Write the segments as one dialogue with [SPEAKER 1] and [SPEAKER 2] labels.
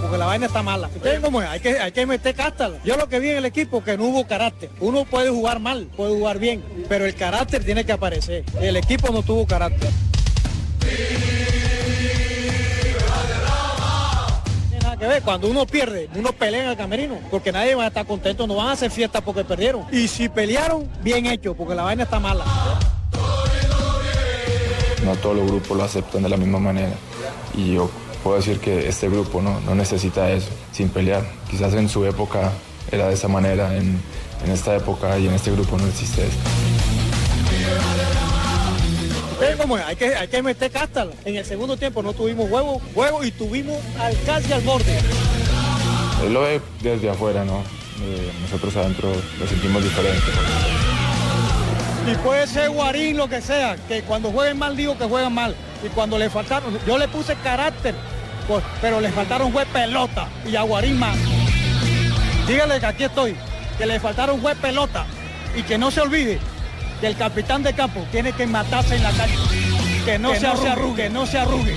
[SPEAKER 1] porque la vaina está mala. Ustedes cómo es? Hay que, hay que meter cástalo. Yo lo que vi en el equipo que no hubo carácter. Uno puede jugar mal, puede jugar bien, pero el carácter tiene que aparecer. El equipo no tuvo carácter. Tiene nada que ver, cuando uno pierde, uno pelea en el camerino, porque nadie va a estar contento, no van a hacer fiesta porque perdieron. Y si pelearon, bien hecho, porque la vaina está mala.
[SPEAKER 2] No todos los grupos lo aceptan de la misma manera. Y yo puedo decir que este grupo no, no necesita eso, sin pelear. Quizás en su época era de esa manera, en, en esta época y en este grupo no existe eso.
[SPEAKER 1] Ustedes cómo es? Hay que, hay que meter cástalo. En el segundo tiempo no tuvimos huevo, huevo y tuvimos alcance al borde.
[SPEAKER 2] Él lo ve desde afuera, ¿no? Eh, nosotros adentro lo sentimos diferente.
[SPEAKER 1] Y puede ser guarín, lo que sea, que cuando jueguen mal digo que juegan mal. Y cuando le faltaron, yo le puse carácter, pues, pero le faltaron fue pelota y a guarín más. Dígale que aquí estoy, que le faltaron fue pelota y que no se olvide que el capitán de campo tiene que matarse en la calle. Que no, se, arrugue, que no se arrugue.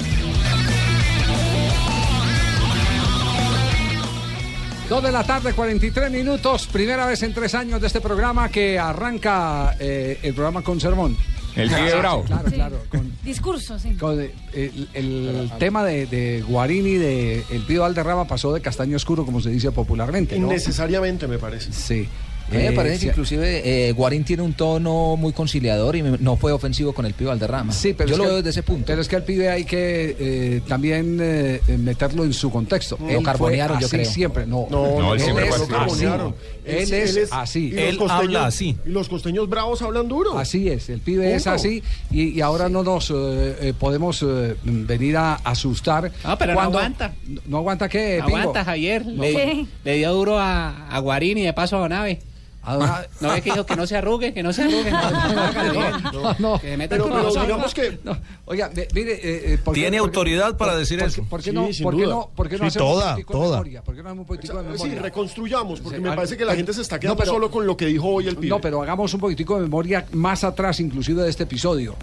[SPEAKER 3] Dos de la tarde, 43 minutos. Primera vez en tres años de este programa que arranca eh, el programa con sermón.
[SPEAKER 4] El Tigre Bravo.
[SPEAKER 3] Claro,
[SPEAKER 5] Sí.
[SPEAKER 3] claro. Con,
[SPEAKER 5] Discurso, sí.
[SPEAKER 3] con, eh, el el tema de, de Guarín y de El Pío Valderrama pasó de castaño oscuro, como se dice popularmente. ¿no?
[SPEAKER 6] Innecesariamente, me parece.
[SPEAKER 3] Sí.
[SPEAKER 7] A mí me
[SPEAKER 3] Eh,
[SPEAKER 7] parece
[SPEAKER 3] sí,
[SPEAKER 7] que inclusive eh, Guarín tiene un tono muy conciliador y me- no fue ofensivo con el pibe Valderrama.
[SPEAKER 3] Sí, pero
[SPEAKER 7] Yo
[SPEAKER 3] es
[SPEAKER 7] lo
[SPEAKER 3] que-
[SPEAKER 7] veo desde ese punto.
[SPEAKER 3] Pero es que al pibe hay que eh, también eh, meterlo en su contexto.
[SPEAKER 7] Lo
[SPEAKER 3] Él fue
[SPEAKER 7] carbonearon, yo
[SPEAKER 3] así
[SPEAKER 7] creo.
[SPEAKER 3] siempre. No,
[SPEAKER 6] No,
[SPEAKER 4] No, él siempre
[SPEAKER 3] es
[SPEAKER 4] fue
[SPEAKER 6] lo
[SPEAKER 4] así.
[SPEAKER 6] carbonearon.
[SPEAKER 3] Él,
[SPEAKER 6] sí-
[SPEAKER 3] es, así.
[SPEAKER 6] y los
[SPEAKER 4] Él
[SPEAKER 6] costeños-
[SPEAKER 4] habla así.
[SPEAKER 6] Y los costeños bravos hablan duro.
[SPEAKER 3] Así es, el pibe es
[SPEAKER 6] Punto.
[SPEAKER 3] así y, y ahora no nos eh, eh, podemos eh, venir a asustar.
[SPEAKER 8] No, Ah, pero no
[SPEAKER 3] cuando-
[SPEAKER 8] aguanta.
[SPEAKER 3] No, no aguanta qué, Pingo?
[SPEAKER 8] Aguanta, Javier.
[SPEAKER 5] Sí.
[SPEAKER 8] Eh, Le, le dio duro a, a Guarín y de paso a Donave.
[SPEAKER 3] Ah,
[SPEAKER 8] No ve que dijo que no se arruguen, que no se arruguen. No, hágale bien.
[SPEAKER 3] no, no.
[SPEAKER 8] Que metan
[SPEAKER 6] Pero,
[SPEAKER 8] con
[SPEAKER 6] pero
[SPEAKER 8] nosotros.
[SPEAKER 6] digamos que
[SPEAKER 3] No, oiga, ve- mire, eh, eh, ¿por qué-
[SPEAKER 4] Tiene
[SPEAKER 3] por-
[SPEAKER 4] autoridad para
[SPEAKER 3] por-
[SPEAKER 4] decir
[SPEAKER 3] por-
[SPEAKER 4] eso.
[SPEAKER 3] ¿Por qué
[SPEAKER 6] Sí,
[SPEAKER 3] no?
[SPEAKER 6] sin
[SPEAKER 3] ¿Por qué
[SPEAKER 6] duda.
[SPEAKER 3] no? ¿Por qué no
[SPEAKER 4] Sí,
[SPEAKER 3] hacemos
[SPEAKER 4] toda,
[SPEAKER 3] un político de
[SPEAKER 4] toda.
[SPEAKER 3] memoria? ¿Por qué no hacemos un político de
[SPEAKER 6] sí,
[SPEAKER 3] memoria?
[SPEAKER 6] reconstruyamos, porque
[SPEAKER 3] Sí,
[SPEAKER 6] me
[SPEAKER 3] al-
[SPEAKER 6] parece que la
[SPEAKER 3] al-
[SPEAKER 6] gente se está
[SPEAKER 3] no,
[SPEAKER 6] quedando
[SPEAKER 3] pero-
[SPEAKER 6] solo con lo que dijo hoy el pibe.
[SPEAKER 3] No, pero hagamos un poquitico de memoria más atrás, inclusive de este episodio.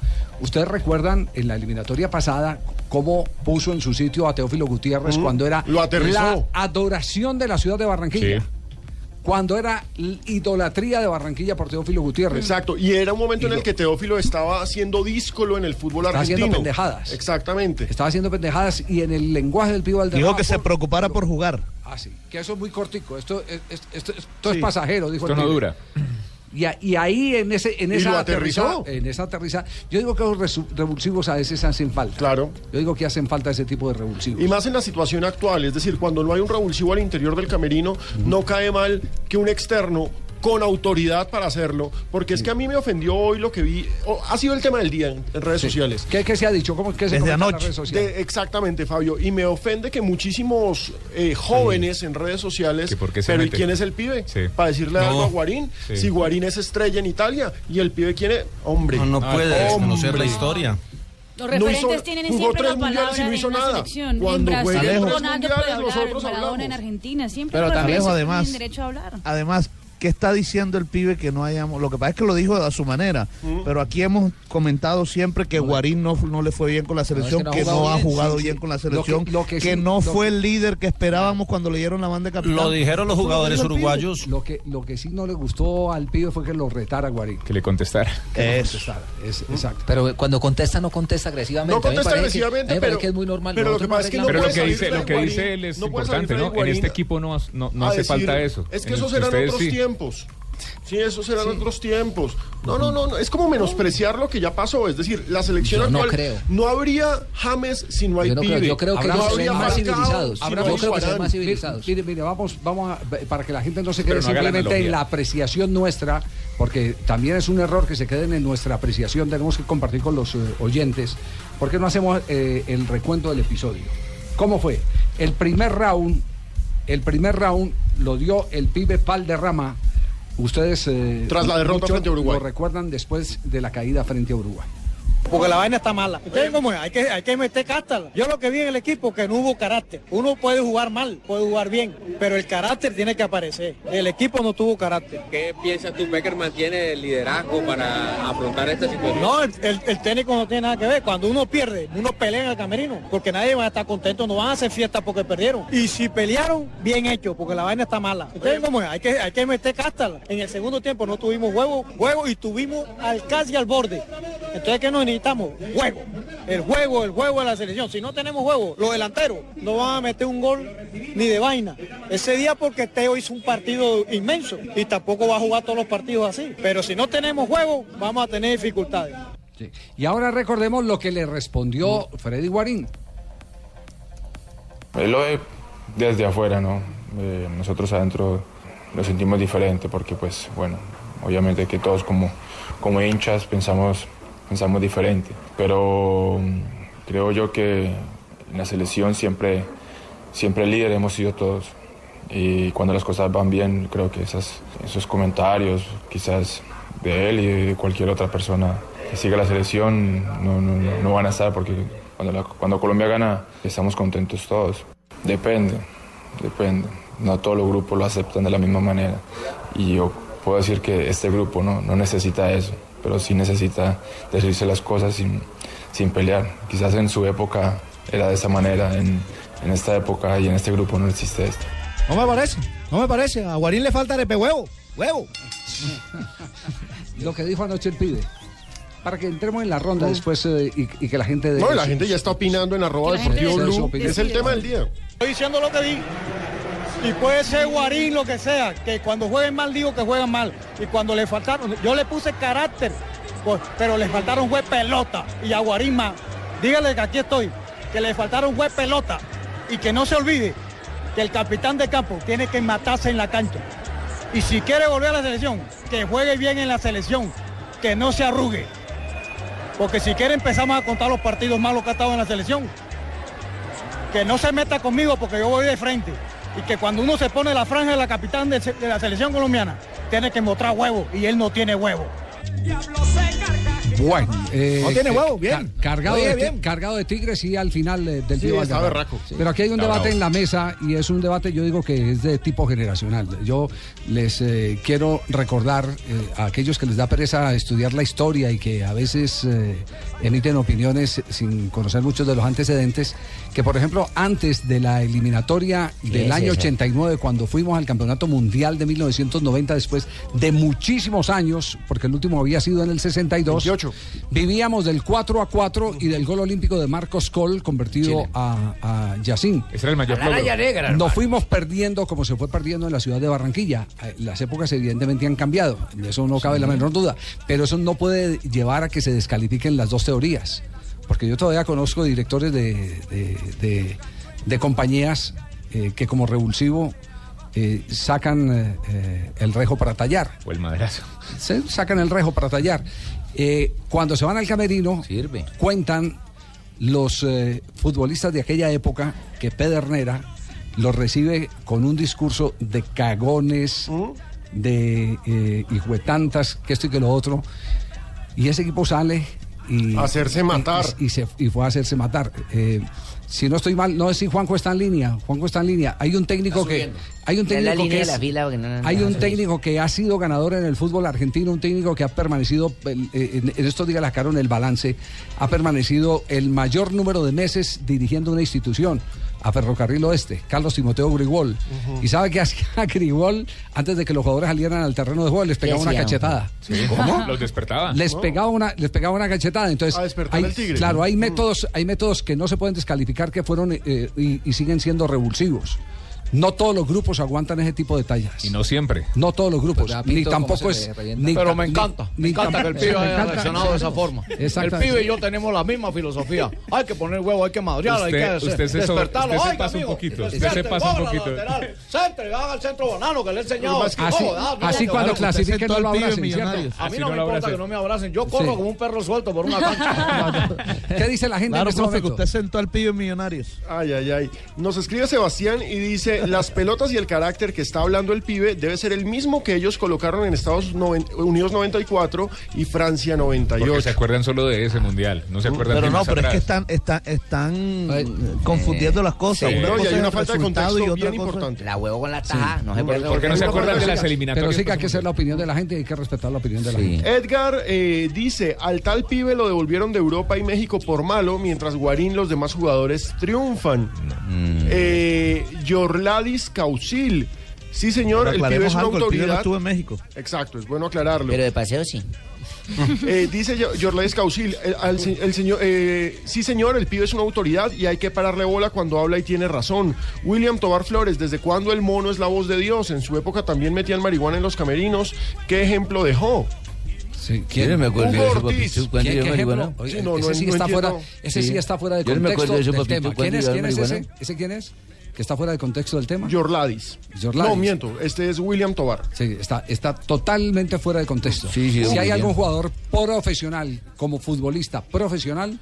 [SPEAKER 3] Ustedes recuerdan en la eliminatoria pasada cómo puso en su sitio a Teófilo Gutiérrez cuando era
[SPEAKER 6] Mm, Lo aterrizó.
[SPEAKER 3] la adoración de la ciudad de Barranquilla. Cuando era l- idolatría de Barranquilla por Teófilo Gutiérrez.
[SPEAKER 6] Exacto, y era un momento
[SPEAKER 3] Y
[SPEAKER 6] en el
[SPEAKER 3] lo-
[SPEAKER 6] que Teófilo estaba haciendo díscolo en el fútbol
[SPEAKER 3] Estaba haciendo
[SPEAKER 6] argentino. Eh,
[SPEAKER 3] pendejadas.
[SPEAKER 6] Exactamente.
[SPEAKER 3] Estaba haciendo pendejadas y en el lenguaje del pivo al
[SPEAKER 4] Dijo que se preocupara por jugar.
[SPEAKER 3] Ah, sí, que eso es muy cortico. Esto es, es- esto- esto es
[SPEAKER 6] Sí.
[SPEAKER 3] pasajero, dijo
[SPEAKER 4] Esto
[SPEAKER 3] el
[SPEAKER 4] no
[SPEAKER 3] pibe.
[SPEAKER 4] dura.
[SPEAKER 3] Y, a- y ahí en ese en
[SPEAKER 6] ¿Y
[SPEAKER 3] esa
[SPEAKER 6] lo aterrizó?
[SPEAKER 3] aterriza- en esa aterriza, yo digo que los resu- revulsivos a veces hacen falta.
[SPEAKER 6] Claro.
[SPEAKER 3] Yo digo que hacen falta ese tipo de revulsivos.
[SPEAKER 6] Y más en la situación actual, es decir, cuando no hay un revulsivo al interior del camerino, no cae mal que un externo con autoridad para hacerlo, porque es que a mí me ofendió hoy lo que vi, o- ha sido el tema del día en, en redes sociales.
[SPEAKER 3] ¿Qué, qué se ha dicho? ¿Cómo es que se
[SPEAKER 4] Desde
[SPEAKER 3] comenta en
[SPEAKER 4] anoche.
[SPEAKER 3] las redes sociales?
[SPEAKER 6] De- exactamente, Fabio, y me ofende que muchísimos eh, jóvenes en redes sociales,
[SPEAKER 4] Que por qué se
[SPEAKER 6] pero ¿y
[SPEAKER 4] mete.
[SPEAKER 6] quién es el pibe?
[SPEAKER 4] Sí.
[SPEAKER 6] Para decirle
[SPEAKER 4] No.
[SPEAKER 6] algo a Guarín,
[SPEAKER 4] Sí.
[SPEAKER 6] si Guarín es estrella en Italia y el pibe quiere, hombre,
[SPEAKER 4] No, no puede desconocer la
[SPEAKER 6] hombre.
[SPEAKER 4] historia.
[SPEAKER 5] Los
[SPEAKER 6] No hizo-
[SPEAKER 5] referentes tienen
[SPEAKER 6] jugó
[SPEAKER 5] siempre
[SPEAKER 6] tres
[SPEAKER 5] la
[SPEAKER 6] mundiales
[SPEAKER 5] palabra
[SPEAKER 6] y no hizo
[SPEAKER 5] en
[SPEAKER 6] nada.
[SPEAKER 5] la selección. en
[SPEAKER 6] Cuando
[SPEAKER 5] Brasil,
[SPEAKER 6] jueguen tres
[SPEAKER 5] Ronaldo puede
[SPEAKER 6] mundiales,
[SPEAKER 5] hablar,
[SPEAKER 6] nosotros
[SPEAKER 5] Maradona
[SPEAKER 6] hablamos.
[SPEAKER 5] en Argentina, siempre
[SPEAKER 8] Pero
[SPEAKER 5] los
[SPEAKER 8] también,
[SPEAKER 5] referentes
[SPEAKER 9] además,
[SPEAKER 5] tienen derecho a hablar.
[SPEAKER 9] Además, ¿qué está diciendo el pibe que no hayamos? Lo que pasa es que lo dijo a su manera, pero aquí hemos comentado siempre que Guarín no, no le fue bien con la selección,
[SPEAKER 7] no ha
[SPEAKER 9] que
[SPEAKER 7] jugado
[SPEAKER 9] no ha
[SPEAKER 7] bien,
[SPEAKER 9] jugado
[SPEAKER 7] sí,
[SPEAKER 9] bien
[SPEAKER 7] sí.
[SPEAKER 9] con la
[SPEAKER 3] Lo que-
[SPEAKER 9] selección,
[SPEAKER 3] lo que
[SPEAKER 9] que,
[SPEAKER 3] sí,
[SPEAKER 9] no
[SPEAKER 3] lo
[SPEAKER 9] fue
[SPEAKER 3] que-
[SPEAKER 9] el líder que esperábamos cuando le dieron la banda de capitán.
[SPEAKER 4] Lo dijeron los
[SPEAKER 9] Eso lo
[SPEAKER 4] jugadores
[SPEAKER 9] dijo el pibe.
[SPEAKER 4] uruguayos.
[SPEAKER 3] Lo que, lo que sí no le gustó al pibe fue que lo retara Guarín.
[SPEAKER 4] Que le contestara.
[SPEAKER 3] Que lo
[SPEAKER 9] Eso.
[SPEAKER 3] contestara. Es- exacto.
[SPEAKER 7] Pero cuando contesta, no contesta agresivamente.
[SPEAKER 6] No
[SPEAKER 7] A mí me
[SPEAKER 6] contesta
[SPEAKER 7] parece que-
[SPEAKER 6] agresivamente,
[SPEAKER 7] a mí me parece
[SPEAKER 6] pero-
[SPEAKER 7] que es muy normal.
[SPEAKER 6] pero lo
[SPEAKER 7] Nosotros
[SPEAKER 6] que pasa es que no
[SPEAKER 7] arreglamos-
[SPEAKER 6] puede
[SPEAKER 10] Pero lo que
[SPEAKER 6] salir
[SPEAKER 10] dice,
[SPEAKER 6] Freddy
[SPEAKER 10] lo que
[SPEAKER 6] Guarín,
[SPEAKER 10] dice él es
[SPEAKER 6] no puede salir
[SPEAKER 10] importante,
[SPEAKER 6] Freddy
[SPEAKER 10] ¿no? En
[SPEAKER 6] Guarín
[SPEAKER 10] este equipo no, has- no, no
[SPEAKER 6] a
[SPEAKER 10] hace
[SPEAKER 6] decir,
[SPEAKER 10] falta eso.
[SPEAKER 6] Es que
[SPEAKER 10] En los
[SPEAKER 6] esos eran
[SPEAKER 10] ustedes
[SPEAKER 6] otros
[SPEAKER 10] sí.
[SPEAKER 6] tiempos. Sí, esos eran otros tiempos. No, no, no, no, es como menospreciar lo que ya pasó. Es decir, la selección
[SPEAKER 7] Yo no
[SPEAKER 6] actual
[SPEAKER 7] creo.
[SPEAKER 6] no habría James si no hay
[SPEAKER 7] Yo no creo,
[SPEAKER 6] pibe.
[SPEAKER 7] yo creo que
[SPEAKER 6] no
[SPEAKER 7] ellos se
[SPEAKER 6] habría
[SPEAKER 7] ven más
[SPEAKER 6] Falcao
[SPEAKER 7] civilizados.
[SPEAKER 6] si
[SPEAKER 7] Yo
[SPEAKER 6] no hay
[SPEAKER 7] creo que se ven
[SPEAKER 6] Varane.
[SPEAKER 7] más civilizados.
[SPEAKER 3] Mire, mire, vamos, vamos a, eh, para que la gente no se quede
[SPEAKER 10] Pero no haga la
[SPEAKER 3] simplemente en
[SPEAKER 10] analogía.
[SPEAKER 3] la apreciación nuestra, porque también es un error que se queden en nuestra apreciación, tenemos que compartir con los eh, oyentes, porque no hacemos eh, el recuento del episodio. ¿Cómo fue? El primer round, el primer round lo dio el pibe Palderrama. Ustedes eh,
[SPEAKER 6] Tras la derrota
[SPEAKER 3] mucho
[SPEAKER 6] frente a Uruguay.
[SPEAKER 3] lo recuerdan después de la caída frente a Uruguay.
[SPEAKER 1] porque la vaina está mala. Entonces, ¿cómo es? Hay que, hay que meter cástala. Yo lo que vi en el equipo que no hubo carácter. Uno puede jugar mal, puede jugar bien, pero el carácter tiene que aparecer. El equipo no tuvo carácter.
[SPEAKER 10] ¿Qué piensas tú, Peckerman tiene el liderazgo para afrontar esta situación?
[SPEAKER 1] No, el, el- el técnico no tiene nada que ver. Cuando uno pierde, uno pelea en el camerino, porque nadie va a estar contento, no van a hacer fiesta porque perdieron. Y si pelearon, bien hecho, porque la vaina está mala. Entonces, ¿cómo es? Hay que, hay que meter cástala. En el segundo tiempo no tuvimos huevo, huevo y tuvimos al casi al borde. Entonces, ¿qué nos necesitamos? Juego. El juego, el juego de la selección. Si no tenemos juego, los delanteros no van a meter un gol ni de vaina. Ese día porque Teo hizo un partido inmenso y tampoco va a jugar todos los partidos así. Pero si no tenemos juego, vamos a tener dificultades.
[SPEAKER 3] Y ahora recordemos lo que le respondió
[SPEAKER 6] Mm.
[SPEAKER 3] Freddy Guarín.
[SPEAKER 2] Él lo ve desde afuera, ¿no? Eh, nosotros adentro lo sentimos diferente porque, pues, bueno, obviamente que todos como, como hinchas pensamos, pensamos diferente. Pero mm, creo yo que en la selección siempre, siempre líder hemos sido todos. Y cuando las cosas van bien, creo que esas, esos comentarios, quizás de él y de cualquier otra persona que siga la selección, no, no- no- no van a estar porque cuando, la- cuando Colombia gana, estamos contentos todos. Depende, depende. No todos los grupos lo aceptan de la misma manera. Y yo puedo decir que este grupo no, no necesita eso, pero sí necesita decirse las cosas sin, sin pelear. Quizás en su época era de esa manera, en, en esta época y en este grupo no existe esto.
[SPEAKER 11] No me parece, no me parece. A Guarín le falta arepe huevo, huevo.
[SPEAKER 3] Lo que dijo anoche el pibe. Para que entremos en la ronda
[SPEAKER 1] Ah.
[SPEAKER 3] después eh, y, y que la gente... dé
[SPEAKER 6] No, la
[SPEAKER 3] su-
[SPEAKER 6] gente ya está opinando en arroba
[SPEAKER 3] Que la gente
[SPEAKER 6] deportivo
[SPEAKER 3] dé su
[SPEAKER 6] blue.
[SPEAKER 3] opinión.
[SPEAKER 6] Es el tema del día.
[SPEAKER 1] Estoy diciendo lo que vi. Y puede ser guarín, lo que sea, que cuando jueguen mal digo que juegan mal. Y cuando le faltaron, yo le puse carácter, pues, pero le faltaron juez pelota y a guarín más. Dígale que aquí estoy, que le faltaron juez pelota. Y que no se olvide que el capitán de campo tiene que matarse en la cancha. Y si quiere volver a la selección, que juegue bien en la selección, que no se arrugue. Porque si quiere empezamos a contar los partidos malos que ha estado en la selección que no se meta conmigo porque yo voy de frente. Y que cuando uno se pone la franja de la capitán de, se- de la selección colombiana, tiene que mostrar huevo y él no tiene huevo.
[SPEAKER 3] Bueno, eh,
[SPEAKER 1] No tiene
[SPEAKER 3] que-
[SPEAKER 1] huevo, bien.
[SPEAKER 3] ca- cargado,
[SPEAKER 1] Oye,
[SPEAKER 3] de, ti-
[SPEAKER 1] bien.
[SPEAKER 3] cargado de tigres y al final eh, del
[SPEAKER 6] Sí,
[SPEAKER 3] tío
[SPEAKER 6] está
[SPEAKER 3] Valderrama.
[SPEAKER 6] berraco. Sí.
[SPEAKER 3] Pero aquí hay un
[SPEAKER 6] Está
[SPEAKER 3] debate
[SPEAKER 6] bravo.
[SPEAKER 3] en la mesa y es un debate, yo digo que es de tipo generacional. Yo les eh, quiero recordar eh, a aquellos que les da pereza estudiar la historia y que a veces eh, emiten opiniones sin conocer muchos de los antecedentes, que por ejemplo antes de la eliminatoria del
[SPEAKER 12] Sí,
[SPEAKER 3] año
[SPEAKER 12] sí, sí.
[SPEAKER 3] 89, cuando fuimos al Campeonato Mundial de 1990, después de muchísimos años, porque el último había sido en el 62, vivíamos del 4 a 4 y del gol olímpico de Marcos Col convertido a, a Yacín.
[SPEAKER 13] Ese era el mayor
[SPEAKER 3] A la
[SPEAKER 13] logro.
[SPEAKER 3] raya negra, hermano. Nos fuimos perdiendo como se fue perdiendo en la ciudad de Barranquilla. Eh, Las épocas evidentemente han cambiado, de eso no cabe
[SPEAKER 12] Sí.
[SPEAKER 3] la menor duda, pero eso no puede llevar a que se descalifiquen las dos teorías, porque yo todavía conozco directores de, de- de- de compañías eh, que como revulsivo eh, sacan eh, eh, el rejo para tallar.
[SPEAKER 13] O el maderazo.
[SPEAKER 3] Se sacan el rejo para tallar. Eh, cuando se van al camerino, cuentan los eh, futbolistas de aquella época que Pedernera los recibe con un discurso de cagones,
[SPEAKER 6] ¿Mm?
[SPEAKER 3] de eh, hijuetantas, que esto y que lo otro. Y ese equipo sale y...
[SPEAKER 6] Hacerse
[SPEAKER 3] y-
[SPEAKER 6] matar.
[SPEAKER 3] Y, se, y fue a hacerse matar. Eh, si no estoy mal, no sé si Juanjo está en línea. Juanjo está en línea. Hay un técnico que... Hay un
[SPEAKER 12] Está en la
[SPEAKER 3] técnico
[SPEAKER 12] línea
[SPEAKER 3] que
[SPEAKER 12] de la
[SPEAKER 3] es-
[SPEAKER 12] fila, porque no- no-
[SPEAKER 3] hay
[SPEAKER 12] no
[SPEAKER 3] un
[SPEAKER 12] se
[SPEAKER 3] técnico que ha sido ganador en el fútbol argentino, un técnico que ha permanecido, eh, en, en estos días la sacaron el balance, ha permanecido el mayor número de meses dirigiendo una institución a Ferrocarril Oeste, Carlos Timoteo Grigol. Y sabe que hacía Grigol antes de que los jugadores salieran al terreno de juego, les pegaba una
[SPEAKER 13] hacía?
[SPEAKER 3] cachetada.
[SPEAKER 13] ¿Cómo? Los despertaba.
[SPEAKER 3] Les
[SPEAKER 13] No.
[SPEAKER 3] pegaba una, les pegaba una cachetada. Entonces,
[SPEAKER 13] A despertar
[SPEAKER 3] hay-
[SPEAKER 13] al tigre. Mm.
[SPEAKER 3] claro, hay métodos, hay métodos que no se pueden descalificar que fueron eh, y, y siguen siendo revulsivos. No todos los grupos aguantan ese tipo de tallas.
[SPEAKER 13] Y no siempre.
[SPEAKER 3] No todos los grupos,
[SPEAKER 13] Pues,
[SPEAKER 3] ni
[SPEAKER 13] Pinto, ¿cómo
[SPEAKER 3] tampoco
[SPEAKER 13] se
[SPEAKER 3] es.
[SPEAKER 13] le revienta?
[SPEAKER 3] ni
[SPEAKER 14] Pero
[SPEAKER 3] ta-
[SPEAKER 14] me
[SPEAKER 3] ni-
[SPEAKER 14] encanta, me
[SPEAKER 3] ni
[SPEAKER 14] encanta
[SPEAKER 3] tam-
[SPEAKER 14] que el pibe
[SPEAKER 3] me
[SPEAKER 14] haya
[SPEAKER 3] encanta.
[SPEAKER 14] reaccionado de esa forma. El
[SPEAKER 3] Exactamente.
[SPEAKER 14] pibe y yo tenemos la misma filosofía. Hay que poner huevo, hay que madrear, hay que
[SPEAKER 13] Usted-
[SPEAKER 14] hacer-
[SPEAKER 13] usted se sobre-
[SPEAKER 14] despertarlo.
[SPEAKER 13] usted se
[SPEAKER 14] Oiga,
[SPEAKER 13] pasa un
[SPEAKER 14] amigo,
[SPEAKER 13] poquito, usted
[SPEAKER 14] despierte,
[SPEAKER 13] se pasa un
[SPEAKER 14] mueva la
[SPEAKER 13] poquito.
[SPEAKER 14] lateral, Centro, y haga el centro banano que le he enseñado.
[SPEAKER 13] Así-
[SPEAKER 14] Ojo, da, mira,
[SPEAKER 3] así
[SPEAKER 14] que
[SPEAKER 3] cuando
[SPEAKER 14] bueno,
[SPEAKER 3] clasifiquen no lo
[SPEAKER 14] usted sentó al
[SPEAKER 3] abracen,
[SPEAKER 14] pibe
[SPEAKER 3] ¿cierto?
[SPEAKER 14] millonario. A mí
[SPEAKER 3] Así
[SPEAKER 14] no,
[SPEAKER 3] no
[SPEAKER 14] me
[SPEAKER 3] lo
[SPEAKER 14] importa
[SPEAKER 3] abracen.
[SPEAKER 14] que no me abracen. Yo corro
[SPEAKER 3] Sí.
[SPEAKER 14] como un perro suelto por una cancha.
[SPEAKER 3] ¿Qué dice la gente
[SPEAKER 9] Claro,
[SPEAKER 3] en este
[SPEAKER 9] profe, que
[SPEAKER 3] momento?
[SPEAKER 9] usted sentó al pibe en Millonarios.
[SPEAKER 6] Ay, ay, ay. Nos escribe Sebastián y dice, que las pelotas y el carácter que está hablando el pibe debe ser el mismo que ellos colocaron en Estados Noven- Unidos 94 y Francia 98.
[SPEAKER 12] Porque se acuerdan solo de ese mundial, no se acuerdan
[SPEAKER 9] Pero
[SPEAKER 12] de
[SPEAKER 9] no,
[SPEAKER 12] más
[SPEAKER 9] pero es que
[SPEAKER 12] atrás.
[SPEAKER 9] están, están, están
[SPEAKER 3] eh.
[SPEAKER 9] confundiendo las cosas.
[SPEAKER 12] Sí. No, y
[SPEAKER 9] cosa
[SPEAKER 12] hay
[SPEAKER 9] es
[SPEAKER 12] una
[SPEAKER 9] el
[SPEAKER 12] falta de
[SPEAKER 9] resultado
[SPEAKER 12] contexto
[SPEAKER 9] y otra
[SPEAKER 12] bien
[SPEAKER 9] cosa-
[SPEAKER 12] importante.
[SPEAKER 13] La huevo con la taja. No se puede.
[SPEAKER 12] ¿Por qué no se acuerdan de las
[SPEAKER 3] Pero
[SPEAKER 12] eliminatorias?
[SPEAKER 3] sí que hay que ser la opinión de la gente y hay que respetar la opinión de la gente.
[SPEAKER 6] Edgar eh, dice, al tal pibe lo devolvieron de Europa y México por malo, mientras Guarín los demás jugadores triunfan.
[SPEAKER 9] Mm.
[SPEAKER 6] Eh, Yorladis Causil. Sí, señor, el pibe es
[SPEAKER 9] Aclaremos
[SPEAKER 6] una
[SPEAKER 9] algo, el pibe no
[SPEAKER 6] autoridad.
[SPEAKER 9] estuvo en México.
[SPEAKER 6] Exacto, es bueno aclararlo.
[SPEAKER 13] Pero de paseo sí.
[SPEAKER 6] Eh, dice Yo- Yorlais Causil, el, al se- el señor, eh, sí señor, el pibe es una autoridad y hay que pararle bola cuando habla y tiene razón. William Tobar Flores, ¿desde cuándo el mono es la voz de Dios? En su época también metían marihuana en los camerinos. ¿Qué ejemplo dejó?
[SPEAKER 3] Sí,
[SPEAKER 13] ¿quién? me acuerdo
[SPEAKER 6] Hugo
[SPEAKER 13] de eso,
[SPEAKER 6] Ortiz.
[SPEAKER 13] papi, ¿tú cuándo
[SPEAKER 6] ¿Quién-
[SPEAKER 13] yo
[SPEAKER 6] qué
[SPEAKER 13] marihuana?
[SPEAKER 6] ejemplo?
[SPEAKER 3] Oye,
[SPEAKER 6] Sí, no,
[SPEAKER 3] ese
[SPEAKER 6] no-
[SPEAKER 3] sí
[SPEAKER 6] no
[SPEAKER 3] está
[SPEAKER 6] entiendo.
[SPEAKER 3] fuera, ese sí.
[SPEAKER 6] Sí.
[SPEAKER 3] está fuera de
[SPEAKER 6] Yo no me
[SPEAKER 3] contexto
[SPEAKER 6] acuerdo de eso,
[SPEAKER 3] del
[SPEAKER 6] papito,
[SPEAKER 3] tema. ¿Quién
[SPEAKER 6] ¿cuándo
[SPEAKER 3] es,
[SPEAKER 6] iba
[SPEAKER 3] quién
[SPEAKER 6] el
[SPEAKER 3] es ese?
[SPEAKER 6] marihuana?
[SPEAKER 3] ¿Ese quién es? Que está fuera de contexto del tema.
[SPEAKER 6] Yorladis. No, miento, este es William Tobar.
[SPEAKER 3] Sí, está, está totalmente fuera de contexto.
[SPEAKER 6] sí,
[SPEAKER 3] si
[SPEAKER 6] muy
[SPEAKER 3] hay
[SPEAKER 6] bien.
[SPEAKER 3] algún jugador profesional, como futbolista profesional,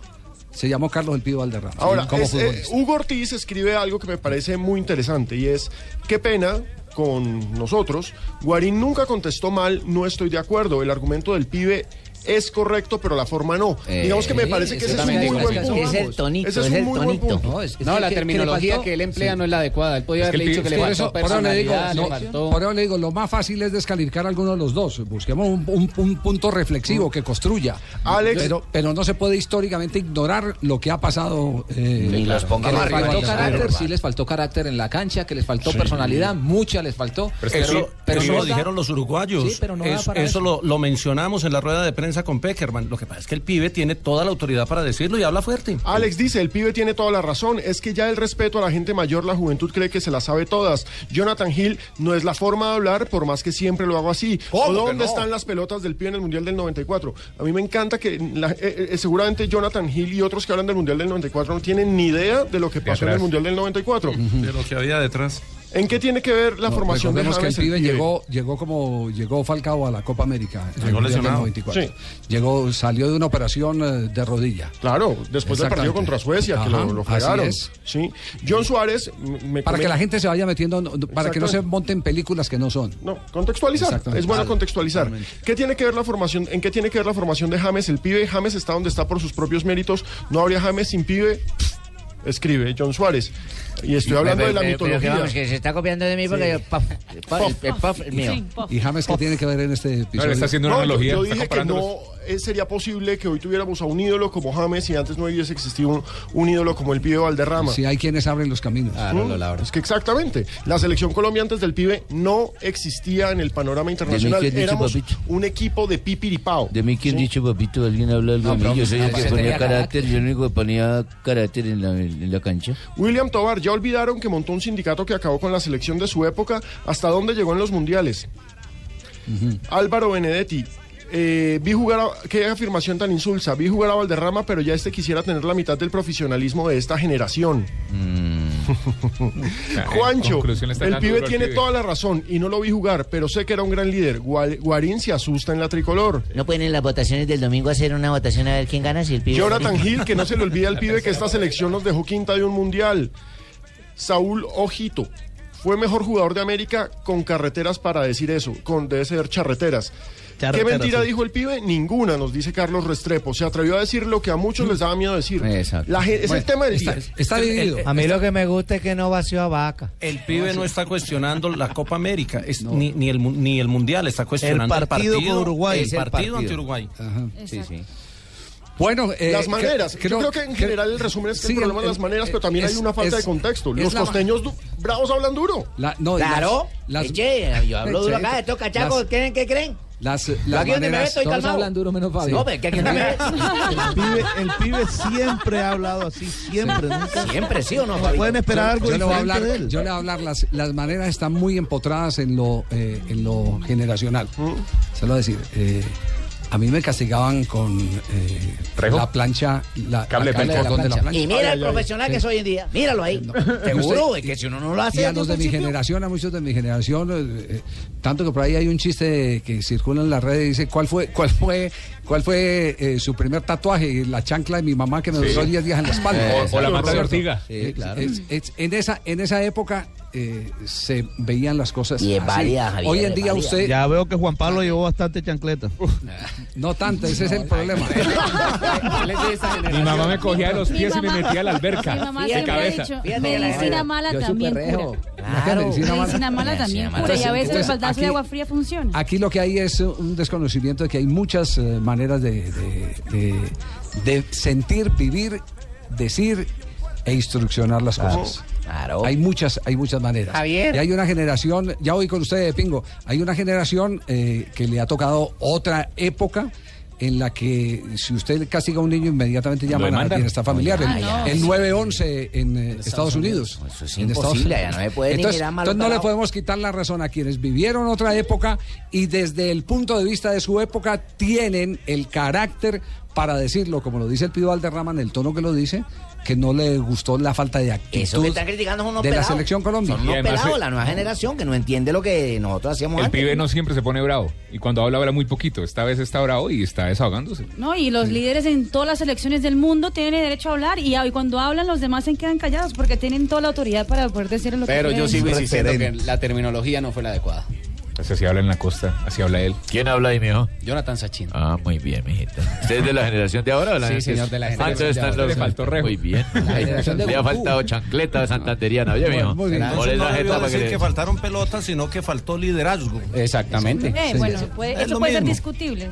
[SPEAKER 3] se llamó Carlos El Pío Valderrama.
[SPEAKER 6] Ahora,
[SPEAKER 3] como
[SPEAKER 6] es, eh,
[SPEAKER 3] futbolista.
[SPEAKER 6] Hugo Ortiz escribe algo que me parece muy interesante y es, qué pena con nosotros, Guarín nunca contestó mal, no estoy de acuerdo, el argumento del pibe es correcto, pero la forma no. Digamos que me parece que ese es un muy buen punto. Ese un muy buen punto.
[SPEAKER 8] No, la terminología que él emplea no es la adecuada. Él podía
[SPEAKER 3] Es que
[SPEAKER 8] haberle
[SPEAKER 3] el
[SPEAKER 8] dicho
[SPEAKER 3] pi-
[SPEAKER 8] que le
[SPEAKER 3] por
[SPEAKER 8] faltó
[SPEAKER 3] eso- por eso le digo,
[SPEAKER 8] personalidad, le
[SPEAKER 3] no,
[SPEAKER 8] faltó...
[SPEAKER 3] por eso le digo, lo más fácil es descalificar a alguno de los dos. Busquemos un, un- un punto
[SPEAKER 8] Mm.
[SPEAKER 3] reflexivo que construya.
[SPEAKER 6] Alex-
[SPEAKER 3] pero, pero no se puede históricamente ignorar lo que ha pasado. eh,
[SPEAKER 13] Ni los ponga
[SPEAKER 3] que les
[SPEAKER 13] más arriba
[SPEAKER 3] faltó
[SPEAKER 13] ni los
[SPEAKER 3] carácter,
[SPEAKER 13] ponga más
[SPEAKER 3] sí les faltó carácter en la cancha, que les faltó personalidad, mucha les faltó.
[SPEAKER 15] Pero es que eso, eso
[SPEAKER 3] no
[SPEAKER 15] lo
[SPEAKER 3] da-
[SPEAKER 15] dijeron los uruguayos.
[SPEAKER 3] Sí, pero no da
[SPEAKER 15] Es-
[SPEAKER 3] para
[SPEAKER 15] eso lo, lo mencionamos en la rueda de prensa con Peckerman. Lo que pasa es que el pibe tiene toda la autoridad para decirlo y habla fuerte.
[SPEAKER 6] Alex dice, el pibe tiene toda la razón, es que ya el respeto a la gente mayor, la juventud cree que se la sabe todas. Jonathan Hill no es la forma de hablar, por más que siempre lo hago así.
[SPEAKER 14] ¿Cómo
[SPEAKER 6] ¿O
[SPEAKER 14] que no?
[SPEAKER 6] dónde están las pelotas del pibe en el Mundial del 94? A mí me encanta que la- eh, eh, seguramente Jonathan Hill y otros que hablan del Mundial del 94 no tienen ni idea de lo que pasó en
[SPEAKER 15] atrás.
[SPEAKER 6] el Mundial del 94.
[SPEAKER 15] De lo que había detrás.
[SPEAKER 6] ¿En qué tiene que ver la
[SPEAKER 3] No,
[SPEAKER 6] formación de
[SPEAKER 3] recordemos que el pibe,
[SPEAKER 6] James?
[SPEAKER 3] llegó llegó como llegó Falcao a la Copa América en el
[SPEAKER 6] Llegó
[SPEAKER 3] Mundial del
[SPEAKER 6] lesionado.
[SPEAKER 3] 94.
[SPEAKER 6] Sí.
[SPEAKER 3] llegó salió de una operación eh, de rodilla
[SPEAKER 6] Claro, después del partido
[SPEAKER 3] Exactamente.
[SPEAKER 6] contra Suecia, que
[SPEAKER 3] Ajá,
[SPEAKER 6] lo, lo
[SPEAKER 3] así
[SPEAKER 6] fregaron.
[SPEAKER 3] es.
[SPEAKER 6] Sí. John Suárez... m- Me
[SPEAKER 3] para que
[SPEAKER 6] comenta-
[SPEAKER 3] la gente se vaya metiendo no, para que no se
[SPEAKER 6] Exactamente.
[SPEAKER 3] monten películas que no son
[SPEAKER 6] No, contextualizar.
[SPEAKER 3] Exactamente.
[SPEAKER 6] Es bueno
[SPEAKER 3] Claro,
[SPEAKER 6] contextualizar. ¿Qué tiene que ver la formación? ¿En qué tiene que ver la formación de James? El pibe James está donde está por sus propios méritos. No habría James sin pibe. Pff, Escribe John Suárez. Y estoy hablando
[SPEAKER 13] Pero-
[SPEAKER 6] de la
[SPEAKER 13] pero- pero que
[SPEAKER 6] mitología.
[SPEAKER 13] vamos, que se está copiando de mí porque yo, puff, el puff, el puff es mío.
[SPEAKER 3] y James qué tiene que ver en este episodio
[SPEAKER 6] No, yo- Yo, dije que no eh, sería posible que hoy tuviéramos a un ídolo como James y antes no hubiese existido un, un ídolo como el pibe Valderrama.
[SPEAKER 3] si hay quienes abren los caminos
[SPEAKER 6] Mm, Es que exactamente. La selección Colombia antes del pibe no existía en el panorama internacional.
[SPEAKER 16] qué has dicho,
[SPEAKER 6] Éramos
[SPEAKER 16] papito?
[SPEAKER 6] un equipo de pipiripao.
[SPEAKER 16] De mí, ¿quién
[SPEAKER 6] Sí.
[SPEAKER 16] dicho, papito? ¿Alguien habla algo
[SPEAKER 6] No, pues,
[SPEAKER 16] de mí?
[SPEAKER 6] pero
[SPEAKER 16] Yo soy el que
[SPEAKER 6] usted
[SPEAKER 16] ponía
[SPEAKER 6] tenía
[SPEAKER 16] carácter, yo el único que ponía carácter en la, en la cancha.
[SPEAKER 6] William Tobar, ya olvidaron que montó un sindicato que acabó con la selección de su época. ¿Hasta dónde llegó en los mundiales? Álvaro Benedetti. eh, vi jugar a, qué afirmación tan insulsa. Vi jugar a Valderrama, pero ya este quisiera tener la mitad del profesionalismo de esta generación. Juancho, el pibe tiene toda la razón y no lo vi jugar, pero sé que era un gran líder. Gual- Guarín se asusta en la tricolor.
[SPEAKER 13] No
[SPEAKER 16] pues,
[SPEAKER 13] pueden en las votaciones del domingo hacer una votación a ver quién gana si el pibe.
[SPEAKER 6] Jonathan Hill, que no se le olvide al pibe que esta selección nos dejó quinta de un mundial. Saúl Ojito. Fue mejor jugador de América con carreteras para decir eso, con debe ser charreteras. ¿Qué
[SPEAKER 9] Charreteras,
[SPEAKER 6] mentira
[SPEAKER 9] sí.
[SPEAKER 6] dijo el pibe? Ninguna, nos dice Carlos Restrepo. Se atrevió a decir lo que a muchos les daba miedo decir. La gen- es el
[SPEAKER 9] Bueno,
[SPEAKER 6] tema del
[SPEAKER 9] está-
[SPEAKER 6] día.
[SPEAKER 9] está
[SPEAKER 13] Eh,
[SPEAKER 9] dividido.
[SPEAKER 15] A mí
[SPEAKER 9] lo
[SPEAKER 13] que me gusta es que no vació a vaca.
[SPEAKER 15] El pibe no está cuestionando la Copa América, es, ni, ni el, mu- ni el Mundial, está cuestionando
[SPEAKER 9] El partido con Uruguay.
[SPEAKER 15] El
[SPEAKER 9] Es el
[SPEAKER 15] partido,
[SPEAKER 9] partido.
[SPEAKER 15] ante Uruguay.
[SPEAKER 9] Sí, sí.
[SPEAKER 3] bueno eh,
[SPEAKER 6] las maneras.
[SPEAKER 3] cre-
[SPEAKER 6] Yo creo que en general el resumen es que
[SPEAKER 3] sí,
[SPEAKER 6] el problema
[SPEAKER 3] el-
[SPEAKER 6] es las maneras,
[SPEAKER 3] el-
[SPEAKER 6] pero también
[SPEAKER 3] es-
[SPEAKER 6] hay una falta
[SPEAKER 3] es-
[SPEAKER 6] de contexto.
[SPEAKER 3] es
[SPEAKER 6] Los
[SPEAKER 3] la ma-
[SPEAKER 6] costeños du- bravos hablan duro.
[SPEAKER 3] la- no,
[SPEAKER 13] Claro.
[SPEAKER 3] las- las-
[SPEAKER 13] Eche, yo hablo duro
[SPEAKER 3] Sí.
[SPEAKER 13] acá, estos cachacos,
[SPEAKER 3] Las-
[SPEAKER 13] ¿creen qué creen?
[SPEAKER 3] las,
[SPEAKER 13] Yo
[SPEAKER 3] las
[SPEAKER 13] aquí donde me
[SPEAKER 3] maneras-
[SPEAKER 13] meto, estoy
[SPEAKER 3] todos
[SPEAKER 13] calmado.
[SPEAKER 3] hablan duro menos Fabio.
[SPEAKER 13] No, pero que aquí no me
[SPEAKER 9] El pibe, el pibe siempre ha hablado así, siempre. nunca- Pueden esperar algo
[SPEAKER 3] yo le voy a
[SPEAKER 9] diferente
[SPEAKER 3] hablar,
[SPEAKER 9] de él.
[SPEAKER 3] Yo le voy a hablar, las, las maneras están muy empotradas en lo, eh, en lo generacional.
[SPEAKER 13] Mm.
[SPEAKER 3] Se lo voy a decir. eh, a mí me castigaban con eh, la plancha, la,
[SPEAKER 13] Cable
[SPEAKER 3] la cable
[SPEAKER 13] de
[SPEAKER 3] de cordón de la plancha.
[SPEAKER 13] Y mira el profesional que
[SPEAKER 3] Sí.
[SPEAKER 13] soy hoy en día. Míralo ahí. Seguro, es que si uno no lo hace.
[SPEAKER 3] Y a los de mi generación, a muchos de mi generación, eh, eh, tanto que por ahí hay un chiste que circula en las redes y dice cuál fue, cuál fue, cuál fue eh, su primer tatuaje, la chancla de mi mamá que me
[SPEAKER 12] Sí. Eh,
[SPEAKER 3] duró 10 días en la espalda.
[SPEAKER 12] O- o la mata de
[SPEAKER 3] ¿Cierto?
[SPEAKER 12] ortiga.
[SPEAKER 3] Eh, es- es- en esa, en esa época eh, se veían las cosas.
[SPEAKER 9] Y es
[SPEAKER 3] así.
[SPEAKER 9] válida, Javier,
[SPEAKER 3] Hoy en
[SPEAKER 9] es
[SPEAKER 3] día
[SPEAKER 9] válida.
[SPEAKER 3] usted.
[SPEAKER 9] Ya veo que Juan Pablo llevó bastante chancleta.
[SPEAKER 3] No tanto, ese es el problema.
[SPEAKER 12] Mi mamá me cogía de los
[SPEAKER 5] Mi
[SPEAKER 12] pies y me
[SPEAKER 5] mamá-
[SPEAKER 12] metía a la alberca.
[SPEAKER 5] Mi mamá
[SPEAKER 12] de
[SPEAKER 5] siempre ha
[SPEAKER 12] cabeza.
[SPEAKER 5] dicho,
[SPEAKER 12] Fíjate que la-
[SPEAKER 5] medicina mala
[SPEAKER 12] Yo
[SPEAKER 5] también
[SPEAKER 12] superrejo.
[SPEAKER 5] cura.
[SPEAKER 3] Claro. Medicina mala.
[SPEAKER 5] Medicina mala también cura y
[SPEAKER 3] Entonces,
[SPEAKER 5] a veces el
[SPEAKER 3] entonces,
[SPEAKER 5] baldazo de
[SPEAKER 3] aquí-
[SPEAKER 5] agua fría funciona.
[SPEAKER 3] Aquí lo que hay es un desconocimiento de que hay muchas eh, maneras de, de- de- de sentir, vivir, decir e instruccionar las cosas. Hay muchas, hay muchas maneras.
[SPEAKER 17] Javier.
[SPEAKER 3] Y hay una generación, ya hoy con ustedes, Pingo, hay una generación eh, que le ha tocado otra época en la que si usted castiga a un niño inmediatamente llaman a
[SPEAKER 16] demandan.
[SPEAKER 3] bienestar familiar.
[SPEAKER 16] Ah,
[SPEAKER 3] el,
[SPEAKER 16] no.
[SPEAKER 3] el 911 en eh, Estados Unidos.
[SPEAKER 16] Eso es
[SPEAKER 3] En Estados
[SPEAKER 16] imposible,
[SPEAKER 3] Unidos.
[SPEAKER 16] ya no se puede ni
[SPEAKER 3] entonces,
[SPEAKER 16] mirar malo
[SPEAKER 3] entonces no le
[SPEAKER 16] pelado.
[SPEAKER 3] podemos quitar la razón a quienes vivieron otra época y desde el punto de vista de su época tienen el carácter para decirlo, como lo dice el Pido Valderrama en el tono que lo dice, que no le gustó la falta de actitud
[SPEAKER 13] Eso que están criticando son unos
[SPEAKER 3] de la
[SPEAKER 13] pelados.
[SPEAKER 3] selección Colombia.
[SPEAKER 13] Son unos pelados, la nueva generación que no entiende lo que nosotros hacíamos
[SPEAKER 12] El
[SPEAKER 13] antes.
[SPEAKER 12] pibe no siempre se pone bravo. Y cuando habla, habla muy poquito. Esta vez está bravo y está desahogándose.
[SPEAKER 5] No, y los líderes en todas las elecciones del mundo tienen derecho a hablar y, y cuando hablan los demás se quedan callados porque tienen toda la autoridad para poder decir lo
[SPEAKER 8] Pero
[SPEAKER 5] que
[SPEAKER 8] yo
[SPEAKER 5] creen.
[SPEAKER 8] sigo insistiendo que la terminología no fue la adecuada.
[SPEAKER 12] Así así habla en la costa, así habla él.
[SPEAKER 18] ¿Quién habla ahí, mijo?
[SPEAKER 8] Jonathan Sachin.
[SPEAKER 18] Ah, muy bien, mijita. ¿Usted es de la generación de ahora o la
[SPEAKER 8] Sí,
[SPEAKER 18] gente-
[SPEAKER 8] señor, de la
[SPEAKER 18] Ah,
[SPEAKER 8] generación
[SPEAKER 18] entonces
[SPEAKER 8] de
[SPEAKER 18] están
[SPEAKER 8] ahora. Le
[SPEAKER 18] los-
[SPEAKER 8] faltó rejo.
[SPEAKER 18] Muy bien.
[SPEAKER 8] generación de
[SPEAKER 18] Le ha
[SPEAKER 8] Goku.
[SPEAKER 18] faltanderiana, chancleta santanderiana. Oye, mijo.
[SPEAKER 8] Muy bien.
[SPEAKER 18] Por
[SPEAKER 15] Entonces,
[SPEAKER 18] esa
[SPEAKER 15] no debió
[SPEAKER 18] jeta para
[SPEAKER 15] decir
[SPEAKER 18] que
[SPEAKER 15] que,
[SPEAKER 18] le-
[SPEAKER 15] faltaron pelotas, sino que faltó liderazgo. Exactamente.
[SPEAKER 5] Eh, bueno, puede-
[SPEAKER 15] Es
[SPEAKER 5] eso
[SPEAKER 15] lo
[SPEAKER 5] puede ser
[SPEAKER 15] mismo.
[SPEAKER 5] discutible.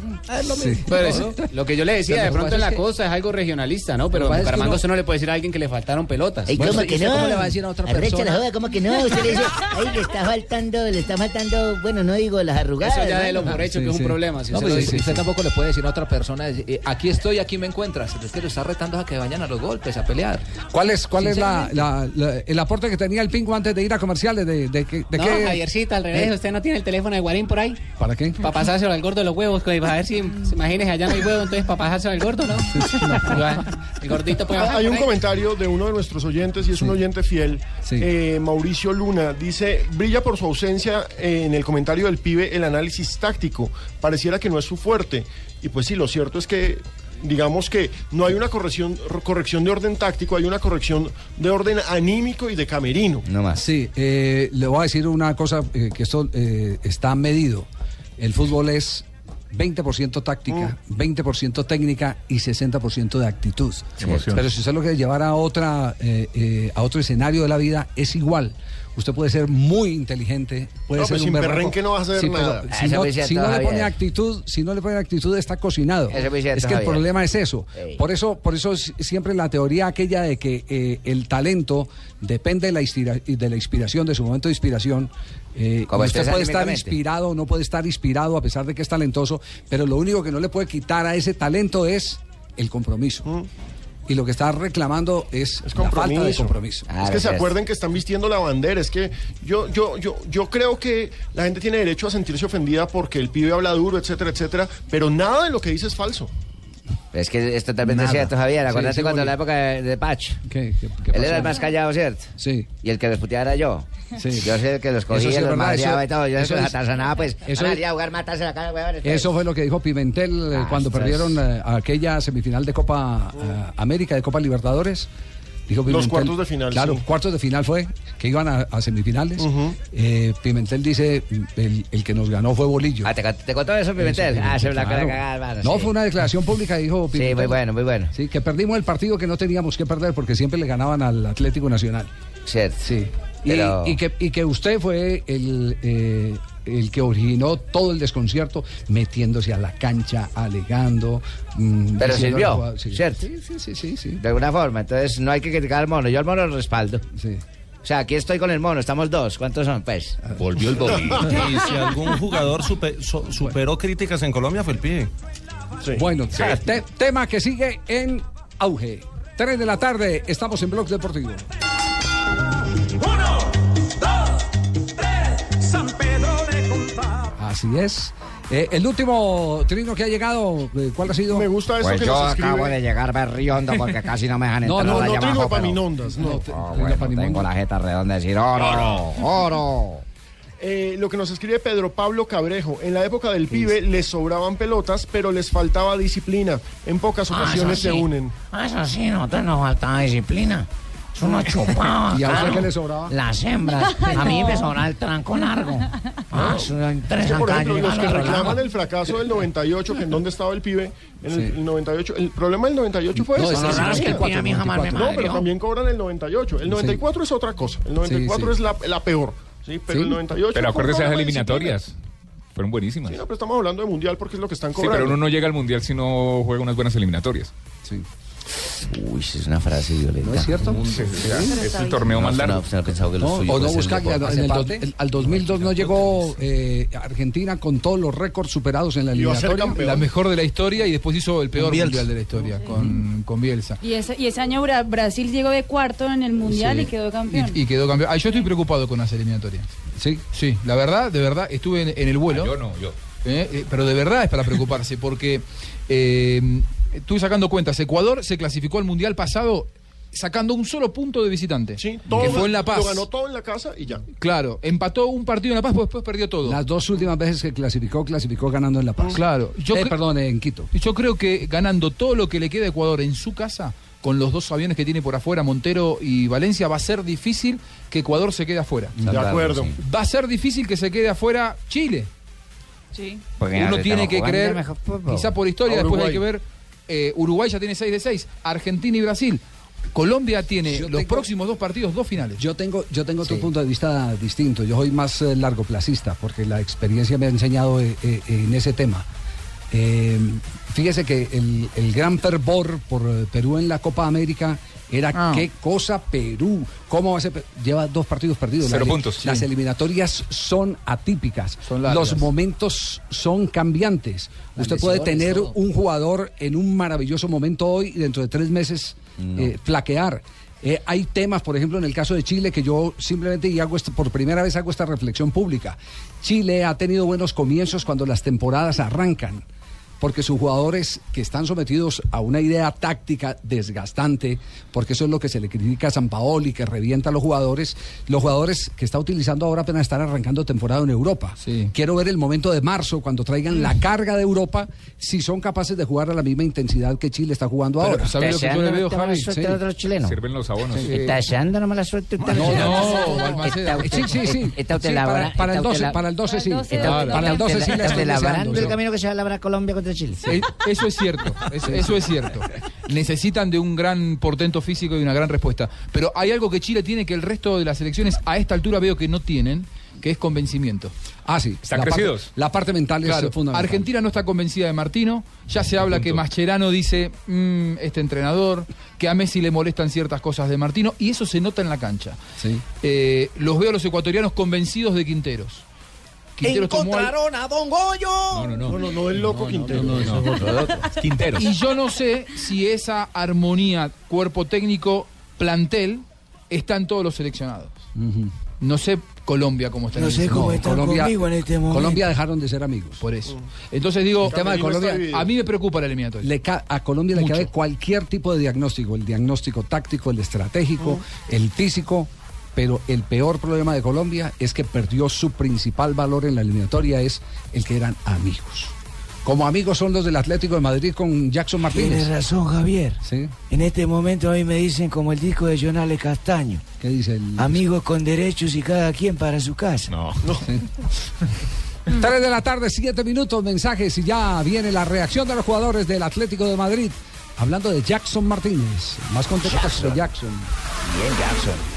[SPEAKER 5] sí.
[SPEAKER 8] Pero es- lo que yo le decía,
[SPEAKER 5] Pero
[SPEAKER 8] de
[SPEAKER 5] lo que
[SPEAKER 8] pronto
[SPEAKER 5] pasa
[SPEAKER 8] en
[SPEAKER 5] es
[SPEAKER 8] la
[SPEAKER 5] que-
[SPEAKER 8] costa es algo regionalista, ¿no? Pero
[SPEAKER 5] Lo que
[SPEAKER 8] en
[SPEAKER 5] pasa es que
[SPEAKER 8] Bucaramanga
[SPEAKER 5] uno-
[SPEAKER 8] usted no le puede decir a alguien que le faltaron pelotas.
[SPEAKER 13] Ey, ¿cómo
[SPEAKER 8] Bueno,
[SPEAKER 13] que
[SPEAKER 8] ¿y usted
[SPEAKER 13] no?
[SPEAKER 8] cómo le va a decir a otra
[SPEAKER 13] Arrecha
[SPEAKER 8] persona?
[SPEAKER 13] la joda, ¿cómo que no? Usted le dice, ahí le está faltando, le está faltando, bueno, no digo las arrugadas.
[SPEAKER 17] Eso ya de
[SPEAKER 13] ¿no?
[SPEAKER 17] lo por hecho
[SPEAKER 8] que es un problema, si
[SPEAKER 17] No,
[SPEAKER 8] usted
[SPEAKER 17] pues,
[SPEAKER 8] lo
[SPEAKER 17] usted,
[SPEAKER 8] dice.
[SPEAKER 17] tampoco le puede decir a otra persona, eh, aquí estoy, aquí me encuentras. Es que lo está retando a que vayan a los golpes, a pelear.
[SPEAKER 3] ¿Cuál es, cuál es la- la- la- el aporte que tenía el Pingo antes de ir a comerciales? ¿De, de, qué- de
[SPEAKER 8] No,
[SPEAKER 3] qué-
[SPEAKER 8] Javiercita, al revés,
[SPEAKER 3] Eh.
[SPEAKER 8] usted no tiene el teléfono de Guarín por ahí.
[SPEAKER 3] ¿Para qué?
[SPEAKER 8] Para pasárselo al gordo de los huevos, que va a ver si, se imagínese, allá no hay huevo, entonces para pasárselo al gordo, ¿no? El gordito puede bajar
[SPEAKER 6] Ah, Hay
[SPEAKER 8] por
[SPEAKER 6] un
[SPEAKER 8] ahí.
[SPEAKER 6] comentario de uno de nuestros oyentes y es un oyente fiel, eh, Mauricio Luna, dice, brilla por su ausencia eh, en el comentario del pibe el análisis táctico, pareciera que no es su fuerte. Y pues sí, lo cierto es que digamos que no hay una corrección, corrección de orden táctico, hay una corrección de orden anímico y de camerino.
[SPEAKER 3] No más. Sí, eh, le voy a decir una cosa eh, que esto eh, está medido. El fútbol es 20% táctica,
[SPEAKER 6] Mm.
[SPEAKER 3] 20% técnica y 60% de actitud.
[SPEAKER 12] Emociones.
[SPEAKER 3] Pero si usted lo quiere llevar a, otra, eh, eh, a otro escenario de la vida, es igual. Usted puede ser muy inteligente, puede
[SPEAKER 6] No,
[SPEAKER 3] ser
[SPEAKER 6] pero
[SPEAKER 3] un
[SPEAKER 6] sin
[SPEAKER 3] berraco.
[SPEAKER 6] perrenque no vas a hacer
[SPEAKER 3] Sí, pero
[SPEAKER 6] nada.
[SPEAKER 3] si
[SPEAKER 13] Eso
[SPEAKER 3] no-
[SPEAKER 13] me decía
[SPEAKER 3] si no le
[SPEAKER 13] todavía.
[SPEAKER 3] pone actitud, si no le pone actitud, está cocinado.
[SPEAKER 13] Eso me decía
[SPEAKER 3] Es que el
[SPEAKER 13] todavía.
[SPEAKER 3] problema es eso.
[SPEAKER 13] Ey.
[SPEAKER 3] Por eso, por eso si- siempre la teoría aquella de que eh, el talento depende de la, inspira- de la inspiración, de su momento de inspiración. eh,
[SPEAKER 13] Como
[SPEAKER 3] usted
[SPEAKER 13] estés
[SPEAKER 3] puede estar
[SPEAKER 13] anímicamente.
[SPEAKER 3] inspirado o no puede estar inspirado a pesar de que es talentoso, pero lo único que no le puede quitar a ese talento es el compromiso.
[SPEAKER 6] Mm.
[SPEAKER 3] Y lo que está reclamando es, la falta de compromiso.
[SPEAKER 13] Ah,
[SPEAKER 6] es que se acuerden que están vistiendo la bandera. Es que yo, yo, yo, yo creo que la gente tiene derecho a sentirse ofendida porque el pibe habla duro, etcétera, etcétera. Pero nada de lo que dice es falso.
[SPEAKER 13] Es que es totalmente
[SPEAKER 6] Nada.
[SPEAKER 13] cierto, Javier.
[SPEAKER 6] Sí,
[SPEAKER 13] Acuérdate
[SPEAKER 6] sí,
[SPEAKER 13] cuando
[SPEAKER 6] Bolívar.
[SPEAKER 13] la época de, de Patch. Él
[SPEAKER 3] pasó?
[SPEAKER 13] era el más callado, ¿cierto?
[SPEAKER 3] Sí.
[SPEAKER 13] Y el que los puteaba era yo.
[SPEAKER 3] Sí.
[SPEAKER 13] Yo sé que los
[SPEAKER 3] Eso
[SPEAKER 13] cogía,
[SPEAKER 3] sí es
[SPEAKER 13] los
[SPEAKER 3] verdad,
[SPEAKER 13] madreaba
[SPEAKER 3] eso-
[SPEAKER 13] y todo. Yo
[SPEAKER 3] eso
[SPEAKER 13] los
[SPEAKER 3] es-
[SPEAKER 13] atarzanaba, pues.
[SPEAKER 3] eso
[SPEAKER 13] van a
[SPEAKER 3] es-
[SPEAKER 13] ir a jugar, matarse la cara, huevones, pues.
[SPEAKER 3] Eso fue lo que dijo Pimentel eh, cuando
[SPEAKER 13] estás-
[SPEAKER 3] perdieron eh, aquella semifinal de Copa eh, América, de Copa Libertadores. Dijo
[SPEAKER 6] Los cuartos de final,
[SPEAKER 3] Claro,
[SPEAKER 6] sí.
[SPEAKER 3] cuartos de final fue, que iban a, a semifinales. Eh, Pimentel dice, el, el que nos ganó fue Bolillo. Ah,
[SPEAKER 13] ¿te, contó eso, Pimentel? Ah, se me la acaba de cagar, hermano,
[SPEAKER 3] No,
[SPEAKER 13] sí.
[SPEAKER 3] fue una declaración pública, dijo Pimentel.
[SPEAKER 13] muy bueno, muy bueno.
[SPEAKER 3] Sí, que perdimos el partido que no teníamos que perder porque siempre le ganaban al Atlético Nacional.
[SPEAKER 13] Cierto.
[SPEAKER 3] Sí. Y,
[SPEAKER 13] Pero-
[SPEAKER 3] y que, y que usted fue el, eh, el que originó todo el desconcierto metiéndose a la cancha, alegando. mm, diciendo a
[SPEAKER 13] Pero
[SPEAKER 3] los
[SPEAKER 13] sirvió,
[SPEAKER 3] jugadores- sí.
[SPEAKER 13] ¿cierto?
[SPEAKER 3] Sí, sí, sí, sí, sí.
[SPEAKER 13] De alguna forma. Entonces, no hay que criticar al mono. Yo al mono lo respaldo. O sea, aquí estoy con el mono. Estamos dos. ¿Cuántos son, pues?
[SPEAKER 3] Ah.
[SPEAKER 15] Volvió el Y si algún jugador supe- so- superó críticas en Colombia fue el pibe.
[SPEAKER 3] Bueno, te- tema que sigue en auge. 3 de la tarde, estamos en Blog Deportivo.
[SPEAKER 19] San Pedro de
[SPEAKER 3] Así es. Eh, el último trino que ha llegado, eh, ¿cuál ha sido? Me
[SPEAKER 6] gusta
[SPEAKER 13] Pues yo acabo de llegar barriondo porque casi no me dejan
[SPEAKER 3] No,
[SPEAKER 13] entrar
[SPEAKER 3] no,
[SPEAKER 13] a la
[SPEAKER 3] no
[SPEAKER 13] llamada,
[SPEAKER 3] tengo
[SPEAKER 13] pero-
[SPEAKER 6] paminondas, no.
[SPEAKER 13] Oh, bueno, tengo la jeta redonda de decir "Oh, oro, oro.
[SPEAKER 6] Eh, lo que nos escribe Pedro Pablo Cabrejo. En la época del pibe les sobraban pelotas, pero les faltaba disciplina. En pocas
[SPEAKER 13] Ah, eso
[SPEAKER 6] ocasiones se
[SPEAKER 13] sí.
[SPEAKER 6] unen.
[SPEAKER 13] Ah, Eso sí, nosotros nos faltaba disciplina.
[SPEAKER 19] Es una chupada.
[SPEAKER 3] ¿Y a usted
[SPEAKER 19] claro.
[SPEAKER 3] qué le sobraba?
[SPEAKER 19] Las hembras. A mí
[SPEAKER 3] No.
[SPEAKER 19] me sobraba el tranco largo. Ah, es una
[SPEAKER 6] Es que,
[SPEAKER 19] interesante.
[SPEAKER 6] por ejemplo,
[SPEAKER 19] llegaba
[SPEAKER 6] los que
[SPEAKER 19] a Rolando.
[SPEAKER 6] reclaman el fracaso del 98, que en dónde estaba el pibe, en el, el 98, el problema del 98 fue
[SPEAKER 19] No,
[SPEAKER 6] ese.
[SPEAKER 19] es que Lo raro es que el 94, pibe a mí jamás me
[SPEAKER 6] 94. No, pero
[SPEAKER 19] madrió.
[SPEAKER 6] también cobran el 98. El 94 es otra cosa. El
[SPEAKER 12] Sí,
[SPEAKER 6] 94
[SPEAKER 12] sí.
[SPEAKER 6] es la, la peor. Sí, pero
[SPEAKER 12] Sí.
[SPEAKER 6] el 98.
[SPEAKER 12] Pero
[SPEAKER 6] fue un
[SPEAKER 12] acuérdese de las
[SPEAKER 6] problema de
[SPEAKER 12] eliminatorias. Fueron buenísimas.
[SPEAKER 6] disciplina.
[SPEAKER 12] Sí,
[SPEAKER 6] No, pero estamos hablando de mundial porque es lo que están cobrando.
[SPEAKER 12] pero uno no llega al mundial si no juega unas buenas eliminatorias.
[SPEAKER 3] Sí.
[SPEAKER 16] Uy, esa es una frase violenta.
[SPEAKER 3] ¿No es cierto?
[SPEAKER 12] Es el torneo más largo.
[SPEAKER 16] No, no, pensaba que los
[SPEAKER 3] No,
[SPEAKER 16] suyos
[SPEAKER 3] o no
[SPEAKER 16] fuesen
[SPEAKER 3] busca que
[SPEAKER 16] deportes.
[SPEAKER 3] en el do- el- al 2002 no llegó eh, Argentina con todos los récords superados en la
[SPEAKER 11] Iba a ser
[SPEAKER 3] eliminatoria.
[SPEAKER 11] campeón. La mejor de la historia y después hizo el peor
[SPEAKER 3] Bielsa.
[SPEAKER 11] mundial de la historia con, con Bielsa.
[SPEAKER 5] Y ese, y ese año Bra- Brasil llegó de cuarto en el mundial
[SPEAKER 11] Sí.
[SPEAKER 5] y quedó campeón.
[SPEAKER 11] Y, y quedó campeón. Ah, yo estoy preocupado con las eliminatorias.
[SPEAKER 3] Sí.
[SPEAKER 11] Sí, la verdad, de verdad, estuve en, en el vuelo.
[SPEAKER 12] Ah, Yo no, yo.
[SPEAKER 11] Eh, eh, pero de verdad es para preocuparse, porque eh, estuve sacando cuentas. Ecuador se clasificó al mundial pasado sacando un solo punto de visitante.
[SPEAKER 6] Todo
[SPEAKER 11] que fue en La Paz.
[SPEAKER 6] Lo ganó todo en la casa y ya.
[SPEAKER 11] Claro, empató un partido en La Paz, pues después perdió todo.
[SPEAKER 3] Las dos últimas veces que clasificó, clasificó ganando en La Paz.
[SPEAKER 11] Claro.
[SPEAKER 3] Yo
[SPEAKER 11] Yo
[SPEAKER 3] eh,
[SPEAKER 11] cre-
[SPEAKER 3] perdón, en Quito.
[SPEAKER 11] Yo creo que ganando todo lo que le queda a Ecuador en su casa, con los dos aviones que tiene por afuera, Montero y Valencia, va a ser difícil que Ecuador se quede afuera.
[SPEAKER 6] De acuerdo. sí.
[SPEAKER 11] Va a ser difícil que se quede afuera Chile.
[SPEAKER 5] Sí.
[SPEAKER 11] Porque Uno tiene que creer, quizá por historia,
[SPEAKER 19] A
[SPEAKER 11] después hay
[SPEAKER 19] Uruguay.
[SPEAKER 11] que ver, eh, Uruguay ya tiene 6 de 6, Argentina y Brasil. Colombia tiene los próximos dos partidos, dos finales.
[SPEAKER 3] Yo tengo, yo tengo otro punto de vista distinto. Yo soy más eh, largoplacista porque la experiencia me ha enseñado eh, eh, en ese tema. Eh, fíjese que el, el gran fervor por eh, Perú en la Copa América era
[SPEAKER 11] Ah.
[SPEAKER 3] qué cosa Perú, cómo va a ser. Pe- Lleva dos partidos perdidos.
[SPEAKER 12] Cero
[SPEAKER 3] Las-
[SPEAKER 12] puntos.
[SPEAKER 3] Las
[SPEAKER 12] Sí.
[SPEAKER 3] eliminatorias son atípicas.
[SPEAKER 12] largas.
[SPEAKER 3] Los momentos son cambiantes.
[SPEAKER 12] Las
[SPEAKER 3] Usted puede
[SPEAKER 12] lesiones,
[SPEAKER 3] tener
[SPEAKER 12] todo.
[SPEAKER 3] un jugador en un maravilloso momento hoy y dentro de tres meses eh, flaquear. Eh, hay temas, por ejemplo, en el caso de Chile, que yo simplemente y hago esto- por primera vez hago esta reflexión pública. Chile ha tenido buenos comienzos cuando las temporadas arrancan, porque sus jugadores que están sometidos a una idea táctica desgastante, porque eso es lo que se le critica a San Paoli, que revienta a los jugadores, los jugadores que está utilizando ahora apenas están arrancando temporada en Europa. Quiero ver el momento de marzo, cuando traigan la carga de Europa, si son capaces de jugar a la misma intensidad que Chile está jugando
[SPEAKER 11] Pero,
[SPEAKER 3] ahora.
[SPEAKER 11] ¿sabe lo que yo le veo, Javi?
[SPEAKER 3] Sí.
[SPEAKER 12] Sirven los abonos.
[SPEAKER 11] Sí.
[SPEAKER 19] Está echando nomás la suerte. usted.
[SPEAKER 11] No,
[SPEAKER 3] no,
[SPEAKER 19] Está usted-
[SPEAKER 3] Sí, sí, sí.
[SPEAKER 19] Está usted
[SPEAKER 3] Sí,
[SPEAKER 19] labra-
[SPEAKER 3] para- para el
[SPEAKER 19] está usted
[SPEAKER 3] 12,
[SPEAKER 19] la-
[SPEAKER 3] para el 12 sí.
[SPEAKER 19] Está
[SPEAKER 3] Claro.
[SPEAKER 19] usted-
[SPEAKER 3] Para el 12 sí la
[SPEAKER 19] Está
[SPEAKER 3] estoy
[SPEAKER 19] usted labrando
[SPEAKER 3] deseando,
[SPEAKER 19] el
[SPEAKER 3] yo.
[SPEAKER 19] camino que se va a labrar Colombia contra Chile.
[SPEAKER 11] Eh, Eso es cierto, es- eso es cierto. Necesitan de un gran portento físico y una gran respuesta. Pero hay algo que Chile tiene que el resto de las elecciones a esta altura veo que no tienen, que es convencimiento.
[SPEAKER 3] Ah, sí.
[SPEAKER 11] Están
[SPEAKER 3] La parte-
[SPEAKER 11] crecidos.
[SPEAKER 3] la parte mental es
[SPEAKER 11] Claro,
[SPEAKER 3] fundamental.
[SPEAKER 11] Argentina no está convencida de Martino. Ya se habla que Mascherano dice,
[SPEAKER 17] eh,
[SPEAKER 11] "Mm, este entrenador, que a Messi le molestan ciertas cosas de Martino, y eso se nota en la cancha.
[SPEAKER 3] Sí.
[SPEAKER 11] Eh, los veo a los ecuatorianos convencidos de Quinteros. tomó al-
[SPEAKER 14] Encontraron a Don Goyo. No, no, no. No, no, el loco Quintero.
[SPEAKER 12] Quintero.
[SPEAKER 11] Y yo no sé si esa armonía cuerpo técnico plantel está en todos los seleccionados. No sé Colombia cómo está. en
[SPEAKER 3] No
[SPEAKER 11] el-
[SPEAKER 3] sé cómo están conmigo en este momento.
[SPEAKER 11] Colombia
[SPEAKER 3] dejaron de ser amigos.
[SPEAKER 11] Por eso. Entonces digo,
[SPEAKER 3] El tema de Colombia-
[SPEAKER 11] a mí me preocupa la eliminatoria.
[SPEAKER 3] Le ca- a Colombia le
[SPEAKER 11] Mucho.
[SPEAKER 3] cabe cualquier tipo de diagnóstico, el diagnóstico táctico, el estratégico, el tísico, pero el peor problema de Colombia es que perdió su principal valor en la eliminatoria, es el que eran amigos. Como amigos son los del Atlético de Madrid con Jackson Martínez.
[SPEAKER 20] Tienes razón, Javier.
[SPEAKER 3] Sí.
[SPEAKER 20] En este momento a mí me dicen como el disco de Jonale Castaño.
[SPEAKER 3] ¿Qué dice el...
[SPEAKER 20] Amigos con derechos y cada quien para su casa.
[SPEAKER 12] No.
[SPEAKER 3] Tres de la tarde, siete minutos, mensajes y ya viene la reacción de los jugadores del Atlético de Madrid. Hablando de Jackson Martínez, más contextos de Jackson.
[SPEAKER 21] Bien, Jackson.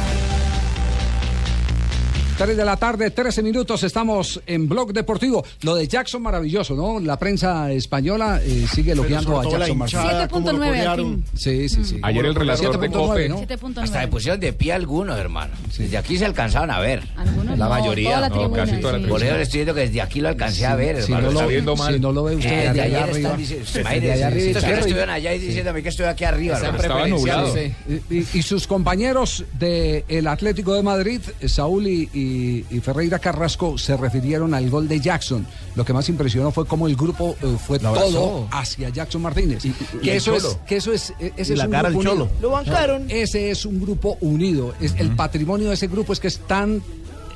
[SPEAKER 3] 3 de la tarde, 13 minutos, estamos en Blog Deportivo. Lo de Jackson, maravilloso, ¿no? La prensa española eh, sigue elogiando a
[SPEAKER 13] sobre todo la
[SPEAKER 3] Jackson
[SPEAKER 13] hinchada,
[SPEAKER 3] Martínez.
[SPEAKER 13] cómo lo 7.9 al corearon.
[SPEAKER 3] Sí, sí, sí.
[SPEAKER 13] Mm. Ayer el relator de
[SPEAKER 3] 7.9,
[SPEAKER 13] COPE.
[SPEAKER 3] ¿no?
[SPEAKER 13] Hasta le pusieron de pie algunos, hermano. Desde aquí se alcanzaron a ver.
[SPEAKER 3] Algunos
[SPEAKER 13] La
[SPEAKER 3] no,
[SPEAKER 13] mayoría.
[SPEAKER 3] toda la No, tribuna, casi toda la sí. tribuna.
[SPEAKER 13] Por eso le estoy diciendo que desde aquí lo alcancé
[SPEAKER 3] Si-
[SPEAKER 13] a ver,
[SPEAKER 3] si
[SPEAKER 13] hermano.
[SPEAKER 3] no lo-
[SPEAKER 13] Está viendo mal.
[SPEAKER 3] si no lo ve usted,
[SPEAKER 13] Eh,
[SPEAKER 3] desde
[SPEAKER 13] desde
[SPEAKER 3] allá
[SPEAKER 13] ayer
[SPEAKER 3] arriba.
[SPEAKER 13] están diciendo,
[SPEAKER 3] Desde
[SPEAKER 13] imagínense,
[SPEAKER 3] allá arriba,
[SPEAKER 13] estos que
[SPEAKER 3] está
[SPEAKER 13] no
[SPEAKER 3] horrible.
[SPEAKER 13] estuvieron allá y
[SPEAKER 3] Sí.
[SPEAKER 13] diciéndome que estoy aquí arriba,
[SPEAKER 3] Están
[SPEAKER 13] hermano.
[SPEAKER 3] Sí. Y, y- y sus compañeros del Atlético de Madrid, Saúl y, y- y Ferreira Carrasco, se refirieron al gol de Jackson. Lo que más impresionó fue cómo el grupo eh, fue
[SPEAKER 20] Lo abrazó.
[SPEAKER 3] todo hacia Jackson Martínez.
[SPEAKER 20] y
[SPEAKER 3] que,
[SPEAKER 20] el
[SPEAKER 3] eso es,
[SPEAKER 20] Cholo.
[SPEAKER 3] que eso es, eh, ese
[SPEAKER 20] Y
[SPEAKER 3] es
[SPEAKER 20] la
[SPEAKER 3] un
[SPEAKER 20] cara del
[SPEAKER 3] grupo
[SPEAKER 20] Cholo.
[SPEAKER 3] unido.
[SPEAKER 20] Lo bancaron.
[SPEAKER 3] Ese es un grupo unido. Es, El patrimonio de ese grupo es que es tan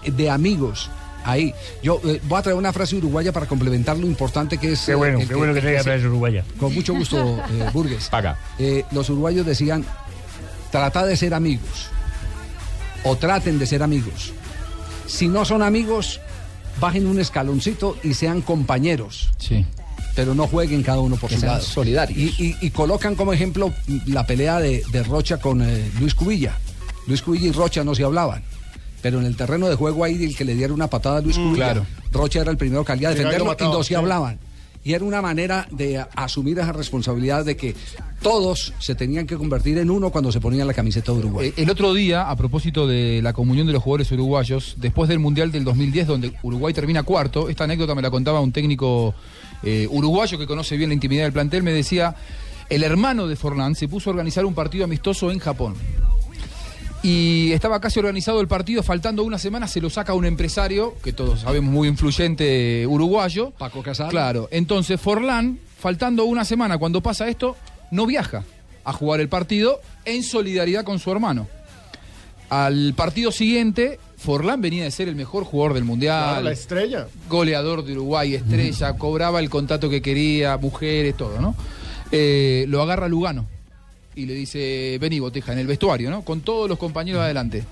[SPEAKER 3] eh, de amigos. Ahí, yo eh, voy a traer una frase uruguaya para complementar lo importante que es...
[SPEAKER 4] Qué
[SPEAKER 3] eh,
[SPEAKER 4] bueno,
[SPEAKER 3] el
[SPEAKER 4] qué bueno que traiga
[SPEAKER 3] es-
[SPEAKER 4] frase uruguaya.
[SPEAKER 3] Con mucho gusto, eh, Burgues.
[SPEAKER 12] Paga.
[SPEAKER 3] Eh, los uruguayos decían, trata de ser amigos, o traten de ser amigos. Si no son amigos, bajen un escaloncito y sean compañeros.
[SPEAKER 11] Sí.
[SPEAKER 3] Pero no jueguen cada uno por
[SPEAKER 11] Que
[SPEAKER 3] su
[SPEAKER 11] sean
[SPEAKER 3] lado. Solidarios. Y, y- y colocan como ejemplo la pelea de, de Rocha con eh, Luis Cubilla. Luis Cubilla y Rocha no se hablaban. Pero en el terreno de juego ahí, el que le diera una patada a Luis Cubilla,
[SPEAKER 11] Mm, claro.
[SPEAKER 3] Rocha era el primero que había a
[SPEAKER 11] Llegaba y lo
[SPEAKER 3] defenderlo y
[SPEAKER 11] mataba,
[SPEAKER 3] no se
[SPEAKER 11] sí.
[SPEAKER 3] hablaban. Y era una manera de a- asumir esa responsabilidad de que todos se tenían que convertir en uno cuando se ponían la camiseta de Uruguay.
[SPEAKER 11] Eh, El otro día, a propósito de la comunión de los jugadores uruguayos, después del Mundial del 2010, donde Uruguay termina cuarto, esta anécdota me la contaba un técnico eh, uruguayo que conoce bien la intimidad del plantel, me decía, el hermano de Forlán se puso a organizar un partido amistoso en Japón. Y estaba casi organizado el partido, faltando una semana se lo saca un empresario, que todos sabemos muy influyente eh, uruguayo.
[SPEAKER 3] Paco Casal.
[SPEAKER 11] Claro, entonces Forlán, faltando una semana cuando pasa esto, no viaja a jugar el partido en solidaridad con su hermano. Al partido siguiente, Forlán venía de ser el mejor jugador del Mundial,
[SPEAKER 6] Claro, la estrella.
[SPEAKER 11] goleador de Uruguay, estrella, cobraba el contrato que quería, mujeres, todo, ¿no? Eh, lo agarra Lugano y le dice, vení Boteja, en el vestuario, ¿no? Con todos los compañeros adelante.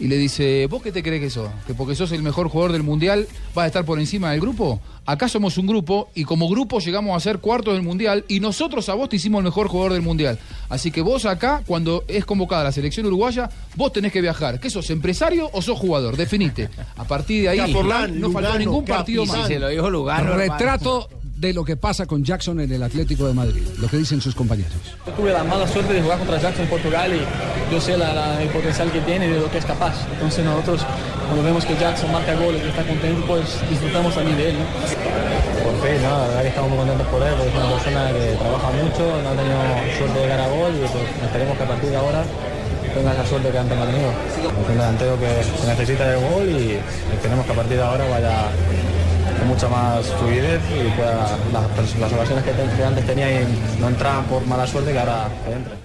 [SPEAKER 11] Y le dice, ¿vos qué te crees que sos? ¿Que porque sos el mejor jugador del Mundial vas a estar por encima del grupo? Acá somos un grupo y como grupo llegamos a ser cuartos del Mundial y nosotros a vos te hicimos el mejor jugador del Mundial. Así que vos acá, cuando es convocada la selección uruguaya, vos tenés que viajar. ¿Qué sos, empresario o sos jugador? Definite. A partir de ahí,
[SPEAKER 6] Capolán,
[SPEAKER 11] no faltó
[SPEAKER 6] Lugano,
[SPEAKER 11] ningún partido más.
[SPEAKER 3] Retrato de lo que pasa con Jackson en el Atlético de Madrid, lo que dicen sus compañeros.
[SPEAKER 22] Yo tuve la mala suerte de jugar contra Jackson en Portugal y yo sé la- la- el potencial que tiene y de lo que es capaz. Entonces nosotros cuando vemos que Jackson marca goles y está contento, pues disfrutamos también de él. ¿no?
[SPEAKER 23] Por fin, ¿no? La verdad que estamos muy contentos por él, porque es una persona que trabaja mucho, no ha tenido suerte de llegar a gol y pues, esperemos que a partir de ahora tenga esa suerte que antes no ha tenido. Es un delantero que necesita el gol y esperemos que a partir de ahora vaya con mucha más fluidez y pueda las, pers- las ocasiones que, ten- que antes tenía y no entraban por mala suerte que ahora entren.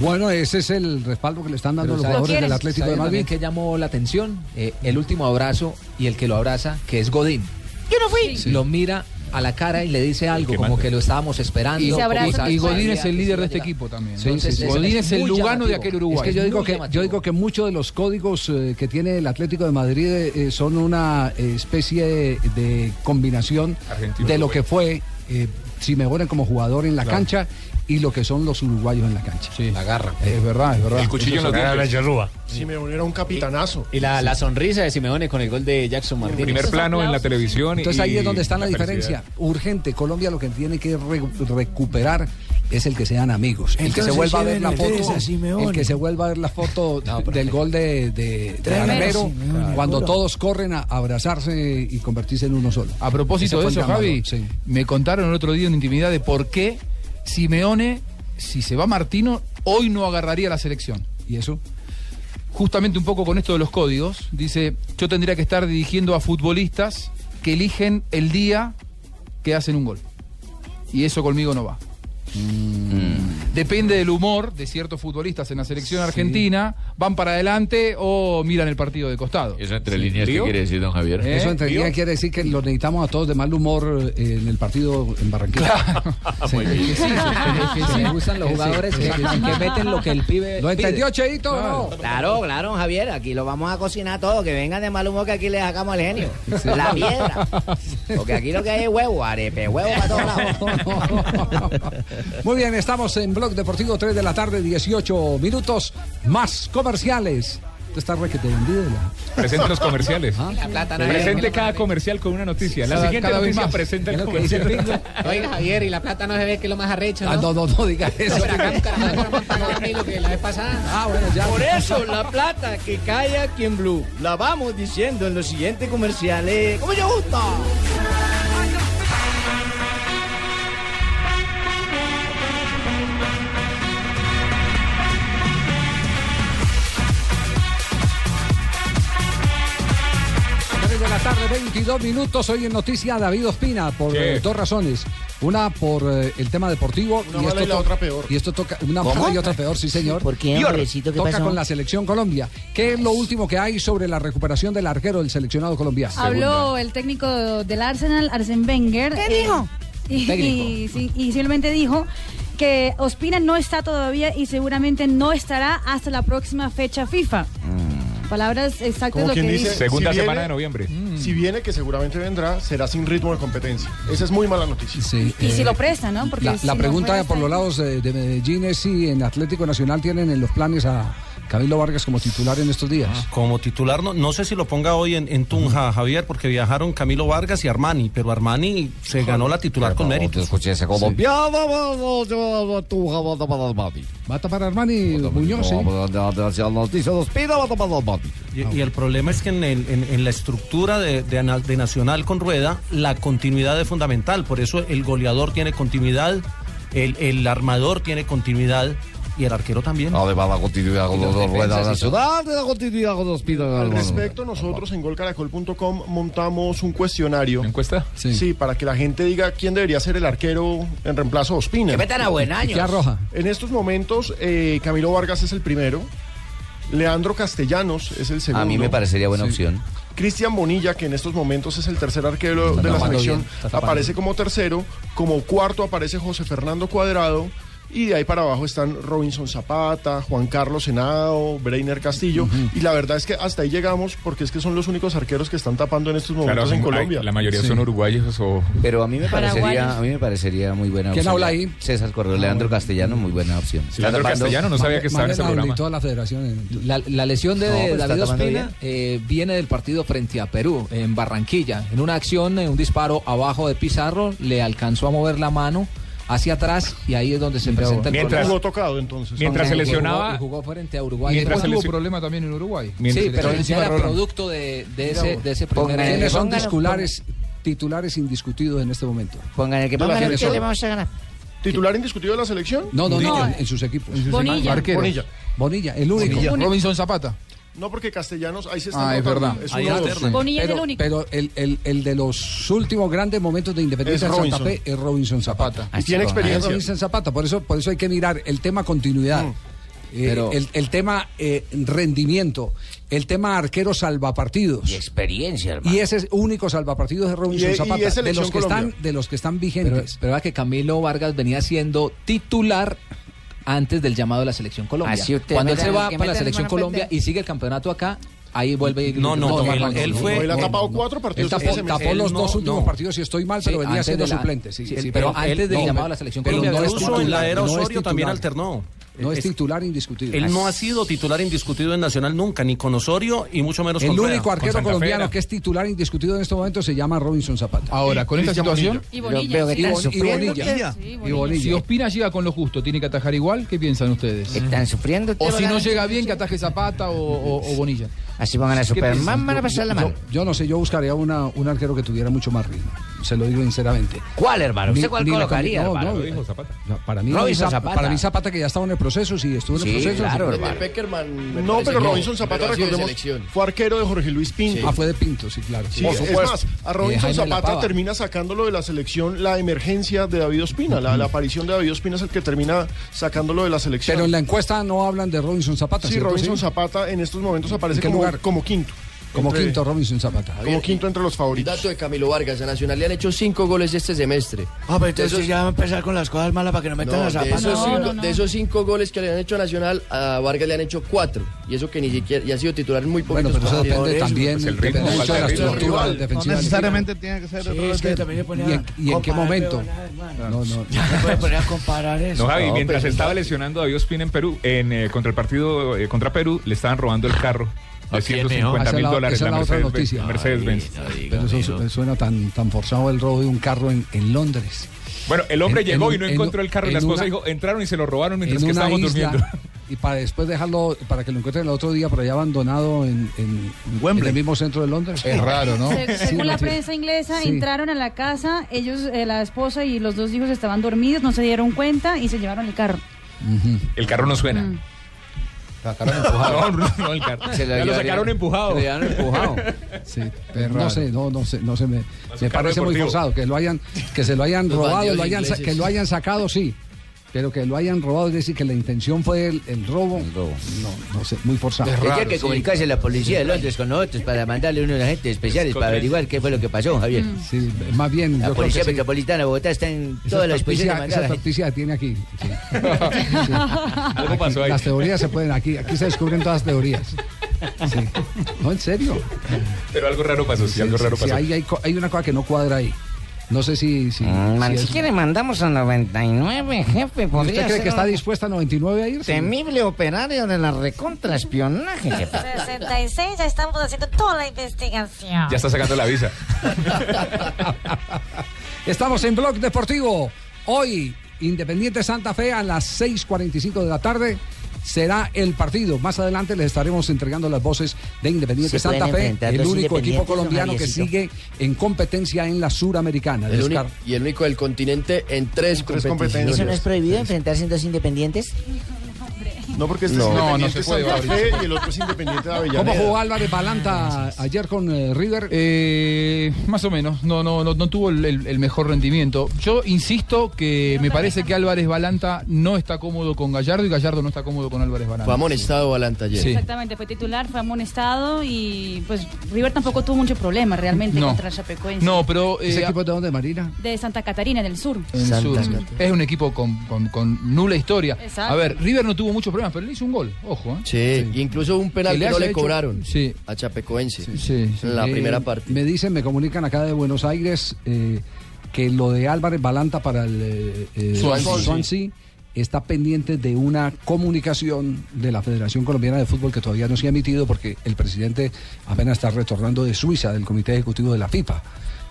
[SPEAKER 3] Bueno, ese es el respaldo que le están dando los
[SPEAKER 17] ¿sabe-
[SPEAKER 3] jugadores del
[SPEAKER 17] ¿sabe
[SPEAKER 3] Atlético de
[SPEAKER 17] también
[SPEAKER 3] Madrid.
[SPEAKER 17] que llamó la atención Eh, el último abrazo y el que lo abraza, que es Godín. Yo no fui. Lo mira a la cara y le dice algo, como que lo estábamos esperando.
[SPEAKER 11] Y,
[SPEAKER 17] como
[SPEAKER 11] y-
[SPEAKER 17] sabía
[SPEAKER 11] y Godín
[SPEAKER 17] que
[SPEAKER 11] es el
[SPEAKER 17] se
[SPEAKER 11] líder
[SPEAKER 17] iba
[SPEAKER 11] de
[SPEAKER 17] a
[SPEAKER 11] este
[SPEAKER 17] llegar.
[SPEAKER 11] equipo también.
[SPEAKER 3] Sí,
[SPEAKER 17] Entonces,
[SPEAKER 3] sí, sí.
[SPEAKER 17] es-
[SPEAKER 11] Godín
[SPEAKER 17] es
[SPEAKER 11] es el
[SPEAKER 17] muy
[SPEAKER 11] Lugano de
[SPEAKER 17] llamativo.
[SPEAKER 11] aquel Uruguay.
[SPEAKER 3] Es que yo
[SPEAKER 17] Muy
[SPEAKER 3] digo que, yo digo que muchos de los códigos eh, que tiene el Atlético de Madrid eh, son una eh, especie de, de combinación
[SPEAKER 12] Argentino,
[SPEAKER 3] de lo
[SPEAKER 12] Uruguay.
[SPEAKER 3] que fue eh, Simeone como jugador en la
[SPEAKER 12] Claro.
[SPEAKER 3] cancha y lo que son los uruguayos en la cancha.
[SPEAKER 11] Sí. La
[SPEAKER 3] garra. Es verdad, es verdad.
[SPEAKER 6] Si me era un capitanazo.
[SPEAKER 8] Y la, la sonrisa de Simeone con el gol de Jackson Martínez.
[SPEAKER 12] Primer plano en la televisión.
[SPEAKER 3] Entonces
[SPEAKER 12] y-
[SPEAKER 3] ahí es donde está la,
[SPEAKER 12] felicidad.
[SPEAKER 3] diferencia. Urgente, Colombia lo que tiene que re- recuperar es el que sean amigos, el que se
[SPEAKER 20] Entonces
[SPEAKER 3] vuelva a ver
[SPEAKER 20] lleven
[SPEAKER 3] la
[SPEAKER 20] ustedes
[SPEAKER 3] foto,
[SPEAKER 20] a Simeone.
[SPEAKER 3] el que se vuelva a ver la foto del gol de, de, de
[SPEAKER 11] Tremendo,
[SPEAKER 3] Aramero,
[SPEAKER 11] Simeone,
[SPEAKER 3] cuando
[SPEAKER 11] puro.
[SPEAKER 3] todos corren a abrazarse y convertirse en uno solo.
[SPEAKER 11] A propósito de eso, Javi, me contaron el otro día en intimidad de por qué Simeone, si se va Martino, hoy no agarraría la selección.
[SPEAKER 3] ¿Y eso?
[SPEAKER 11] Justamente un poco con esto de los códigos, dice, yo tendría que estar dirigiendo a futbolistas que eligen el día que hacen un gol. Y eso conmigo no va. Depende del humor de ciertos futbolistas en la selección argentina, van para adelante o miran el partido de costado.
[SPEAKER 18] Eso entre líneas, ¿qué quiere decir, don Javier?
[SPEAKER 3] Eso
[SPEAKER 12] ¿eh?
[SPEAKER 3] en teoría quiere decir que los necesitamos a todos de mal humor eh, en el partido en Barranquilla.
[SPEAKER 18] Muy bien.
[SPEAKER 17] Sí, sí, sí, sí, me gustan los
[SPEAKER 3] Sí, sí,
[SPEAKER 17] jugadores que,
[SPEAKER 3] exacto.
[SPEAKER 17] que meten lo que el pibe.
[SPEAKER 3] ¿Lo
[SPEAKER 17] pide.
[SPEAKER 3] entendió, Cheito? o no?
[SPEAKER 19] Claro, claro, don Javier, aquí lo vamos a cocinar todo, que vengan de mal humor que aquí les sacamos el genio. La piedra. Porque aquí lo que hay es huevo, arepe, huevo para todos lados.
[SPEAKER 3] Muy bien, estamos en Blog Deportivo 3 de la tarde, 18 minutos más comerciales. Te está requete vendido. la-
[SPEAKER 12] Presente los comerciales.
[SPEAKER 3] Ah, La plata no
[SPEAKER 12] presente
[SPEAKER 3] llega.
[SPEAKER 12] cada comercial con una noticia. La
[SPEAKER 3] Cada-
[SPEAKER 12] siguiente
[SPEAKER 3] cada vez
[SPEAKER 12] noticia
[SPEAKER 3] más.
[SPEAKER 12] presenta
[SPEAKER 3] Es
[SPEAKER 12] el
[SPEAKER 3] lo que dice
[SPEAKER 12] comercial.
[SPEAKER 8] Oiga, Javier, y la plata no se ve que es lo más arrecho,
[SPEAKER 3] Ah,
[SPEAKER 8] ¿no?
[SPEAKER 3] no, no, no diga eso.
[SPEAKER 8] que la vez pasada.
[SPEAKER 3] Ah, bueno, ya.
[SPEAKER 20] Por eso, la plata que cae aquí en Blue, la vamos diciendo en los siguientes comerciales. ¡Como yo gusto!
[SPEAKER 3] Tres de la tarde, 22 minutos. Hoy en Noticia David Ospina por
[SPEAKER 12] Sí.
[SPEAKER 3] eh, dos razones. Una por eh, el tema deportivo.
[SPEAKER 6] Una mala y la
[SPEAKER 3] to-
[SPEAKER 6] otra peor.
[SPEAKER 3] Y esto toca. Una
[SPEAKER 6] ¿Cómo?
[SPEAKER 3] mala y otra peor, sí, señor.
[SPEAKER 6] ¿Por qué,
[SPEAKER 3] Y ahora,
[SPEAKER 6] hombrecito, qué
[SPEAKER 3] Toca
[SPEAKER 6] pasó?
[SPEAKER 3] con la selección Colombia. ¿Qué es lo último que hay sobre la recuperación del arquero del seleccionado colombiano?
[SPEAKER 5] Habló el técnico del Arsenal, Arsène Wenger. ¿Qué dijo? Y, y,
[SPEAKER 3] Técnico.
[SPEAKER 5] sí, y simplemente dijo que Ospina no está todavía y seguramente no estará hasta la próxima fecha FIFA.
[SPEAKER 3] Mm.
[SPEAKER 5] Palabras exactas
[SPEAKER 6] Como
[SPEAKER 5] lo que
[SPEAKER 6] quien dice,
[SPEAKER 5] dice.
[SPEAKER 12] Segunda
[SPEAKER 6] viene-
[SPEAKER 12] semana de noviembre.
[SPEAKER 6] Si viene, que seguramente vendrá, será sin ritmo de competencia. Esa es muy mala noticia.
[SPEAKER 5] Y
[SPEAKER 6] eh,
[SPEAKER 5] si lo presta, ¿no? Porque
[SPEAKER 3] La,
[SPEAKER 5] si
[SPEAKER 3] la
[SPEAKER 5] no
[SPEAKER 3] pregunta
[SPEAKER 5] fuera,
[SPEAKER 3] por los lados eh, de, Medellín es si en Atlético Nacional tienen en los planes a Camilo Vargas como titular en estos días.
[SPEAKER 15] Como titular, no, no sé si lo ponga hoy en, en Tunja, Javier, porque viajaron Camilo Vargas y Armani, pero Armani se ganó la titular con méritos.
[SPEAKER 3] Va a tapar Armani Muñoz, ¿sí?
[SPEAKER 15] Y, y el problema es que en, el- en- en la estructura de, de Ana- de Nacional con Rueda, la continuidad es fundamental. Por eso el goleador tiene continuidad, el, el armador tiene continuidad y el arquero también.
[SPEAKER 16] Además, la continuidad con los dos ruedas nacional.
[SPEAKER 15] de la continuidad con los
[SPEAKER 6] Al respecto, nosotros en golcaracol.com montamos un cuestionario.
[SPEAKER 12] ¿Encuesta?
[SPEAKER 6] Sí. para que la gente diga quién debería ser el arquero en reemplazo de Ospina.
[SPEAKER 19] Que metan a Buenaños. Y a Roja.
[SPEAKER 6] En estos momentos, eh, Camilo Vargas es el primero. Leandro Castellanos es el segundo.
[SPEAKER 16] A mí me parecería buena opción.
[SPEAKER 6] Cristian Bonilla, que en estos momentos es el tercer arquero de la
[SPEAKER 16] tapando
[SPEAKER 6] selección,
[SPEAKER 16] bien, está tapando.
[SPEAKER 6] aparece como tercero. Como cuarto aparece José Fernando Cuadrado. Y de ahí para abajo están Robinson Zapata, Juan Carlos Senado, Breiner Castillo. Y la verdad es que hasta ahí llegamos porque es que son los únicos arqueros que están tapando en estos momentos en
[SPEAKER 12] son- hay-
[SPEAKER 6] Colombia.
[SPEAKER 12] la mayoría son uruguayos o.
[SPEAKER 16] Pero a mí me parecería,
[SPEAKER 12] Paraguayos.
[SPEAKER 16] a mí me parecería muy buena
[SPEAKER 12] ¿Quién
[SPEAKER 16] opción.
[SPEAKER 12] habla
[SPEAKER 16] ahí? César Correa, Leandro Castellano, muy buena opción.
[SPEAKER 12] Leandro Castellano, no sabía que estaba en este programa.
[SPEAKER 3] toda la federación.
[SPEAKER 17] La, la lesión de
[SPEAKER 16] No, pero está
[SPEAKER 17] David
[SPEAKER 16] tomando
[SPEAKER 17] Ospina eh, viene del partido frente a Perú, en Barranquilla. En una acción, en un disparo abajo de Pizarro, le alcanzó a mover la mano hacia atrás y ahí es donde se presenta el
[SPEAKER 12] Mientras-
[SPEAKER 17] problema.
[SPEAKER 12] Jugó tocado, entonces. mientras se
[SPEAKER 17] Jugó-
[SPEAKER 12] lesionaba-
[SPEAKER 17] y Jugó, frente a Uruguay.
[SPEAKER 11] Mientras
[SPEAKER 17] Después
[SPEAKER 11] se
[SPEAKER 17] tuvo
[SPEAKER 11] lesio-
[SPEAKER 17] problema
[SPEAKER 11] también en Uruguay.
[SPEAKER 17] Sí,
[SPEAKER 11] Mientras
[SPEAKER 17] pero
[SPEAKER 11] se
[SPEAKER 17] él
[SPEAKER 11] lesionaba
[SPEAKER 17] ya era
[SPEAKER 11] Rolando.
[SPEAKER 17] producto de, de ese, de ese primer...
[SPEAKER 3] Pongan- ¿Quiénes son
[SPEAKER 17] Pongan-
[SPEAKER 3] disculares, titulares indiscutidos en este momento?
[SPEAKER 19] Pongan el
[SPEAKER 6] que pongan el que le vamos
[SPEAKER 19] a ganar.
[SPEAKER 6] ¿Titular indiscutido de la selección?
[SPEAKER 3] No, no, no,
[SPEAKER 6] Bonilla.
[SPEAKER 3] en, en sus equipos.
[SPEAKER 6] En sus Bonilla. equipos.
[SPEAKER 3] Arqueros.
[SPEAKER 6] Bonilla.
[SPEAKER 3] Bonilla, el único.
[SPEAKER 6] Bonilla.
[SPEAKER 11] Robinson Zapata.
[SPEAKER 6] No, porque castellanos ahí se están
[SPEAKER 3] Ah, es
[SPEAKER 6] rotando.
[SPEAKER 3] verdad.
[SPEAKER 6] Es uno, dos.
[SPEAKER 3] pero, Pero el, el, el de los últimos grandes momentos de Independiente
[SPEAKER 6] Es
[SPEAKER 3] de Santa
[SPEAKER 6] Robinson.
[SPEAKER 3] Fe es Robinson Zapata.
[SPEAKER 6] Y tiene experiencia.
[SPEAKER 3] Es Robinson Zapata, por eso, por eso hay que mirar el tema continuidad.
[SPEAKER 6] Mm.
[SPEAKER 3] eh,
[SPEAKER 17] Pero-
[SPEAKER 3] el, el tema eh, rendimiento, el tema arquero salvapartidos. Y
[SPEAKER 16] experiencia,
[SPEAKER 3] Y ese único salvapartidos de Robinson Zapata. de los que están de los que están vigentes.
[SPEAKER 17] Pero, pero vea que Camilo Vargas venía siendo titular antes del llamado a la selección Colombia.
[SPEAKER 16] Así usted
[SPEAKER 17] Cuando
[SPEAKER 16] me
[SPEAKER 17] él
[SPEAKER 16] da-
[SPEAKER 17] se va
[SPEAKER 16] que
[SPEAKER 17] para la
[SPEAKER 16] meten
[SPEAKER 17] selección
[SPEAKER 16] mano frente.
[SPEAKER 17] Colombia y sigue el campeonato acá, ahí vuelve y-
[SPEAKER 15] No, no, él-
[SPEAKER 17] Vargas,
[SPEAKER 15] él fue-
[SPEAKER 17] no,
[SPEAKER 15] Él ha
[SPEAKER 17] no,
[SPEAKER 15] tapado
[SPEAKER 17] no.
[SPEAKER 15] cuatro
[SPEAKER 3] Él
[SPEAKER 15] partidos este
[SPEAKER 3] tapó,
[SPEAKER 15] ese
[SPEAKER 3] tapó
[SPEAKER 15] mes.
[SPEAKER 3] los
[SPEAKER 15] Él
[SPEAKER 3] dos
[SPEAKER 15] no,
[SPEAKER 3] últimos
[SPEAKER 15] no.
[SPEAKER 3] partidos, si estoy mal,
[SPEAKER 17] Sí,
[SPEAKER 3] pero venía
[SPEAKER 17] antes
[SPEAKER 3] siendo
[SPEAKER 17] de la-
[SPEAKER 3] suplente. Sí,
[SPEAKER 17] sí,
[SPEAKER 3] sí,
[SPEAKER 17] pero antes
[SPEAKER 3] él-
[SPEAKER 17] del
[SPEAKER 3] no,
[SPEAKER 17] llamado a la selección
[SPEAKER 3] pero
[SPEAKER 17] Colombia.
[SPEAKER 3] no es
[SPEAKER 15] Incluso en la
[SPEAKER 3] titular,
[SPEAKER 15] era
[SPEAKER 3] no es
[SPEAKER 15] Osorio también
[SPEAKER 3] titular.
[SPEAKER 15] alternó.
[SPEAKER 3] No es,
[SPEAKER 15] Es-
[SPEAKER 3] titular indiscutido.
[SPEAKER 15] Él no ha sido titular indiscutido en Nacional nunca, ni con Osorio y mucho menos con
[SPEAKER 3] El
[SPEAKER 15] Rueda.
[SPEAKER 3] único arquero colombiano que es titular indiscutido en este momento se llama Robinson Zapata.
[SPEAKER 11] Ahora, con esta situación.
[SPEAKER 3] Y Bon- y Bonilla. Y Bonilla.
[SPEAKER 11] Si Ospina llega con lo justo, tiene que atajar igual, ¿qué piensan ustedes?
[SPEAKER 19] Están sufriendo.
[SPEAKER 11] O si no
[SPEAKER 19] Vargas.
[SPEAKER 11] llega bien, que ataje Zapata o, o- o Bonilla.
[SPEAKER 19] Así pongan a
[SPEAKER 11] ¿Qué
[SPEAKER 19] Superman,
[SPEAKER 11] piensas?
[SPEAKER 19] van a pasar la
[SPEAKER 3] Yo-
[SPEAKER 19] mano.
[SPEAKER 3] Yo no sé, yo buscaría una, un arquero que tuviera mucho más ritmo. Se lo digo sinceramente.
[SPEAKER 19] ¿Cuál, hermano? ¿Usted
[SPEAKER 3] Ni-
[SPEAKER 19] cuál
[SPEAKER 3] ni la
[SPEAKER 19] colocaría,
[SPEAKER 3] comi- no,
[SPEAKER 19] hermano?
[SPEAKER 3] no, Para mí,
[SPEAKER 19] Robinson
[SPEAKER 3] Zap-
[SPEAKER 19] Zapata.
[SPEAKER 3] para mí Zapata que ya estaba en el proceso, sí, estuvo en el proceso. sí.
[SPEAKER 19] Peckerman.
[SPEAKER 6] No, pero
[SPEAKER 3] que no,
[SPEAKER 6] Robinson Zapata,
[SPEAKER 3] pero ha sido de
[SPEAKER 6] recordemos,
[SPEAKER 3] selección.
[SPEAKER 6] fue arquero de Jorge Luis Pinto.
[SPEAKER 3] Ah, fue de Pinto, sí, claro.
[SPEAKER 6] Sí,
[SPEAKER 3] Por
[SPEAKER 6] es
[SPEAKER 3] supuesto.
[SPEAKER 6] más, a
[SPEAKER 3] Y de
[SPEAKER 6] Robinson
[SPEAKER 3] Jaime La
[SPEAKER 6] Zapata
[SPEAKER 3] Pava.
[SPEAKER 6] termina sacándolo de la selección la emergencia de David Ospina. La, la aparición de David Ospina es el que termina sacándolo de la selección.
[SPEAKER 3] Pero en la encuesta no hablan de Robinson Zapata.
[SPEAKER 6] sí,
[SPEAKER 3] ¿cierto?
[SPEAKER 6] Robinson
[SPEAKER 3] Sí.
[SPEAKER 6] Zapata en estos momentos
[SPEAKER 3] ¿En
[SPEAKER 6] aparece
[SPEAKER 3] qué
[SPEAKER 6] como,
[SPEAKER 3] lugar?
[SPEAKER 6] como quinto.
[SPEAKER 3] Como
[SPEAKER 6] Entre-
[SPEAKER 3] quinto Robinson Zapata.
[SPEAKER 6] Como quinto entre los favoritos.
[SPEAKER 4] Dato de Camilo Vargas, a Nacional le han hecho cinco goles este semestre.
[SPEAKER 14] Ah, pero
[SPEAKER 4] De
[SPEAKER 14] entonces
[SPEAKER 4] esos-
[SPEAKER 14] ya va a empezar con las cosas malas para que no metan
[SPEAKER 4] No,
[SPEAKER 14] a
[SPEAKER 4] de,
[SPEAKER 14] Zapata.
[SPEAKER 4] esos cinco, de esos cinco goles que le han hecho a Nacional, a Vargas le han hecho cuatro. Y eso que ni siquiera, y ha sido titular en muy poquitos
[SPEAKER 3] Bueno, pero eso
[SPEAKER 4] partidos.
[SPEAKER 3] depende también
[SPEAKER 4] Pues
[SPEAKER 3] depende
[SPEAKER 4] el ritmo,
[SPEAKER 3] mucho
[SPEAKER 4] falta
[SPEAKER 3] de
[SPEAKER 4] de
[SPEAKER 3] la
[SPEAKER 4] ritmo.
[SPEAKER 3] estructura
[SPEAKER 4] Rival.
[SPEAKER 3] defensiva.
[SPEAKER 4] No
[SPEAKER 3] del
[SPEAKER 4] necesariamente
[SPEAKER 3] equipo.
[SPEAKER 4] tiene que ser
[SPEAKER 3] Sí,
[SPEAKER 4] otro
[SPEAKER 3] es que
[SPEAKER 4] arquero.
[SPEAKER 3] también se ponía
[SPEAKER 4] Y
[SPEAKER 3] ¿Y
[SPEAKER 4] en-
[SPEAKER 3] en,
[SPEAKER 4] y en qué
[SPEAKER 3] qué momento? No, no.
[SPEAKER 14] puede poner a comparar eso.
[SPEAKER 12] No, Javi,
[SPEAKER 14] No,
[SPEAKER 12] mientras
[SPEAKER 14] pero-
[SPEAKER 12] estaba lesionando a David Ospina en Perú, en, eh, contra el partido eh, contra Perú, le estaban robando el carro de
[SPEAKER 3] quién, mijo?
[SPEAKER 12] 150
[SPEAKER 3] Esa es
[SPEAKER 12] mil
[SPEAKER 3] la-
[SPEAKER 12] dólares.
[SPEAKER 3] esa es la otra
[SPEAKER 12] Mercedes-Benz,
[SPEAKER 3] noticia.
[SPEAKER 12] Mercedes-Benz.
[SPEAKER 3] Pero eso su- suena tan, tan forzado el robo de un carro en, en Londres.
[SPEAKER 12] Bueno, el hombre
[SPEAKER 3] En-
[SPEAKER 12] llegó
[SPEAKER 3] en-
[SPEAKER 12] y no
[SPEAKER 3] en-
[SPEAKER 12] encontró el carro y
[SPEAKER 3] en
[SPEAKER 12] la esposa
[SPEAKER 3] una-
[SPEAKER 12] dijo, entraron y se lo robaron mientras
[SPEAKER 3] en
[SPEAKER 12] que
[SPEAKER 3] una
[SPEAKER 12] estábamos
[SPEAKER 3] isla,
[SPEAKER 12] durmiendo.
[SPEAKER 3] Y para después dejarlo, para que lo encuentren el otro día por allá abandonado en, en, en el mismo centro de Londres.
[SPEAKER 11] Es raro, ¿no?
[SPEAKER 5] Se-
[SPEAKER 3] Sí,
[SPEAKER 5] según la
[SPEAKER 3] sí.
[SPEAKER 5] prensa inglesa,
[SPEAKER 3] Sí.
[SPEAKER 5] entraron a la casa, ellos, eh, la esposa y los dos hijos estaban dormidos, no se dieron cuenta y se llevaron el carro.
[SPEAKER 12] El carro no suena.
[SPEAKER 3] sacaron empujado.
[SPEAKER 12] No, no, el car-
[SPEAKER 3] Se lo
[SPEAKER 12] ya lo
[SPEAKER 3] llevarían-
[SPEAKER 12] sacaron empujado.
[SPEAKER 3] se lo llevaron empujado. Sí,
[SPEAKER 12] Perra.
[SPEAKER 3] no sé, no, no sé, no se me, me
[SPEAKER 12] carro
[SPEAKER 3] parece muy
[SPEAKER 12] deportivo.
[SPEAKER 3] forzado que lo hayan, que se lo hayan
[SPEAKER 12] Los
[SPEAKER 3] robado,
[SPEAKER 12] bandidos
[SPEAKER 3] lo hayan, sa-
[SPEAKER 12] ingleses.
[SPEAKER 3] que lo hayan sacado, sí. Pero que lo hayan robado, es decir, que la intención fue el, el robo. No, no sé, muy forzado.
[SPEAKER 13] Tendría que comunicarse a la policía de Londres con nosotros para mandarle unos agentes especiales para averiguar qué fue lo que pasó, Javier.
[SPEAKER 19] Mm.
[SPEAKER 3] Sí, más bien.
[SPEAKER 13] La
[SPEAKER 3] yo creo
[SPEAKER 13] policía
[SPEAKER 3] que sí.
[SPEAKER 13] metropolitana de Bogotá está en
[SPEAKER 3] Esa
[SPEAKER 13] toda
[SPEAKER 3] noticia-
[SPEAKER 13] la disposición de mandar
[SPEAKER 3] Esa
[SPEAKER 13] a gente.
[SPEAKER 3] noticia la tiene aquí. sí. Sí.
[SPEAKER 12] Algo pasó ahí.
[SPEAKER 3] Las teorías se pueden aquí, aquí se descubren todas las teorías. Sí. No, en serio.
[SPEAKER 12] Pero algo raro pasó, sí, algo
[SPEAKER 3] Sí,
[SPEAKER 12] raro
[SPEAKER 3] sí,
[SPEAKER 12] pasó.
[SPEAKER 3] hay, hay co- hay una cosa que no cuadra ahí. No sé si. si,
[SPEAKER 13] Ah,
[SPEAKER 3] si es-
[SPEAKER 19] quiere mandamos a 99, jefe.
[SPEAKER 3] ¿Y ¿Usted
[SPEAKER 19] podría
[SPEAKER 3] cree
[SPEAKER 19] ser
[SPEAKER 3] que está
[SPEAKER 19] un
[SPEAKER 3] dispuesta a 99 a irse?
[SPEAKER 19] Temible operario de la recontraespionaje, jefe.
[SPEAKER 2] 66, ya estamos haciendo toda la investigación.
[SPEAKER 12] Ya está sacando la visa.
[SPEAKER 3] Estamos en Blog Deportivo. Hoy, Independiente Santa Fe a las 6.45 de la tarde. Será el partido. Más adelante les estaremos entregando las voces de Independiente
[SPEAKER 13] Se pueden
[SPEAKER 3] Santa Fe,
[SPEAKER 13] enfrentar
[SPEAKER 3] el
[SPEAKER 13] dos
[SPEAKER 3] único equipo
[SPEAKER 13] independientes, don
[SPEAKER 3] colombiano que
[SPEAKER 13] Javiercito.
[SPEAKER 3] sigue en competencia en la Suramericana.
[SPEAKER 4] El
[SPEAKER 3] Descar-
[SPEAKER 4] único- y el único del continente en tres, competencias.
[SPEAKER 19] ¿Eso no es prohibido enfrentarse en dos independientes?
[SPEAKER 6] No, porque este
[SPEAKER 4] No,
[SPEAKER 6] es
[SPEAKER 4] no,
[SPEAKER 6] independiente
[SPEAKER 4] no se puede,
[SPEAKER 6] Santa Fe
[SPEAKER 12] Mauricio.
[SPEAKER 6] y el otro es independiente de
[SPEAKER 3] ¿Cómo
[SPEAKER 6] Avellaneda. Ah,
[SPEAKER 3] jugó Álvarez Balanta ayer con eh, River?
[SPEAKER 11] Eh, más o menos, no, no, no, no tuvo el, el- el mejor rendimiento. Yo insisto que me parece que Álvarez Balanta no está cómodo con Gallardo y Gallardo no está cómodo con Álvarez Balanta.
[SPEAKER 4] Fue amonestado Balanta ayer.
[SPEAKER 11] Sí.
[SPEAKER 5] Exactamente, fue titular, fue amonestado y pues River tampoco tuvo mucho problema realmente
[SPEAKER 11] No.
[SPEAKER 5] contra el Chapecoense.
[SPEAKER 11] No, pero.
[SPEAKER 3] ¿Ese
[SPEAKER 11] eh,
[SPEAKER 3] equipo de dónde, Marina?
[SPEAKER 5] De Santa Catarina, en el sur.
[SPEAKER 11] en el sur. Es un equipo con, con- con nula historia.
[SPEAKER 5] Exacto.
[SPEAKER 11] A ver, River no tuvo muchos problemas, pero le hizo un gol. Ojo, ¿eh?
[SPEAKER 4] Sí, y incluso un penal
[SPEAKER 11] Que le
[SPEAKER 4] que no
[SPEAKER 11] haya
[SPEAKER 4] le
[SPEAKER 11] hecho-
[SPEAKER 4] cobraron
[SPEAKER 11] sí.
[SPEAKER 4] a Chapecoense
[SPEAKER 11] sí.
[SPEAKER 4] en la
[SPEAKER 3] Eh,
[SPEAKER 4] primera parte.
[SPEAKER 3] Me dicen, me comunican acá de Buenos Aires eh, que lo de Álvarez Balanta para el eh, eh,
[SPEAKER 11] Swansea.
[SPEAKER 3] Swansea está pendiente de una comunicación de la Federación Colombiana de Fútbol que todavía no se ha emitido porque el presidente apenas está retornando de Suiza, del Comité Ejecutivo de la FIFA.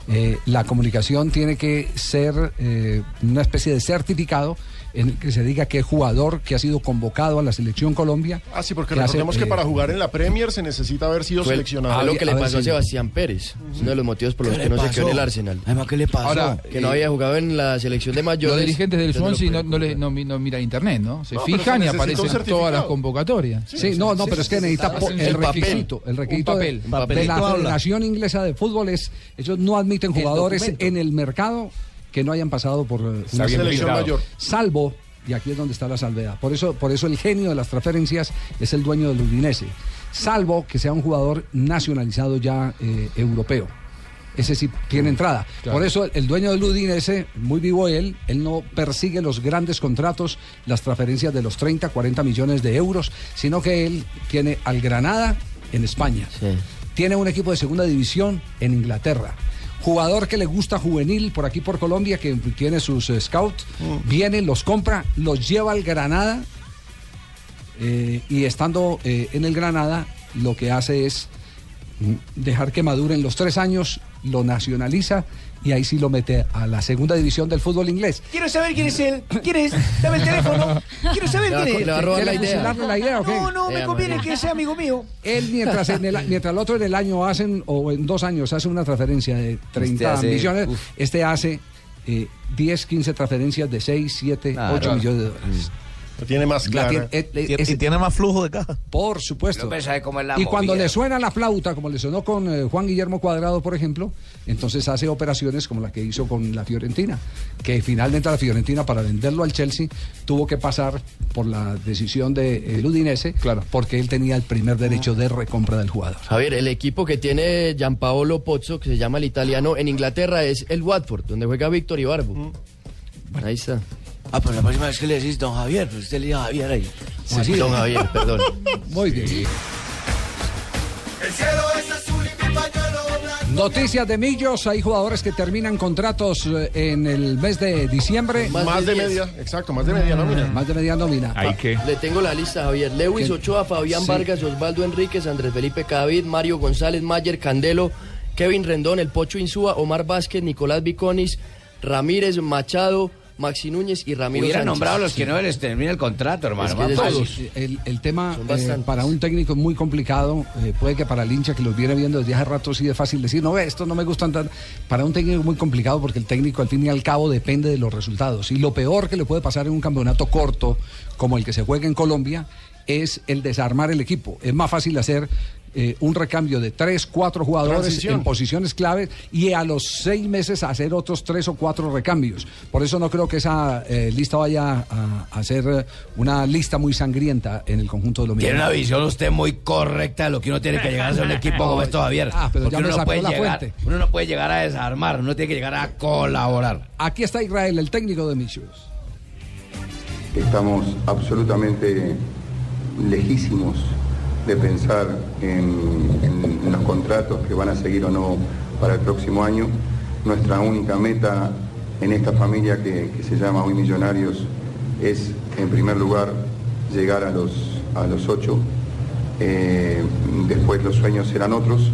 [SPEAKER 3] Eh, la comunicación tiene que ser eh, una especie de certificado en el que se diga qué jugador que ha sido convocado a la selección Colombia.
[SPEAKER 6] Ah, sí, porque
[SPEAKER 3] que hace,
[SPEAKER 6] recordemos que
[SPEAKER 3] eh,
[SPEAKER 6] para jugar en la Premier se necesita haber sido
[SPEAKER 4] Fue
[SPEAKER 6] seleccionado.
[SPEAKER 4] fue lo que le pasó a Sebastián Pérez, uno de los motivos por los
[SPEAKER 6] ¿Qué
[SPEAKER 4] que no se
[SPEAKER 6] le
[SPEAKER 4] quedó en el
[SPEAKER 6] pasó?
[SPEAKER 4] Arsenal.
[SPEAKER 11] Además, ¿qué le pasó? Ahora,
[SPEAKER 4] que no
[SPEAKER 11] eh,
[SPEAKER 4] había jugado en la selección de mayores.
[SPEAKER 11] Los dirigentes del
[SPEAKER 4] entonces lo
[SPEAKER 11] Swansea no,
[SPEAKER 4] pueden
[SPEAKER 11] no le- no mi- no miran internet, ¿no? Se
[SPEAKER 4] No, pero
[SPEAKER 11] fijan
[SPEAKER 4] se
[SPEAKER 11] y
[SPEAKER 4] necesita un
[SPEAKER 11] aparecen todas
[SPEAKER 4] certificado.
[SPEAKER 11] las convocatorias.
[SPEAKER 3] Sí, no, no, pero es que necesita po- el, requisito, el requisito de-
[SPEAKER 11] papel.
[SPEAKER 3] de, la Federación Inglesa de Fútbol es, ellos no admiten
[SPEAKER 11] El
[SPEAKER 3] jugadores
[SPEAKER 11] documento.
[SPEAKER 3] en el mercado que no hayan pasado por eh,
[SPEAKER 11] Está bien blindado.
[SPEAKER 3] salvo y aquí es donde está la salvedad. Por eso, por eso el genio de las transferencias es el dueño del Udinese, salvo que sea un jugador nacionalizado ya eh, europeo. Ese sí tiene entrada.
[SPEAKER 11] Claro.
[SPEAKER 3] Por eso el- el dueño del Udinese, muy vivo él, él no persigue los grandes contratos, las transferencias de los 30, 40 millones de euros, sino que él tiene al Granada en España. Tiene un equipo de segunda división en Inglaterra. Jugador que le gusta juvenil por aquí por Colombia, que tiene sus eh, scouts, viene, los compra, los lleva al Granada eh, y estando eh, en el Granada, lo que hace es mm, dejar que maduren los tres años, lo nacionaliza y ahí sí lo mete a la segunda división del fútbol inglés.
[SPEAKER 20] Quiero saber quién es él. ¿Quién es? Dame el teléfono. Quiero saber
[SPEAKER 3] Le va
[SPEAKER 20] quién
[SPEAKER 3] a-
[SPEAKER 20] es.
[SPEAKER 3] le va a robar la ¿Quiere idea. fusilarle la idea o qué?
[SPEAKER 20] No, no,
[SPEAKER 3] Eh,
[SPEAKER 20] me conviene
[SPEAKER 3] María.
[SPEAKER 20] que sea amigo mío.
[SPEAKER 3] Él mientras, en el, mientras el otro en el año hacen, o en dos años hace una transferencia de 30
[SPEAKER 13] hace,
[SPEAKER 3] millones, este hace eh, 10, 15 transferencias de 6, 7, 8
[SPEAKER 13] claro.
[SPEAKER 3] millones de dólares. eh,
[SPEAKER 6] La tiene más
[SPEAKER 9] clara. Y- y tiene más flujo de caja.
[SPEAKER 3] Por supuesto.
[SPEAKER 13] López sabe cómo es la
[SPEAKER 3] y cuando
[SPEAKER 13] movida.
[SPEAKER 3] le suena la flauta, como le sonó con eh, Juan Guillermo Cuadrado, por ejemplo, entonces hace operaciones como la que hizo con la Fiorentina, que finalmente la Fiorentina para venderlo al Chelsea tuvo que pasar por la decisión de eh, Udinese, claro, porque él tenía el primer derecho de recompra del jugador.
[SPEAKER 4] Javier, el equipo que tiene Gianpaolo Pozzo, que se llama el italiano, en Inglaterra es el Watford, donde juega Víctor Ibarbo. Ahí está.
[SPEAKER 14] Ah, pues la próxima vez que le decís don Javier, pues usted le diga Javier ahí.
[SPEAKER 4] Sí, don Javier, perdón.
[SPEAKER 3] Muy bien.
[SPEAKER 7] El cielo es azul y mi pañuelo blanco.
[SPEAKER 3] Noticias de Millos, hay jugadores que terminan contratos eh, en el mes de diciembre.
[SPEAKER 6] Más, de, media, exacto, más de media nómina.
[SPEAKER 3] Más de media nómina.
[SPEAKER 4] Le tengo la lista, Javier. Lewis
[SPEAKER 3] ¿Qué?
[SPEAKER 4] Ochoa, Fabián
[SPEAKER 3] Sí.
[SPEAKER 4] Vargas, Osvaldo Enríquez, Andrés Felipe Cadavid, Mario González, Mayer Candelo, Kevin Rendón, El Pocho Insúa, Omar Vázquez, Nicolás Viconis, Ramírez Machado, Maxi Núñez y Ramiro
[SPEAKER 13] Hubiera
[SPEAKER 4] Sánchez.
[SPEAKER 13] nombrado a los que no les termina el contrato, hermano.
[SPEAKER 4] Es que
[SPEAKER 13] Van
[SPEAKER 4] es
[SPEAKER 13] todos.
[SPEAKER 4] así.
[SPEAKER 3] El, el tema
[SPEAKER 13] Son
[SPEAKER 3] eh,
[SPEAKER 13] bastantes.
[SPEAKER 3] para un técnico es muy complicado, eh, puede que para el hincha que los viene viendo desde hace rato sí es fácil decir, no, ve, esto no me gustan tanto. Para un técnico es muy complicado porque el técnico al fin y al cabo depende de los resultados. Y lo peor que le puede pasar en un campeonato corto como el que se juega en Colombia es el desarmar el equipo. Es más fácil hacer eh, un recambio de tres, cuatro jugadores
[SPEAKER 6] Transición.
[SPEAKER 3] en posiciones claves y a los seis meses hacer otros tres o cuatro recambios. Por eso no creo que esa eh, lista vaya a, a ser eh, una lista muy sangrienta en el conjunto de los
[SPEAKER 24] Tiene una
[SPEAKER 3] millonarios.
[SPEAKER 24] visión usted muy correcta de lo que uno tiene que llegar a ser un equipo como esto, Javier.
[SPEAKER 3] Ah, pero
[SPEAKER 24] Porque
[SPEAKER 3] ya
[SPEAKER 24] uno,
[SPEAKER 3] me
[SPEAKER 24] no
[SPEAKER 3] sacó
[SPEAKER 24] puede
[SPEAKER 3] la
[SPEAKER 24] llegar,
[SPEAKER 3] fuente.
[SPEAKER 24] uno no puede llegar a desarmar, uno tiene que llegar a colaborar.
[SPEAKER 3] Aquí está Israel, el técnico de Michus.
[SPEAKER 25] Estamos absolutamente lejísimos de pensar en, en- en los contratos que van a seguir o no para el próximo año. Nuestra única meta en esta familia que, que se llama hoy Millonarios es, en primer lugar, llegar a los, a los ocho. Eh, después los sueños serán otros.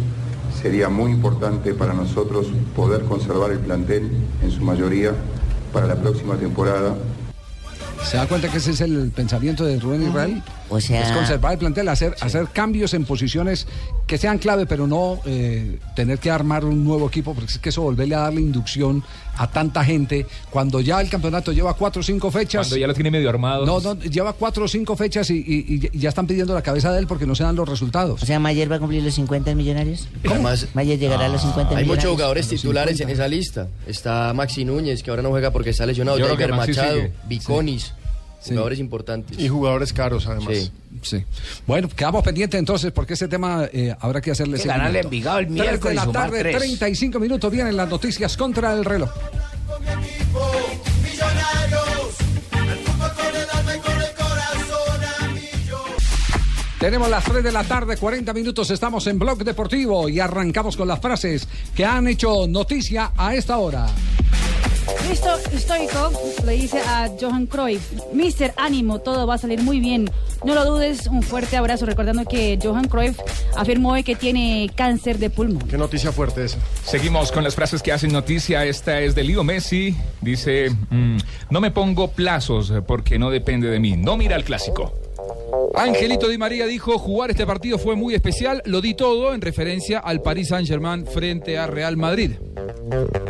[SPEAKER 25] Sería muy importante para nosotros poder conservar el plantel en su mayoría para la próxima temporada.
[SPEAKER 3] ¿Se da cuenta que ese es el pensamiento de Rubén Israel?
[SPEAKER 25] O sea-
[SPEAKER 3] Es conservar el plantel, hacer, hacer cambios en posiciones que sean clave, pero no eh, tener que armar un nuevo equipo, porque es que eso volverle a darle inducción a tanta gente cuando ya el campeonato lleva cuatro o cinco fechas.
[SPEAKER 12] Cuando ya lo tiene medio armado.
[SPEAKER 3] No, no, lleva cuatro o cinco fechas y, y- y ya están pidiendo la cabeza de él porque no se dan los resultados. O
[SPEAKER 26] sea, Mayer va a cumplir los 50 millonarios.
[SPEAKER 4] Además,
[SPEAKER 26] Mayer llegará
[SPEAKER 6] Ah,
[SPEAKER 26] a los 50
[SPEAKER 4] Hay
[SPEAKER 26] millonarios.
[SPEAKER 4] muchos jugadores titulares en esa lista. Está Maxi Núñez, que ahora no juega porque está lesionado.
[SPEAKER 6] Yo creo que
[SPEAKER 4] Tiger
[SPEAKER 6] Maxi
[SPEAKER 4] Machado,
[SPEAKER 6] sigue.
[SPEAKER 4] Viconis. Jugadores importantes.
[SPEAKER 6] Y jugadores caros, además.
[SPEAKER 4] Sí.
[SPEAKER 3] Sí. Bueno, quedamos pendientes entonces porque ese tema eh, habrá que hacerle
[SPEAKER 6] Que
[SPEAKER 3] seguimiento.
[SPEAKER 6] ganarle a Envigado el
[SPEAKER 3] Tres
[SPEAKER 6] miércoles,
[SPEAKER 3] de la
[SPEAKER 6] sumar
[SPEAKER 3] tarde,
[SPEAKER 6] tres.
[SPEAKER 3] 35 minutos vienen las noticias contra el reloj.
[SPEAKER 27] Millonarios, el fútbol con el alma y con el corazón a millón.
[SPEAKER 3] Tenemos las 3 de la tarde, 40 minutos, estamos en Blog Deportivo y arrancamos con las frases que han hecho noticia a esta hora.
[SPEAKER 21] Cristo histórico le dice a Johan Cruyff, Mister, ánimo, todo va a salir muy bien. No lo dudes, un fuerte abrazo, recordando que Johan Cruyff afirmó hoy que tiene cáncer de pulmón.
[SPEAKER 6] Qué noticia fuerte esa.
[SPEAKER 12] Seguimos con las frases que hacen noticia. Esta es de Leo Messi. Dice, mm, no me pongo plazos porque no depende de mí. No mira el clásico.
[SPEAKER 11] Angelito Di María dijo, jugar este partido fue muy especial, lo di todo en referencia al Paris Saint-Germain frente a Real Madrid.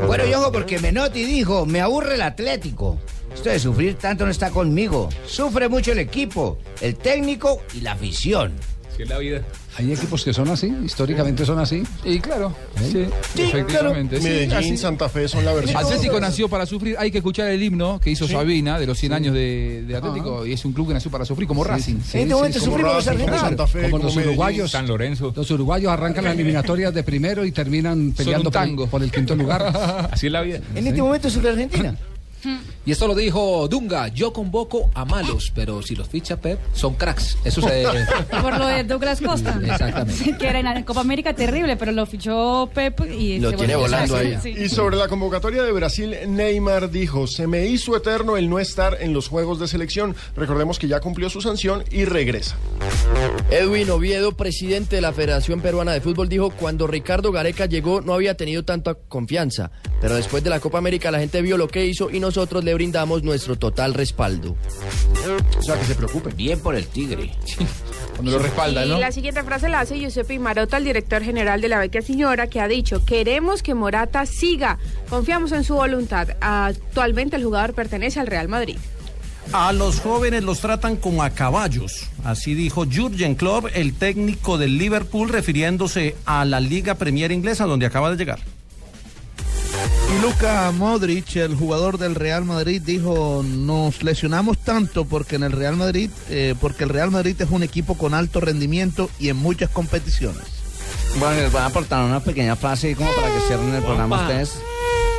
[SPEAKER 13] Bueno, y ojo porque Menotti dijo, me aburre el Atlético. Esto de sufrir tanto no está conmigo. Sufre mucho el equipo, el técnico y la afición.
[SPEAKER 12] Si es la vida.
[SPEAKER 3] Hay equipos que son así, históricamente son así. ¿Eh?
[SPEAKER 11] Y claro, sí, efectivamente. sí,
[SPEAKER 6] Medellín,
[SPEAKER 11] así.
[SPEAKER 6] Santa Fe son la versión.
[SPEAKER 11] Atlético nació para sufrir, hay que escuchar el himno que hizo
[SPEAKER 6] Sí.
[SPEAKER 11] Sabina de los 100 años de, de Atlético y es un club que nació para sufrir como Racing.
[SPEAKER 3] sí, En este sí, momento como sufrimos los Racing, como argentinos. Santa Fe,
[SPEAKER 11] Como
[SPEAKER 3] como
[SPEAKER 11] los
[SPEAKER 3] Medellín.
[SPEAKER 11] uruguayos.
[SPEAKER 3] San
[SPEAKER 12] Lorenzo.
[SPEAKER 3] Los uruguayos arrancan las eliminatorias de primero y terminan peleando
[SPEAKER 11] un tango.
[SPEAKER 3] Por, por el quinto lugar.
[SPEAKER 12] Así es la vida.
[SPEAKER 3] En este momento
[SPEAKER 11] sufre Argentina.
[SPEAKER 13] Mm.
[SPEAKER 17] Y esto lo dijo Dunga, yo convoco a malos, pero si los ficha Pep, son cracks. Eso se...
[SPEAKER 21] Por lo de Douglas Costa.
[SPEAKER 17] Exactamente.
[SPEAKER 21] que era en la Copa América terrible, pero lo fichó Pep y se volvió- Sí.
[SPEAKER 6] Y sobre la convocatoria de Brasil, Neymar dijo, se me hizo eterno el no estar en los juegos de selección. Recordemos que ya cumplió su sanción y regresa.
[SPEAKER 4] Edwin Oviedo, presidente de la Federación Peruana de Fútbol, dijo, cuando Ricardo Gareca llegó no había tenido tanta confianza, pero después de la Copa América la gente vio lo que hizo y nosotros le brindamos nuestro total respaldo.
[SPEAKER 6] O sea, que se preocupen.
[SPEAKER 4] Bien por el Tigre.
[SPEAKER 11] Cuando lo respalda,
[SPEAKER 28] Y
[SPEAKER 11] ¿no?
[SPEAKER 28] la siguiente frase la hace Giuseppe Marotta, el director general de la Vecchia Señora, que ha dicho, queremos que Morata siga, confiamos en su voluntad. Actualmente el jugador pertenece al Real Madrid.
[SPEAKER 15] A los jóvenes los tratan como a caballos, así dijo Jürgen Klopp, el técnico del Liverpool, refiriéndose a la Liga Premier Inglesa, donde acaba de llegar.
[SPEAKER 9] Y Luka Modric, el jugador del Real Madrid, dijo, nos lesionamos tanto porque en el Real Madrid, eh, porque el Real Madrid es un equipo con alto rendimiento y en muchas competiciones.
[SPEAKER 13] Bueno, les voy a aportar una pequeña frase como para que cierren el programa
[SPEAKER 9] Juanpa.
[SPEAKER 13] ustedes.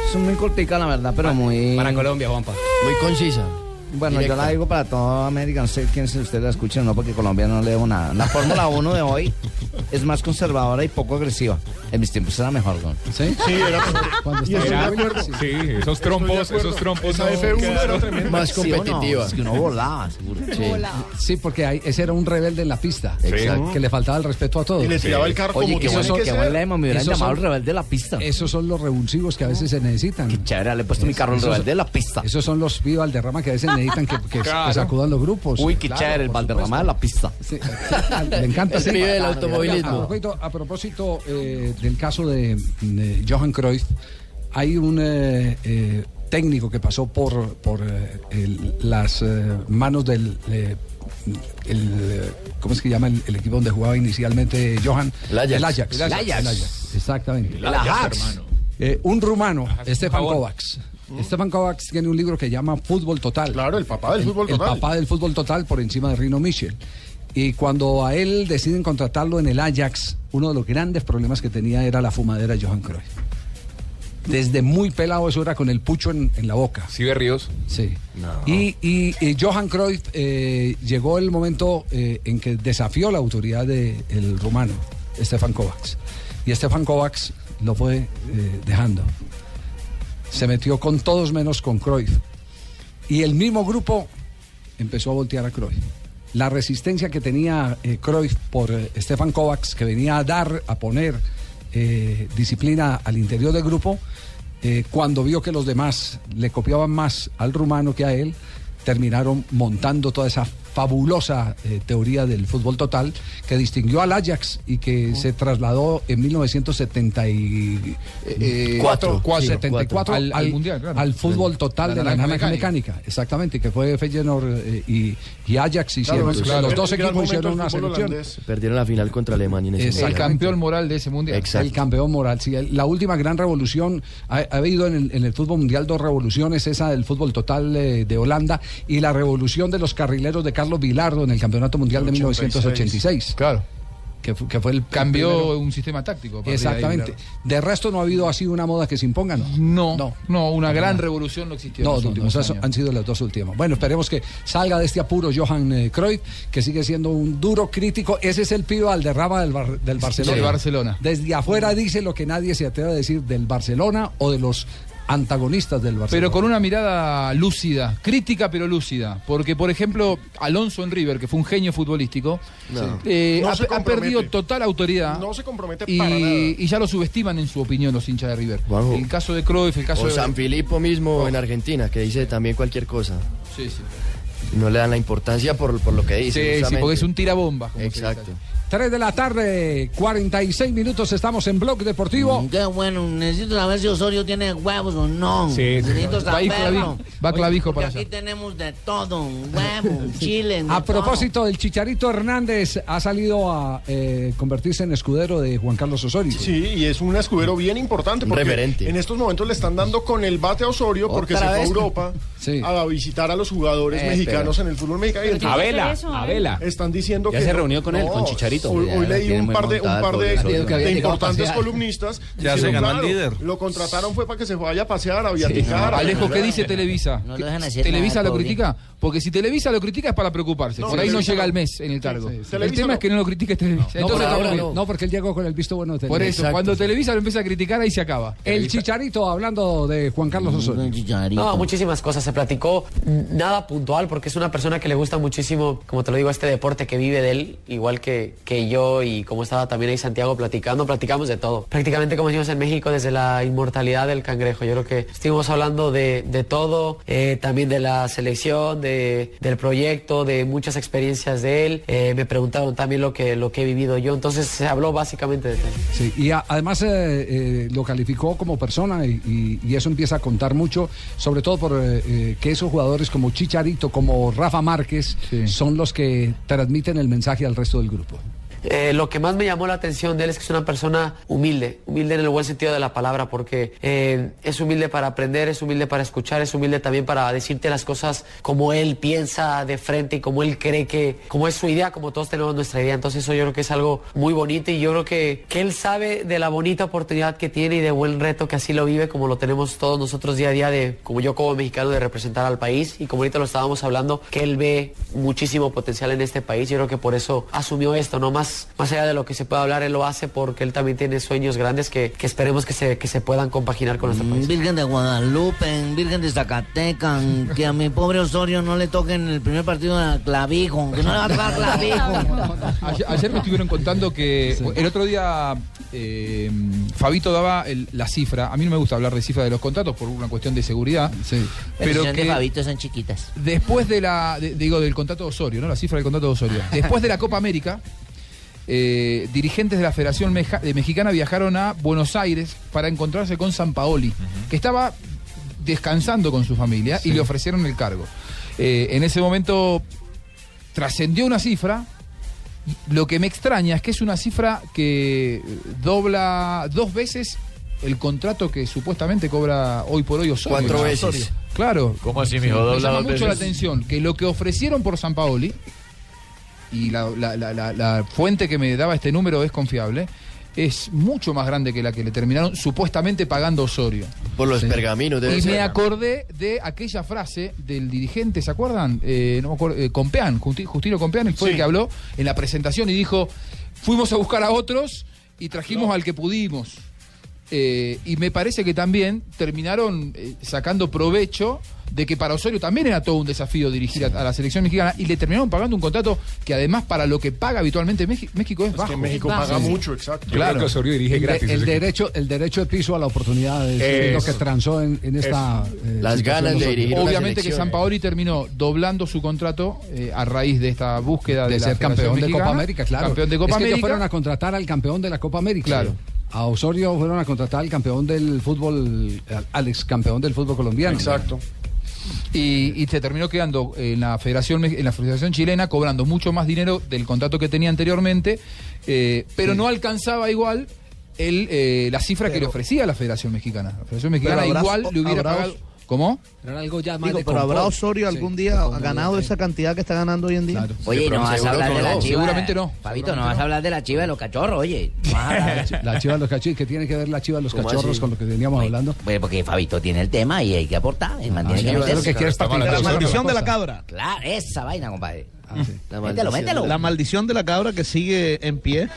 [SPEAKER 13] Es muy cortica, la verdad, pero muy... Para Colombia, Juanpa.
[SPEAKER 4] Muy concisa.
[SPEAKER 13] Bueno, yo
[SPEAKER 4] Directa.
[SPEAKER 13] la digo para todo América, no sé quién si usted la escucha o no, porque Colombia no leo nada. La Fórmula 1 de hoy es más conservadora y poco agresiva. En mis tiempos era mejor, ¿no?
[SPEAKER 3] ¿Sí?
[SPEAKER 6] Sí, era
[SPEAKER 13] Cuando
[SPEAKER 6] Y estoy de
[SPEAKER 13] estaba-
[SPEAKER 6] acuerdo.
[SPEAKER 12] Sí, esos trompos, esos trompos.
[SPEAKER 6] Esa F1 era
[SPEAKER 12] quedaron-
[SPEAKER 6] tremenda.
[SPEAKER 12] Más
[SPEAKER 13] Sí, ¿o no?
[SPEAKER 12] competitiva.
[SPEAKER 13] Es que uno volaba, seguro.
[SPEAKER 3] Sí. Sí, porque ahí- ese era un rebelde en la pista.
[SPEAKER 13] Exacto.
[SPEAKER 3] Que le faltaba el respeto a todos.
[SPEAKER 13] Y le tiraba el carro Oye, como qué
[SPEAKER 3] esos
[SPEAKER 13] bueno
[SPEAKER 3] son-
[SPEAKER 13] que
[SPEAKER 3] esos
[SPEAKER 13] hablemos, me hubieran
[SPEAKER 3] son-
[SPEAKER 13] llamado el rebelde de la pista.
[SPEAKER 3] Esos son los revulsivos que a veces se necesitan. Qué
[SPEAKER 13] chévere, le he puesto mi carro el rebelde de la pista.
[SPEAKER 3] Esos son los viva Valderrama que a veces necesitan que, que- que
[SPEAKER 13] Claro.
[SPEAKER 3] sacudan los grupos.
[SPEAKER 13] Uy, qué
[SPEAKER 3] Claro,
[SPEAKER 13] chévere, el
[SPEAKER 3] por
[SPEAKER 13] Valderrama de la pista.
[SPEAKER 3] Me encanta.
[SPEAKER 13] El
[SPEAKER 3] sí.
[SPEAKER 13] pibe del
[SPEAKER 3] Ah,
[SPEAKER 13] automovilismo.
[SPEAKER 3] A propósito, a propósito, eh, del caso de, eh, Johan Cruyff, hay un eh, eh, técnico que pasó por, por eh, el- las eh, manos del eh, el, eh, ¿cómo es que llama el, el equipo donde jugaba inicialmente Johan?
[SPEAKER 4] El Ajax.
[SPEAKER 3] El Ajax.
[SPEAKER 4] El Ajax.
[SPEAKER 3] El Ajax, Exactamente.
[SPEAKER 4] El Ajax, hermano.
[SPEAKER 3] Eh, un rumano, Estefan
[SPEAKER 4] Pavón.
[SPEAKER 3] Kovacs. Estefan Kovacs tiene un libro que llama Fútbol Total. Claro, el papá
[SPEAKER 6] del fútbol total.
[SPEAKER 3] El papá del fútbol total por encima de Rino Michel. Y cuando a él deciden contratarlo en el Ajax, uno de los grandes problemas que tenía era la fumadera Johan Cruyff. Desde muy pelado eso era con el pucho en, en la boca.
[SPEAKER 11] ¿Sí ve Ríos?
[SPEAKER 3] Sí. Y, y- y Johan Cruyff eh, llegó el momento eh, en que desafió la autoridad del rumano, Stefan Kovacs. Y Stefan Kovacs lo fue eh, dejando. Se metió con todos menos con Cruyff. Y el mismo grupo empezó a voltear a Cruyff. La resistencia que tenía eh, Cruyff por eh, Stefan Kovacs, que venía a dar, a poner eh, disciplina al interior del grupo, eh, cuando vio que los demás le copiaban más al rumano que a él, terminaron montando toda esa fabulosa eh, teoría del fútbol total que distinguió al Ajax y que se trasladó en 1974 eh,
[SPEAKER 11] Cuatro,
[SPEAKER 3] cua-
[SPEAKER 11] sí,
[SPEAKER 3] 74
[SPEAKER 11] cuatro.
[SPEAKER 3] al,
[SPEAKER 11] Al- al mundial, claro.
[SPEAKER 3] al fútbol total
[SPEAKER 11] La
[SPEAKER 3] de la
[SPEAKER 11] naranja
[SPEAKER 3] naranja
[SPEAKER 11] mecánica.
[SPEAKER 3] mecánica. exactamente, que fue Feyenoord eh, y, y Ajax hicieron,
[SPEAKER 4] Claro, claro.
[SPEAKER 3] los dos
[SPEAKER 4] El gran
[SPEAKER 3] equipos
[SPEAKER 4] momento
[SPEAKER 3] hicieron
[SPEAKER 4] del
[SPEAKER 3] una
[SPEAKER 4] fútbol
[SPEAKER 3] selección.
[SPEAKER 4] holandés. Perdieron la final contra Alemania en ese
[SPEAKER 3] Exactamente.
[SPEAKER 4] mundial.
[SPEAKER 11] moral de ese mundial.
[SPEAKER 4] Exacto.
[SPEAKER 3] El campeón moral, sí. El- La última gran revolución, ha, ha habido en el, en el fútbol mundial dos revoluciones, esa del fútbol total eh, de Holanda y la revolución de los carrileros de Carlos Vilardo en el Campeonato Mundial de 1986. Claro. Que fue, que fue el
[SPEAKER 11] Cambió
[SPEAKER 3] primero.
[SPEAKER 11] un sistema táctico. a partir de ahí,
[SPEAKER 3] Exactamente.
[SPEAKER 11] claro.
[SPEAKER 3] De resto no ha habido así una moda que se imponga, ¿no? No, no,
[SPEAKER 11] Una gran
[SPEAKER 3] revolución.
[SPEAKER 11] revolución no existió en
[SPEAKER 3] No,
[SPEAKER 11] los
[SPEAKER 3] no, no,
[SPEAKER 11] últimos
[SPEAKER 3] esas
[SPEAKER 11] años.
[SPEAKER 3] han sido las dos últimas. Bueno, esperemos que salga de este apuro Johan eh, Cruyff, que sigue siendo un duro crítico. Ese es el pibe al derrama del, Bar- del Barcelona.
[SPEAKER 11] Del Barcelona.
[SPEAKER 3] Desde afuera dice lo que nadie se atreve a decir del Barcelona o de los antagonistas del Barcelona.
[SPEAKER 11] Pero con una mirada lúcida, crítica pero lúcida. Porque, por ejemplo, Alonso en River, que fue un genio futbolístico,
[SPEAKER 6] No.
[SPEAKER 11] eh,
[SPEAKER 6] No
[SPEAKER 11] ha,
[SPEAKER 6] se
[SPEAKER 11] ha
[SPEAKER 6] compromete.
[SPEAKER 11] perdido total autoridad.
[SPEAKER 6] No se compromete
[SPEAKER 11] y,
[SPEAKER 6] para nada.
[SPEAKER 11] y ya lo subestiman en su opinión los hinchas de River. El caso de Cruyff, el caso
[SPEAKER 4] o
[SPEAKER 11] de... Oh.
[SPEAKER 4] San Filipo mismo en Argentina, que dice también cualquier cosa.
[SPEAKER 11] Sí, sí.
[SPEAKER 4] No le dan la importancia por, por lo que dice.
[SPEAKER 11] Sí, sí,
[SPEAKER 4] justamente.
[SPEAKER 11] porque es un tirabomba. como se dice
[SPEAKER 4] Exacto.
[SPEAKER 3] 3 de la tarde, 46 minutos, estamos en Blog Deportivo.
[SPEAKER 13] Mm, Qué bueno, necesito saber si Osorio tiene huevos o no.
[SPEAKER 3] Sí, sí.
[SPEAKER 13] necesito
[SPEAKER 3] Va ahí
[SPEAKER 13] saberlo.
[SPEAKER 3] clavi- va clavijo
[SPEAKER 13] porque
[SPEAKER 3] para allá.
[SPEAKER 13] Aquí tenemos de todo, huevos, chile.
[SPEAKER 3] A propósito, el Chicharito Hernández ha salido a eh, convertirse en escudero de Juan Carlos Osorio.
[SPEAKER 6] Sí, y es un escudero bien importante
[SPEAKER 3] Un
[SPEAKER 6] porque
[SPEAKER 3] referente.
[SPEAKER 6] en estos momentos le están dando con el bate a Osorio porque se
[SPEAKER 3] ¿Otra
[SPEAKER 6] fue a
[SPEAKER 3] vez?
[SPEAKER 6] Europa a visitar a los jugadores
[SPEAKER 3] Eh,
[SPEAKER 6] mexicanos
[SPEAKER 3] pero-
[SPEAKER 6] en el fútbol mexicano.
[SPEAKER 3] Pero
[SPEAKER 6] Y
[SPEAKER 3] tiene que
[SPEAKER 6] entonces-
[SPEAKER 3] hacer eso, ¿eh? a ver. Abela.
[SPEAKER 6] Están diciendo
[SPEAKER 18] Ya
[SPEAKER 6] que
[SPEAKER 18] se
[SPEAKER 6] no-
[SPEAKER 18] reunió con él,
[SPEAKER 6] no,
[SPEAKER 18] con Chicharito.
[SPEAKER 6] Hoy,
[SPEAKER 18] Ya,
[SPEAKER 6] hoy
[SPEAKER 18] la
[SPEAKER 6] leí
[SPEAKER 18] tiene
[SPEAKER 6] un
[SPEAKER 18] muy
[SPEAKER 6] par de,
[SPEAKER 18] montada
[SPEAKER 6] un par de,
[SPEAKER 18] todo el
[SPEAKER 6] de
[SPEAKER 18] Osorio.
[SPEAKER 6] importantes
[SPEAKER 18] Ya.
[SPEAKER 6] columnistas.
[SPEAKER 18] Ya se
[SPEAKER 6] dijeron,
[SPEAKER 18] ganó al
[SPEAKER 6] claro,
[SPEAKER 18] líder.
[SPEAKER 6] Lo contrataron fue para que se vaya a pasear, a viaticar. a
[SPEAKER 11] Alejo, ¿qué
[SPEAKER 6] viajar.
[SPEAKER 11] dice Televisa?
[SPEAKER 6] No
[SPEAKER 11] ¿Qué-
[SPEAKER 6] lo dejan hacer
[SPEAKER 11] ¿Televisa
[SPEAKER 6] nada,
[SPEAKER 11] lo
[SPEAKER 6] pobre.
[SPEAKER 11] critica? Porque si Televisa lo critica es para preocuparse.
[SPEAKER 3] No,
[SPEAKER 11] Por ahí no
[SPEAKER 3] Televisa
[SPEAKER 11] llega
[SPEAKER 3] no.
[SPEAKER 11] el mes en el cargo. El
[SPEAKER 3] Televisa
[SPEAKER 11] tema
[SPEAKER 3] no.
[SPEAKER 11] es que no lo critique Televisa.
[SPEAKER 3] No,
[SPEAKER 11] Entonces,
[SPEAKER 3] porque-
[SPEAKER 11] estamos bien.
[SPEAKER 3] no, porque él llegó con el visto bueno de
[SPEAKER 11] Por eso,
[SPEAKER 3] Televisa.
[SPEAKER 11] cuando Televisa lo empieza a criticar, ahí se acaba.
[SPEAKER 3] El Chicharito, hablando de Juan Carlos Osorio.
[SPEAKER 18] No, muchísimas cosas se platicó. Nada puntual porque es una persona que le gusta muchísimo, como te lo digo, este deporte que vive de él, igual que, que yo y como estaba también ahí Santiago platicando, platicamos de todo. Prácticamente como decimos en México, desde la inmortalidad del cangrejo. Yo creo que estuvimos hablando de, de todo, eh, también de la selección, de, del proyecto, de muchas experiencias de él. Eh, me preguntaron también lo que, lo que he vivido yo, entonces se habló básicamente de todo.
[SPEAKER 3] Sí, y a- además eh, eh, lo calificó como persona y, y- y eso empieza a contar mucho, sobre todo por eh, eh, que esos jugadores como Chicharito, como Rafa Márquez, son los que transmiten el mensaje al resto del grupo.
[SPEAKER 18] Eh, lo que más me llamó la atención de él es que es una persona humilde, humilde en el buen sentido de la palabra, porque eh, es humilde para aprender, es humilde para escuchar, es humilde también para decirte las cosas como él piensa de frente y como él cree que, como es su idea, como todos tenemos nuestra idea. Entonces eso yo creo que es algo muy bonito y yo creo que, que él sabe de la bonita oportunidad que tiene y de buen reto que así lo vive, como lo tenemos todos nosotros día a día, de, como yo como mexicano, de representar al país y como ahorita lo estábamos hablando, que él ve muchísimo potencial en este país. Yo creo que por eso asumió esto, ¿no? Más, más allá de lo que se pueda hablar, él lo hace porque él también tiene sueños grandes que, que esperemos que se, que se puedan compaginar con nuestro país.
[SPEAKER 13] Mm, Virgen de Guadalupe, Virgen de Zacatecas, que a mi pobre Osorio no le toquen el primer partido de clavijo, que no le va a tocar clavijo.
[SPEAKER 11] Ayer, ayer me estuvieron contando que el otro día eh, Fabito daba el- la cifra. A mí no me gusta hablar de cifra de los contratos por una cuestión de seguridad.
[SPEAKER 13] Pero
[SPEAKER 11] Pero
[SPEAKER 13] que... de
[SPEAKER 11] que-
[SPEAKER 13] Fabito son chiquitas.
[SPEAKER 11] Después de la, de- digo, del contrato de Osorio, ¿no? La cifra del contrato de Osorio. Después de la Copa América, eh, dirigentes de la Federación Meja- eh, Mexicana viajaron a Buenos Aires para encontrarse con San Paoli, que estaba descansando con su familia y le ofrecieron el cargo. Eh, en ese momento trascendió una cifra. Lo que me extraña es que es una cifra que dobla dos veces el contrato que supuestamente cobra hoy por hoy Osorio.
[SPEAKER 4] Cuatro
[SPEAKER 11] ¿no?
[SPEAKER 4] veces.
[SPEAKER 11] Osorio. Claro.
[SPEAKER 12] ¿Cómo así, mijo?
[SPEAKER 11] Me
[SPEAKER 12] Dobla
[SPEAKER 11] llama
[SPEAKER 12] dos
[SPEAKER 11] mucho
[SPEAKER 12] veces.
[SPEAKER 11] la atención que lo que ofrecieron por San Paoli, y la, la- la- la- la fuente que me daba este número es confiable, es mucho más grande que la que le terminaron supuestamente pagando Osorio.
[SPEAKER 4] Por los pergaminos, debe
[SPEAKER 11] y
[SPEAKER 4] ser.
[SPEAKER 11] me acordé de aquella frase del dirigente, ¿se acuerdan? Eh, no me acuerdo, eh, Compeán, Justi- Justino Compeán, él fue el que habló en la presentación y dijo, fuimos a buscar a otros y trajimos al que pudimos. Eh, y me parece que también terminaron eh, sacando provecho de que para Osorio también era todo un desafío dirigir a, a la selección mexicana y le terminaron pagando un contrato que además para lo que paga habitualmente México, México es, bajo.
[SPEAKER 6] México
[SPEAKER 11] Es bajo.
[SPEAKER 6] paga mucho, exacto. Yo
[SPEAKER 11] Claro.
[SPEAKER 6] creo que Osorio dirige
[SPEAKER 3] el de-
[SPEAKER 6] gratis
[SPEAKER 3] el
[SPEAKER 6] ese equipo.
[SPEAKER 3] derecho, el derecho de piso a la oportunidad es lo
[SPEAKER 11] Eso.
[SPEAKER 3] que transó en, en esta.
[SPEAKER 11] Eso.
[SPEAKER 3] eh,
[SPEAKER 4] Las
[SPEAKER 3] situación
[SPEAKER 4] ganas de
[SPEAKER 3] nosotros.
[SPEAKER 4] dirigir una
[SPEAKER 11] Obviamente que San Paoli terminó doblando su contrato eh, a raíz de esta búsqueda de,
[SPEAKER 3] de
[SPEAKER 11] la
[SPEAKER 3] ser
[SPEAKER 11] Federación
[SPEAKER 3] campeón de
[SPEAKER 11] Mexicana.
[SPEAKER 3] Copa América, claro.
[SPEAKER 11] Campeón de Copa
[SPEAKER 3] es que ellos
[SPEAKER 11] América.
[SPEAKER 3] fueron a contratar al campeón de la Copa América.
[SPEAKER 11] Claro.
[SPEAKER 3] A Osorio fueron a contratar al campeón del fútbol, al- al ex campeón del fútbol colombiano.
[SPEAKER 11] Exacto. Y, y se terminó quedando en la Federación Mex- en la Federación Chilena cobrando mucho más dinero del contrato que tenía anteriormente, eh, pero no alcanzaba igual el, eh, la cifra que le ofrecía la Federación Mexicana. La Federación Mexicana
[SPEAKER 9] Pero habrá-
[SPEAKER 11] igual le hubiera
[SPEAKER 9] habrá-
[SPEAKER 11] pagado. ¿Cómo?
[SPEAKER 3] algo ya
[SPEAKER 9] Digo, pero habrá Osorio algún día ganado esa cantidad que está ganando hoy en día.
[SPEAKER 13] Oye, ¿y no vas a hablar de la chiva.
[SPEAKER 3] seguramente no,
[SPEAKER 13] Fabito,
[SPEAKER 3] seguramente
[SPEAKER 13] no vas
[SPEAKER 3] no.
[SPEAKER 13] a hablar de la chiva de los cachorros, oye. No vas a hablar de la chiva.
[SPEAKER 3] La chiva de los cachorros, que tiene que ver la chiva de los
[SPEAKER 13] ¿Cómo
[SPEAKER 3] cachorros
[SPEAKER 13] así?
[SPEAKER 3] con lo que veníamos hablando.
[SPEAKER 13] Pues porque Fabito tiene el tema y hay que aportar. Y mantiene
[SPEAKER 3] sí,
[SPEAKER 13] que
[SPEAKER 3] yo
[SPEAKER 13] meterse.
[SPEAKER 3] creo que quieres Está mal partir de la hablando maldición sobre la de la cosa.
[SPEAKER 9] cabra.
[SPEAKER 13] Claro, esa vaina, compadre.
[SPEAKER 9] La
[SPEAKER 13] Mételo, mételo.
[SPEAKER 9] La maldición de la cabra que sigue en pie.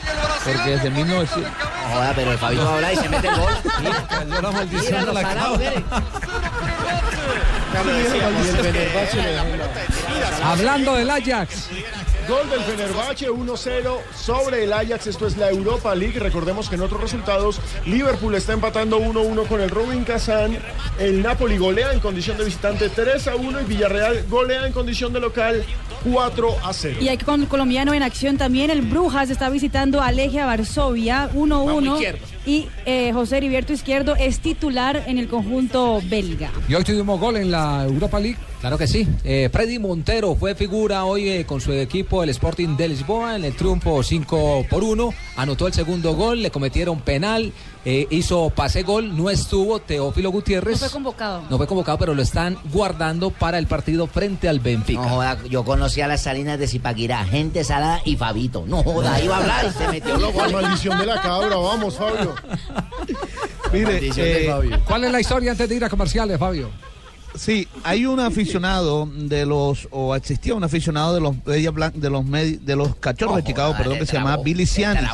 [SPEAKER 9] Porque desde 1900.
[SPEAKER 13] Joda, pero el Fabito habla y se
[SPEAKER 17] Eh,
[SPEAKER 13] mete el gol.
[SPEAKER 9] la
[SPEAKER 13] Mira,
[SPEAKER 9] maldición de
[SPEAKER 13] los
[SPEAKER 9] la
[SPEAKER 13] salados,
[SPEAKER 9] cabra.
[SPEAKER 13] miren.
[SPEAKER 3] Hablando del Ajax.
[SPEAKER 6] Gol del Fenerbahce 1-0 sobre el Ajax. Esto es la Europa League. Recordemos que en otros resultados, Liverpool está empatando 1-1 con el Rubin Kazan. El Napoli golea en condición de visitante 3-1 y Villarreal golea en condición de local 4-0.
[SPEAKER 21] Y aquí con el colombiano en acción también, el Brujas está visitando a Legia Varsovia
[SPEAKER 6] Vamos,
[SPEAKER 21] 1-1
[SPEAKER 6] izquierdo.
[SPEAKER 21] y eh, José Heriberto Izquierdo es titular en el conjunto belga.
[SPEAKER 3] Y hoy tuvimos gol en la Europa League.
[SPEAKER 17] Claro que sí. Eh, Freddy Montero fue figura hoy eh, con su equipo, el Sporting de Lisboa, en el triunfo 5 por 1. Anotó el segundo gol, le cometieron penal, eh, hizo pase gol, no estuvo Teófilo
[SPEAKER 21] No
[SPEAKER 17] Gutiérrez.
[SPEAKER 21] fue
[SPEAKER 3] Pues,
[SPEAKER 21] convocado.
[SPEAKER 17] No fue convocado, pero lo están guardando para el partido frente al Benfica.
[SPEAKER 13] No joda, yo conocí a las salinas de Zipaquirá, gente salada y Fabito. No joda, iba a hablar y se metió los
[SPEAKER 6] La
[SPEAKER 13] goles.
[SPEAKER 6] maldición de la cabra, vamos, Fabio.
[SPEAKER 9] Mire, eh,
[SPEAKER 3] ¿Cuál es la historia antes de ir a comerciales, Fabio?
[SPEAKER 9] Sí, hay un aficionado de los, o existía un aficionado de los Medias Blan- de los medi- de los cachorros de Chicago, perdón, que se llamaba Billy Sianis.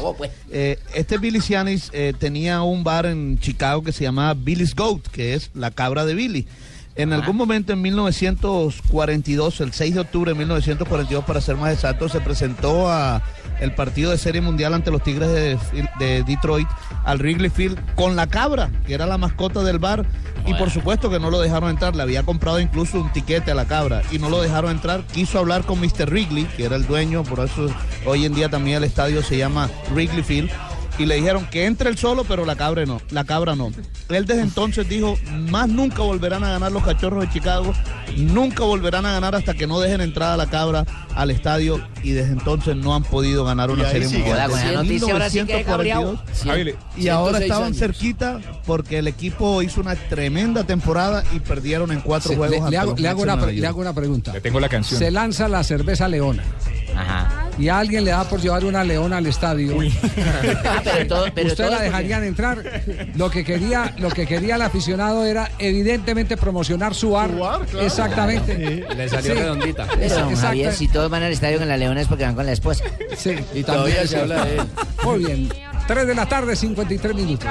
[SPEAKER 9] Eh, este Billy Sianis eh, tenía un bar en Chicago que se llamaba Billy's Goat, que es la cabra de Billy. En algún momento en 1942, el 6 de octubre de 1942 para ser más exacto, se presentó a el partido de Serie Mundial ante los Tigres de, de Detroit al Wrigley Field con la cabra, que era la mascota del bar, y por supuesto que no lo dejaron entrar, le había comprado incluso un tiquete a la cabra y no lo dejaron entrar, quiso hablar con Mr. Wrigley, que era el dueño, por eso hoy en día también el estadio se llama Wrigley Field y le dijeron que entre el solo, pero la cabra no, la cabra no. Él desde entonces dijo, más nunca volverán a ganar los cachorros de Chicago, nunca volverán a ganar hasta que no dejen entrada la cabra al estadio y desde entonces no han podido ganar una serie mundial.
[SPEAKER 13] Con la noticia ahora sí que he cabreado.
[SPEAKER 9] 1942, y ahora estaban cerquita porque el equipo hizo una tremenda temporada y perdieron en cuatro
[SPEAKER 3] Sí,
[SPEAKER 9] juegos.
[SPEAKER 3] le,
[SPEAKER 9] ante
[SPEAKER 3] le hago,
[SPEAKER 9] los
[SPEAKER 3] le hago
[SPEAKER 9] Mets de
[SPEAKER 3] una, pre-
[SPEAKER 9] Nueva
[SPEAKER 3] le
[SPEAKER 9] York.
[SPEAKER 3] hago una pregunta.
[SPEAKER 12] Le tengo la canción.
[SPEAKER 3] Se lanza la cerveza leona. Y a alguien le da por llevar una leona al estadio.
[SPEAKER 13] Ah, pero todo- pero
[SPEAKER 3] ¿Usted
[SPEAKER 13] todo
[SPEAKER 3] la
[SPEAKER 13] es porque-
[SPEAKER 3] dejarían entrar? Lo que quería, lo que quería el aficionado era evidentemente promocionar su bar. Exactamente.
[SPEAKER 13] Le
[SPEAKER 3] salió Sí. redondita.
[SPEAKER 13] Eso,
[SPEAKER 3] Exacto.
[SPEAKER 13] Javier, si todos van al estadio con la Leona es porque van con la esposa.
[SPEAKER 3] Sí,
[SPEAKER 13] y
[SPEAKER 3] También, sí. Muy bien. 3 de la tarde, 53 minutos.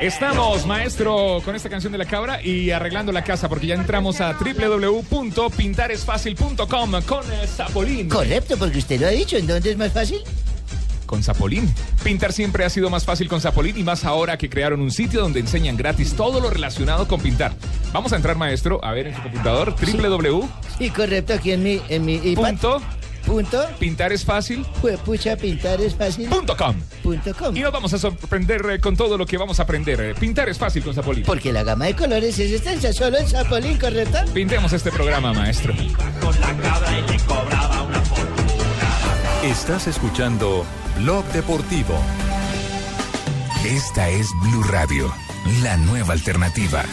[SPEAKER 12] Estamos, maestro, con esta canción de la cabra y arreglando la casa porque ya entramos a www.pintaresfacil.com con eh, Zapolín.
[SPEAKER 29] Correcto, porque usted lo ha dicho, entonces es más fácil.
[SPEAKER 12] Con Zapolín. Pintar siempre ha sido más fácil con Zapolín y más ahora que crearon un sitio donde enseñan gratis todo lo relacionado con pintar. Vamos a entrar, maestro, a ver en su computador www.
[SPEAKER 29] Y correcto, aquí en mi, en mi iPad.
[SPEAKER 30] Punto.
[SPEAKER 12] Pintar es fácil.
[SPEAKER 30] Pucha, pintar es fácil.
[SPEAKER 12] Punto com.
[SPEAKER 30] Punto com.
[SPEAKER 12] Y nos vamos a sorprender eh, con todo lo que vamos a aprender. eh. Pintar es fácil con Zapolín.
[SPEAKER 30] Porque la gama de colores es
[SPEAKER 13] Este
[SPEAKER 30] extensa, solo en Zapolín, ¿correcto?
[SPEAKER 12] Pintemos este programa, maestro.
[SPEAKER 20] Estás escuchando Blog Deportivo. Esta es Blue Radio, la nueva alternativa.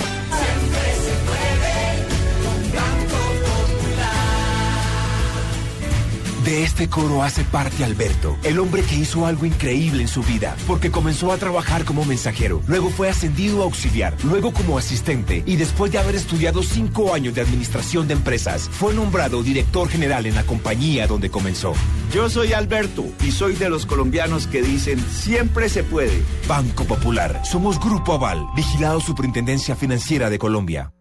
[SPEAKER 23] De este coro hace parte Alberto, el hombre que hizo algo increíble en su vida, porque comenzó a trabajar como mensajero, luego fue ascendido a auxiliar, luego como asistente y después de haber estudiado cinco años de administración de empresas, fue nombrado director general en la compañía donde comenzó.
[SPEAKER 31] Yo soy Alberto y soy de los colombianos que dicen siempre se puede.
[SPEAKER 23] Banco Popular, somos Grupo Aval, vigilado Superintendencia Financiera de Colombia.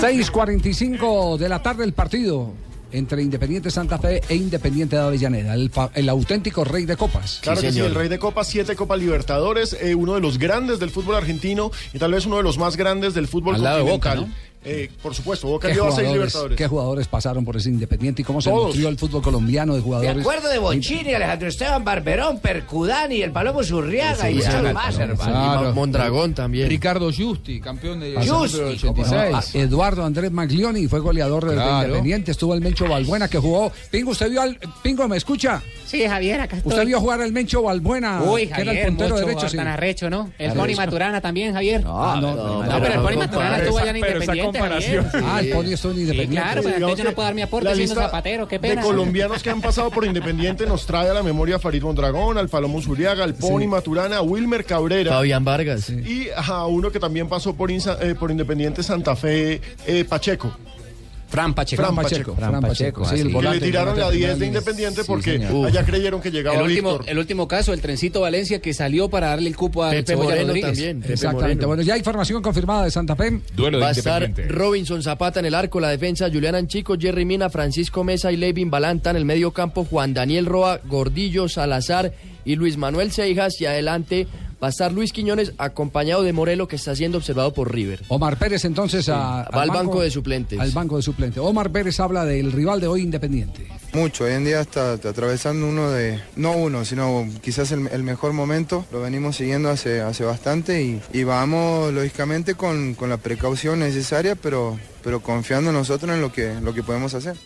[SPEAKER 3] Seis cuarenta y 6.45 de la tarde el partido entre Independiente Santa Fe e Independiente de Avellaneda, el, fa- el auténtico rey de copas.
[SPEAKER 6] Claro que sí, el rey de copas, siete Copas Libertadores, eh, uno de los grandes del fútbol argentino y tal vez uno de los más grandes del fútbol
[SPEAKER 3] Al lado de Boca,
[SPEAKER 6] continental. Eh, por supuesto, Boca
[SPEAKER 3] ¿Qué
[SPEAKER 6] lleva seis
[SPEAKER 3] jugadores,
[SPEAKER 6] Libertadores.
[SPEAKER 3] qué jugadores pasaron por ese Independiente y cómo se
[SPEAKER 6] Todos.
[SPEAKER 3] nutrió el fútbol colombiano de
[SPEAKER 13] Me
[SPEAKER 3] jugadores?
[SPEAKER 13] acuerdo de Bochini, Alejandro Esteban Barberón, Percudani, el Palomo Surriaga y Charles Basser, hermano.
[SPEAKER 4] Mondragón también.
[SPEAKER 32] Ricardo Justi, campeón de
[SPEAKER 3] Pasó-
[SPEAKER 32] del 86.
[SPEAKER 3] Ah, Eduardo Andrés Maglioni fue goleador del
[SPEAKER 32] Claro.
[SPEAKER 3] Independiente. Estuvo el Mencho Balbuena que jugó. Pingo, ¿usted vio al. Pingo, ¿me escucha?
[SPEAKER 8] Sí, Javier, acá estoy.
[SPEAKER 3] ¿Usted vio jugar al Mencho Balbuena?
[SPEAKER 8] Uy,
[SPEAKER 3] que era
[SPEAKER 8] Javier,
[SPEAKER 3] el puntero
[SPEAKER 8] mucho
[SPEAKER 3] derecho.
[SPEAKER 8] jugador
[SPEAKER 3] sí.
[SPEAKER 8] tan arrecho, ¿no? El
[SPEAKER 3] Arrecho.
[SPEAKER 8] Pony Maturana también, Javier.
[SPEAKER 3] Ah, no, no,
[SPEAKER 8] No, pero el Pony
[SPEAKER 3] no,
[SPEAKER 8] Maturana
[SPEAKER 3] no,
[SPEAKER 8] estuvo
[SPEAKER 3] esa-
[SPEAKER 8] allá en
[SPEAKER 3] pero esa
[SPEAKER 8] Independiente,
[SPEAKER 3] comparación.
[SPEAKER 8] Javier.
[SPEAKER 3] Ah, el Pony estuvo en
[SPEAKER 8] Sí,
[SPEAKER 3] Independiente.
[SPEAKER 8] claro, pero
[SPEAKER 6] Digamos
[SPEAKER 8] entonces yo no
[SPEAKER 6] que
[SPEAKER 8] puedo dar mi
[SPEAKER 6] la
[SPEAKER 8] aporte siendo
[SPEAKER 6] lista
[SPEAKER 8] zapatero, qué
[SPEAKER 6] De
[SPEAKER 8] pena.
[SPEAKER 6] colombianos que han pasado por Independiente nos trae a la memoria a Farid Mondragón, al Palomo Zuriaga, al Pony Maturana, a Wilmer Cabrera.
[SPEAKER 4] Fabián Vargas.
[SPEAKER 6] Y a uno que también pasó por, Insa- eh, por Independiente Santa Fe, eh, Pacheco.
[SPEAKER 33] Fran Pacheco.
[SPEAKER 6] Fran Pacheco.
[SPEAKER 33] Fran Pacheco,
[SPEAKER 6] Sí,
[SPEAKER 33] así.
[SPEAKER 6] el volante,
[SPEAKER 33] Que
[SPEAKER 6] le tiraron la 10 de Independiente porque allá creyeron que llegaba
[SPEAKER 33] el último,
[SPEAKER 6] Víctor.
[SPEAKER 33] el último caso, el trencito Valencia que salió para darle el cupo a Cebolla Rodríguez.
[SPEAKER 3] Exactamente. Bueno, ya hay información confirmada de Santa Fe.
[SPEAKER 4] Va a estar Robinson Zapata en el arco, la defensa Julián Anchico, Jerry Mina, Francisco Mesa y Levin Balanta en el medio campo, Juan Daniel Roa, Gordillo, Salazar y Luis Manuel Seijas y adelante va a estar Luis Quiñones acompañado de Morelo que está siendo observado por River.
[SPEAKER 3] Omar Pérez entonces a-
[SPEAKER 4] Va al banco de suplentes.
[SPEAKER 3] Al banco de suplentes. Omar Pérez habla del rival de hoy Independiente.
[SPEAKER 25] Mucho, hoy en día está atravesando uno de, no uno, sino quizás el, el mejor momento, lo venimos siguiendo hace, hace bastante y, y vamos lógicamente con, con la precaución necesaria, pero, pero confiando nosotros en lo que, lo que podemos hacer.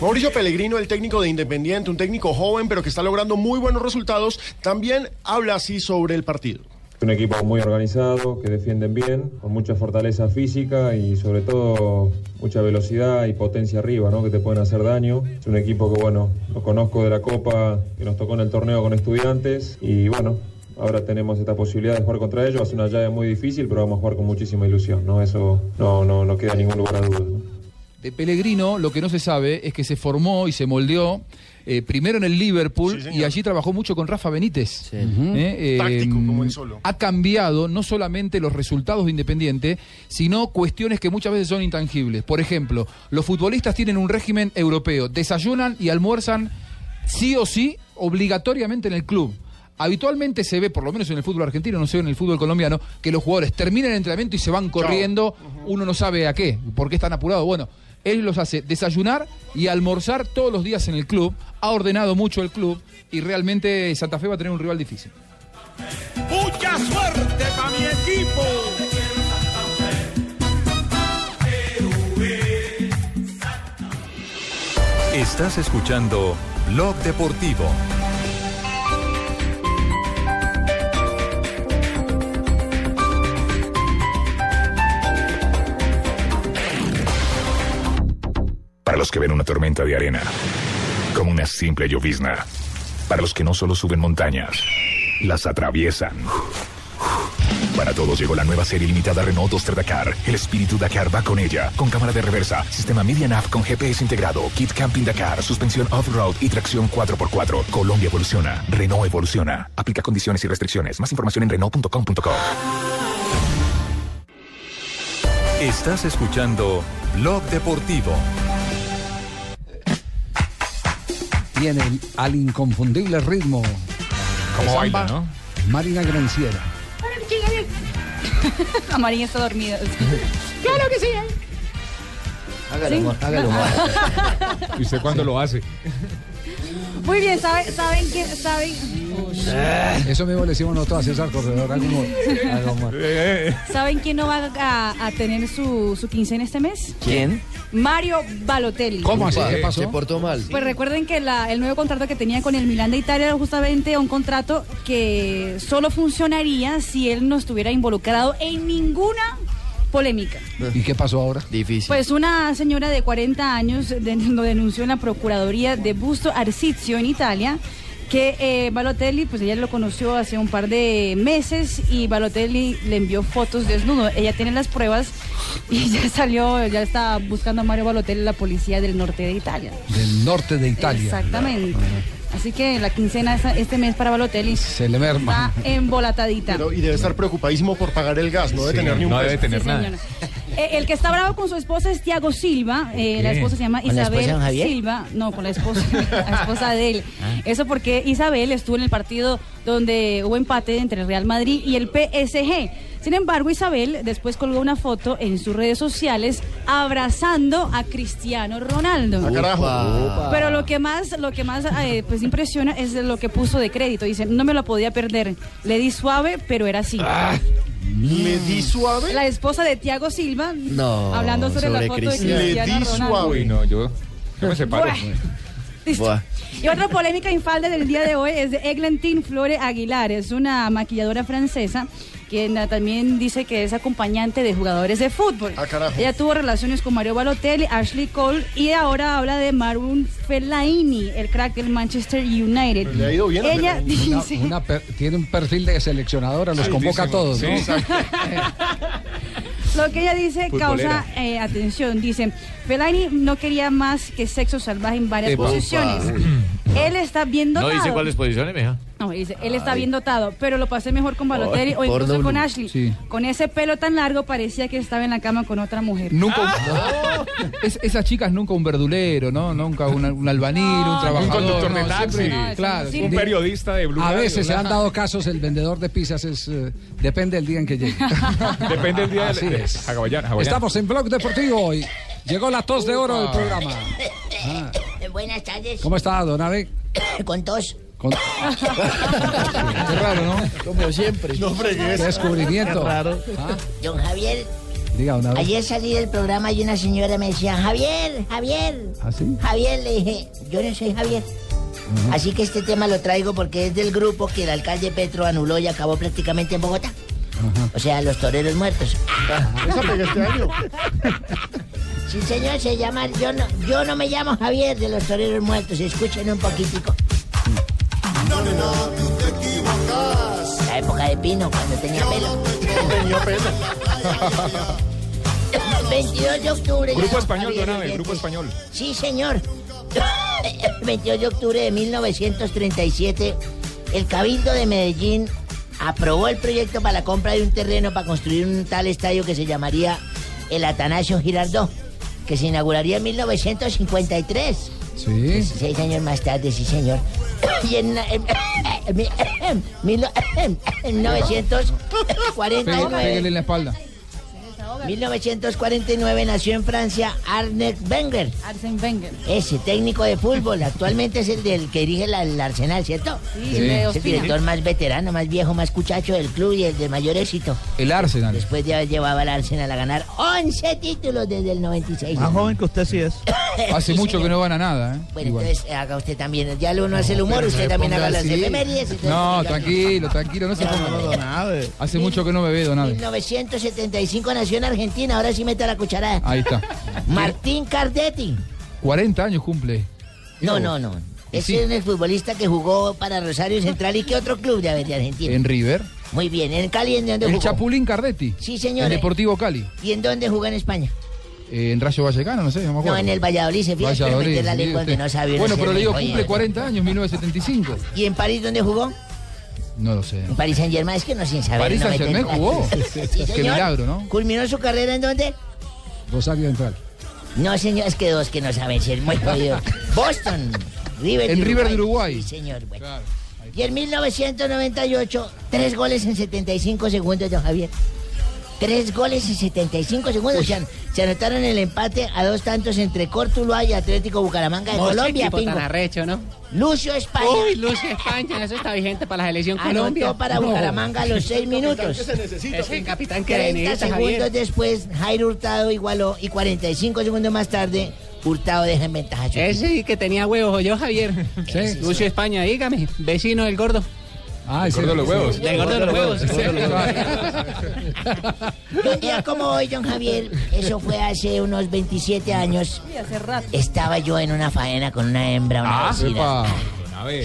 [SPEAKER 6] Mauricio Pellegrino, el técnico de Independiente, un técnico joven pero que está logrando muy buenos resultados, también habla así sobre el partido.
[SPEAKER 34] Un equipo muy organizado, que defienden bien, con mucha fortaleza física y sobre todo mucha velocidad y potencia arriba, ¿no? que te pueden hacer daño. Es un equipo que, bueno, lo conozco de la Copa, que nos tocó en el torneo con estudiantes y, bueno, ahora tenemos esta posibilidad de jugar contra ellos. Es una llave muy difícil, pero vamos a jugar con muchísima ilusión, ¿no? Eso no, no, no queda en ningún lugar a dudas. ¿no?
[SPEAKER 11] De Pellegrino, lo que no se sabe es que se formó y se moldeó eh, primero en el Liverpool y allí trabajó mucho con Rafa Benítez. Eh, eh,
[SPEAKER 6] Táctico, como él solo.
[SPEAKER 11] Ha cambiado no solamente los resultados de Independiente, sino cuestiones que muchas veces son intangibles. Por ejemplo, los futbolistas tienen un régimen europeo, desayunan y almuerzan sí o sí, obligatoriamente en el club. Habitualmente se ve, por lo menos en el fútbol argentino, no se ve en el fútbol colombiano, que los jugadores terminan el entrenamiento y se van corriendo, uno no sabe a qué, por qué están apurados. Bueno, él los hace desayunar y almorzar todos los días en el club, ha ordenado mucho el club y realmente Santa Fe va a tener un rival difícil.
[SPEAKER 5] Mucha suerte para mi equipo.
[SPEAKER 20] Estás escuchando Blog Deportivo.
[SPEAKER 35] Para los que ven una tormenta de arena como una simple llovizna. Para los que no solo suben montañas, las atraviesan. Para todos llegó la nueva serie limitada Renault Duster Dakar. El espíritu Dakar va con ella, con cámara de reversa, sistema Media Nav con GPS integrado, kit camping Dakar, suspensión off-road y tracción 4x4. Colombia evoluciona, Renault evoluciona. Aplica condiciones y restricciones. Más información en renault.com.co.
[SPEAKER 20] Estás escuchando Blog Deportivo.
[SPEAKER 3] tienen al inconfundible ritmo.
[SPEAKER 17] Como
[SPEAKER 3] de
[SPEAKER 17] baila,
[SPEAKER 3] samba,
[SPEAKER 17] ¿no?
[SPEAKER 3] Marina Granciera.
[SPEAKER 21] No, Marín está dormida. claro que sí.
[SPEAKER 17] Hágalo,
[SPEAKER 21] Sí.
[SPEAKER 17] amor, hágalo, amor. ¿Y usted cuándo lo hace?
[SPEAKER 21] Muy bien, ¿sabe- ¿saben qué? ¿Saben?
[SPEAKER 3] Eso mismo le decimos nosotros a César Corredor. haga humor, haga humor.
[SPEAKER 21] ¿Saben quién no va a, a tener su, su quincena este mes?
[SPEAKER 4] ¿Quién?
[SPEAKER 21] Mario Balotelli.
[SPEAKER 4] Eh, Se portó mal.
[SPEAKER 21] Pues recuerden que la- el nuevo contrato que tenía con el Milán de Italia era justamente un contrato que solo funcionaría si él no estuviera involucrado en ninguna polémica.
[SPEAKER 3] ¿Y qué pasó ahora?
[SPEAKER 4] Difícil.
[SPEAKER 21] Pues una señora de 40 años de- lo denunció en la Procuraduría de Busto Arsizio en Italia que eh, Balotelli, pues ella lo conoció hace un par de meses y Balotelli le envió fotos desnudo. Ella tiene las pruebas y ya salió, ya está buscando a Mario Balotelli la policía del norte de Italia.
[SPEAKER 3] Del norte de Italia.
[SPEAKER 21] Exactamente. Así que la quincena esa- este mes para Balotelli
[SPEAKER 3] Se le merma.
[SPEAKER 21] está embolatadita.
[SPEAKER 6] Pero, y debe estar preocupadísimo por pagar el gas, no debe
[SPEAKER 17] Sí,
[SPEAKER 6] tener ni un
[SPEAKER 17] no debe
[SPEAKER 6] peso.
[SPEAKER 17] tener Sí, nada. señor.
[SPEAKER 21] Eh, el que está bravo con su esposa es Tiago Silva. Eh, la
[SPEAKER 6] ¿Qué?
[SPEAKER 21] esposa se llama
[SPEAKER 6] ¿Con la esposa de
[SPEAKER 21] Isabel
[SPEAKER 6] don Javier? Ah.
[SPEAKER 21] Silva. No, con la esposa, la esposa de él. Eso porque Isabel estuvo en el partido donde hubo empate entre el Real Madrid y el PSG. Sin embargo, Isabel después colgó una foto en sus redes sociales abrazando a Cristiano Ronaldo.
[SPEAKER 6] Ah, carajo. Upa.
[SPEAKER 21] Pero lo que más, lo que más eh, pues impresiona es lo que puso de crédito. Dice, no me lo podía perder. Le di suave, pero era así.
[SPEAKER 6] Ah. Le di suave.
[SPEAKER 21] La esposa de Tiago Silva.
[SPEAKER 17] No,
[SPEAKER 21] Hablando sobre, la foto de Cristiano
[SPEAKER 17] Le di
[SPEAKER 21] Ronaldo.
[SPEAKER 17] suave. No, yo, yo me separo.
[SPEAKER 12] pues.
[SPEAKER 21] Listo. Y otra polémica infalda del día de hoy es de Eglantine Flore Aguilar. Es una maquilladora francesa quien ah, también dice que es acompañante de jugadores de fútbol. Ella tuvo relaciones con Mario Balotelli, Ashley Cole y ahora habla de Maroon Fellaini, el crack del Manchester United.
[SPEAKER 3] Le ha ido bien a
[SPEAKER 21] Ella
[SPEAKER 3] Fellaini. Una-
[SPEAKER 21] dice...
[SPEAKER 3] una per- tiene un perfil de seleccionadora, los
[SPEAKER 17] Sí,
[SPEAKER 3] convoca a
[SPEAKER 17] sí,
[SPEAKER 3] todos,
[SPEAKER 17] sí,
[SPEAKER 3] ¿no?
[SPEAKER 17] exacto.
[SPEAKER 21] Lo que ella dice
[SPEAKER 3] Futbolera.
[SPEAKER 21] causa eh, atención. Dice, Fellaini no quería más que sexo salvaje en varias
[SPEAKER 5] Epa.
[SPEAKER 21] posiciones. Él está bien
[SPEAKER 5] No
[SPEAKER 21] dotado.
[SPEAKER 5] dice pues. cuáles posiciones, mija.
[SPEAKER 21] No, dice, él está bien dotado, pero lo pasé mejor con Balotelli
[SPEAKER 5] Ay,
[SPEAKER 21] o incluso
[SPEAKER 5] porno
[SPEAKER 21] con
[SPEAKER 5] blue.
[SPEAKER 21] Ashley.
[SPEAKER 5] Sí.
[SPEAKER 21] Con ese pelo tan largo parecía que estaba en la cama con otra mujer.
[SPEAKER 12] Nunca. Es- esas chicas nunca un verdulero, ¿no? Nunca un, al- un albanil, un trabajador.
[SPEAKER 17] Ah, Un conductor
[SPEAKER 12] no,
[SPEAKER 17] de
[SPEAKER 12] siempre-
[SPEAKER 17] taxi.
[SPEAKER 12] claro,
[SPEAKER 17] Un periodista de Blue
[SPEAKER 3] A
[SPEAKER 17] Radio,
[SPEAKER 3] veces se
[SPEAKER 17] ¿no?
[SPEAKER 3] han dado casos, el vendedor de pizzas es, eh, depende del día en que llegue.
[SPEAKER 17] Depende del día
[SPEAKER 3] Así
[SPEAKER 17] del...
[SPEAKER 3] es.
[SPEAKER 12] ah,
[SPEAKER 17] Hawaiana, Hawaiana.
[SPEAKER 3] Estamos en Blog Deportivo y llegó la tos de oro del
[SPEAKER 17] Upa.
[SPEAKER 3] programa. Ah,
[SPEAKER 10] Buenas tardes.
[SPEAKER 3] ¿Cómo está, don Ave?
[SPEAKER 10] Con tos.
[SPEAKER 3] Con- Qué raro, ¿no?
[SPEAKER 4] Como siempre.
[SPEAKER 6] No fregues.
[SPEAKER 3] Descubrimiento. Ah.
[SPEAKER 10] Don Javier,
[SPEAKER 3] Diga, don Ave.
[SPEAKER 10] ayer salí del programa y una señora me decía, Javier, Javier.
[SPEAKER 3] ¿Ah, sí?
[SPEAKER 10] Javier, le dije, yo no soy Javier. Así que este tema lo traigo porque es del grupo que el alcalde Petro anuló y acabó prácticamente en Bogotá. O sea, los toreros muertos.
[SPEAKER 6] Esa pegué este año.
[SPEAKER 10] Sí, señor, se llama. Yo no, yo no me llamo Javier de los toreros muertos. Escuchen un poquitico. No, no, no, tú te equivocas. La época de Pino, cuando tenía pelo.
[SPEAKER 6] Tenía pelo.
[SPEAKER 10] 22 de octubre. ya
[SPEAKER 17] Grupo
[SPEAKER 10] no,
[SPEAKER 17] español,
[SPEAKER 10] Javier,
[SPEAKER 17] don Ave,
[SPEAKER 10] oyentes.
[SPEAKER 17] grupo español.
[SPEAKER 10] Sí, señor. 22 de octubre de 1937, el Cabildo de Medellín aprobó el proyecto para la compra de un terreno para construir un tal estadio que se llamaría el Atanasio Girardot, que se inauguraría en 1953.
[SPEAKER 3] Sí.
[SPEAKER 10] Seis años más tarde, sí, señor. Y en, en- en- mil- en 1949.
[SPEAKER 12] Pégale en la espalda.
[SPEAKER 10] 1949 nació en Francia Arne Wenger.
[SPEAKER 21] Arsène Wenger.
[SPEAKER 10] Ese técnico de fútbol, actualmente es el del que dirige la- el Arsenal, ¿cierto?
[SPEAKER 21] Sí, el de
[SPEAKER 10] Es el
[SPEAKER 21] Ospina.
[SPEAKER 10] director más veterano, más viejo, más cuchacho del club y el de mayor éxito.
[SPEAKER 12] El Arsenal.
[SPEAKER 10] Después de haber llevado al Arsenal a ganar 11 títulos desde el 96.
[SPEAKER 9] Más joven que usted sí es.
[SPEAKER 12] Hace
[SPEAKER 10] Sí,
[SPEAKER 12] mucho
[SPEAKER 10] señor.
[SPEAKER 12] que no gana nada, ¿eh?
[SPEAKER 10] Bueno,
[SPEAKER 12] Igual.
[SPEAKER 10] entonces haga usted también, ya lo uno hace el humor,
[SPEAKER 12] Pero no
[SPEAKER 10] usted
[SPEAKER 12] le
[SPEAKER 10] también
[SPEAKER 12] ponga
[SPEAKER 10] haga las
[SPEAKER 12] así.
[SPEAKER 10] efemérides. entonces
[SPEAKER 12] No,
[SPEAKER 10] diga-
[SPEAKER 12] tranquilo, tranquilo, no se ponga. Hace mucho que no me veo, Donave.
[SPEAKER 10] 1975 nació en Argentina, ahora sí meta la cucharada.
[SPEAKER 12] Ahí está.
[SPEAKER 10] Martín Cardetti.
[SPEAKER 12] 40 años cumple.
[SPEAKER 10] No, no, no. Ese
[SPEAKER 12] Sí.
[SPEAKER 10] es el futbolista que jugó para Rosario Central y qué otro club de, de Argentina.
[SPEAKER 12] En River.
[SPEAKER 10] Muy bien, en Cali, ¿en dónde
[SPEAKER 12] El
[SPEAKER 10] jugó?
[SPEAKER 12] Chapulín Cardetti.
[SPEAKER 10] Sí,
[SPEAKER 12] En
[SPEAKER 10] señor.
[SPEAKER 12] Deportivo Cali.
[SPEAKER 10] ¿Y en dónde jugó en España?
[SPEAKER 12] Eh, en Rayo Vallecano, no sé, no me acuerdo.
[SPEAKER 10] No, en el Valladolid, se fija, espero meter la
[SPEAKER 12] sí,
[SPEAKER 10] lengua
[SPEAKER 12] usted.
[SPEAKER 10] donde no sabe uno
[SPEAKER 12] Bueno,
[SPEAKER 10] si
[SPEAKER 12] pero
[SPEAKER 10] es
[SPEAKER 12] le digo,
[SPEAKER 10] lengua,
[SPEAKER 12] cumple
[SPEAKER 10] oye.
[SPEAKER 12] 40 años, 1975.
[SPEAKER 10] ¿Y en París dónde jugó?
[SPEAKER 12] No lo sé.
[SPEAKER 10] En París Saint Germain, es que no sin saber.
[SPEAKER 12] París
[SPEAKER 10] no meten
[SPEAKER 12] Saint-Germain
[SPEAKER 10] la-
[SPEAKER 12] jugó.
[SPEAKER 10] Sí,
[SPEAKER 12] Qué
[SPEAKER 10] señor.
[SPEAKER 12] milagro, ¿no?
[SPEAKER 10] ¿Culminó su carrera en dónde?
[SPEAKER 3] Rosario Central.
[SPEAKER 10] No, señor, es que dos que no saben ser muy jodidos. Boston. River
[SPEAKER 11] En River de Uruguay.
[SPEAKER 10] Sí, señor. bueno. Y en 1998, tres goles en 75 segundos, don Javier. Tres goles en 75 segundos. Se, an- se anotaron el empate a dos tantos entre Cortuluá y Atlético Bucaramanga de
[SPEAKER 8] Mostra
[SPEAKER 10] Colombia,
[SPEAKER 8] equipo
[SPEAKER 10] pingo.
[SPEAKER 8] tan arrecho, ¿no?
[SPEAKER 10] Lucio España.
[SPEAKER 8] Uy, Lucio España, eso está vigente para la selección
[SPEAKER 33] Ah,
[SPEAKER 10] Anotó
[SPEAKER 8] Colombia.
[SPEAKER 10] para Bucaramanga a los seis
[SPEAKER 8] El
[SPEAKER 10] minutos.
[SPEAKER 8] capitán que se necesita, Es el pingo. capitán que
[SPEAKER 10] 30
[SPEAKER 8] necesita,
[SPEAKER 10] segundos
[SPEAKER 8] Javier.
[SPEAKER 10] después, Jairo Hurtado igualó y 45 segundos más tarde, Hurtado deja en ventaja. a su
[SPEAKER 8] Ese sí que tenía huevos, o yo, Javier. Lucio España, dígame, vecino del gordo.
[SPEAKER 11] Ah,
[SPEAKER 8] el gordo de los huevos. El gordo de los huevos.
[SPEAKER 10] Y un día como hoy, don Javier, eso fue hace unos 27 años.
[SPEAKER 21] hace rato.
[SPEAKER 10] Estaba yo en una faena con una hembra, una
[SPEAKER 11] Ah,
[SPEAKER 10] vecina.
[SPEAKER 11] epa.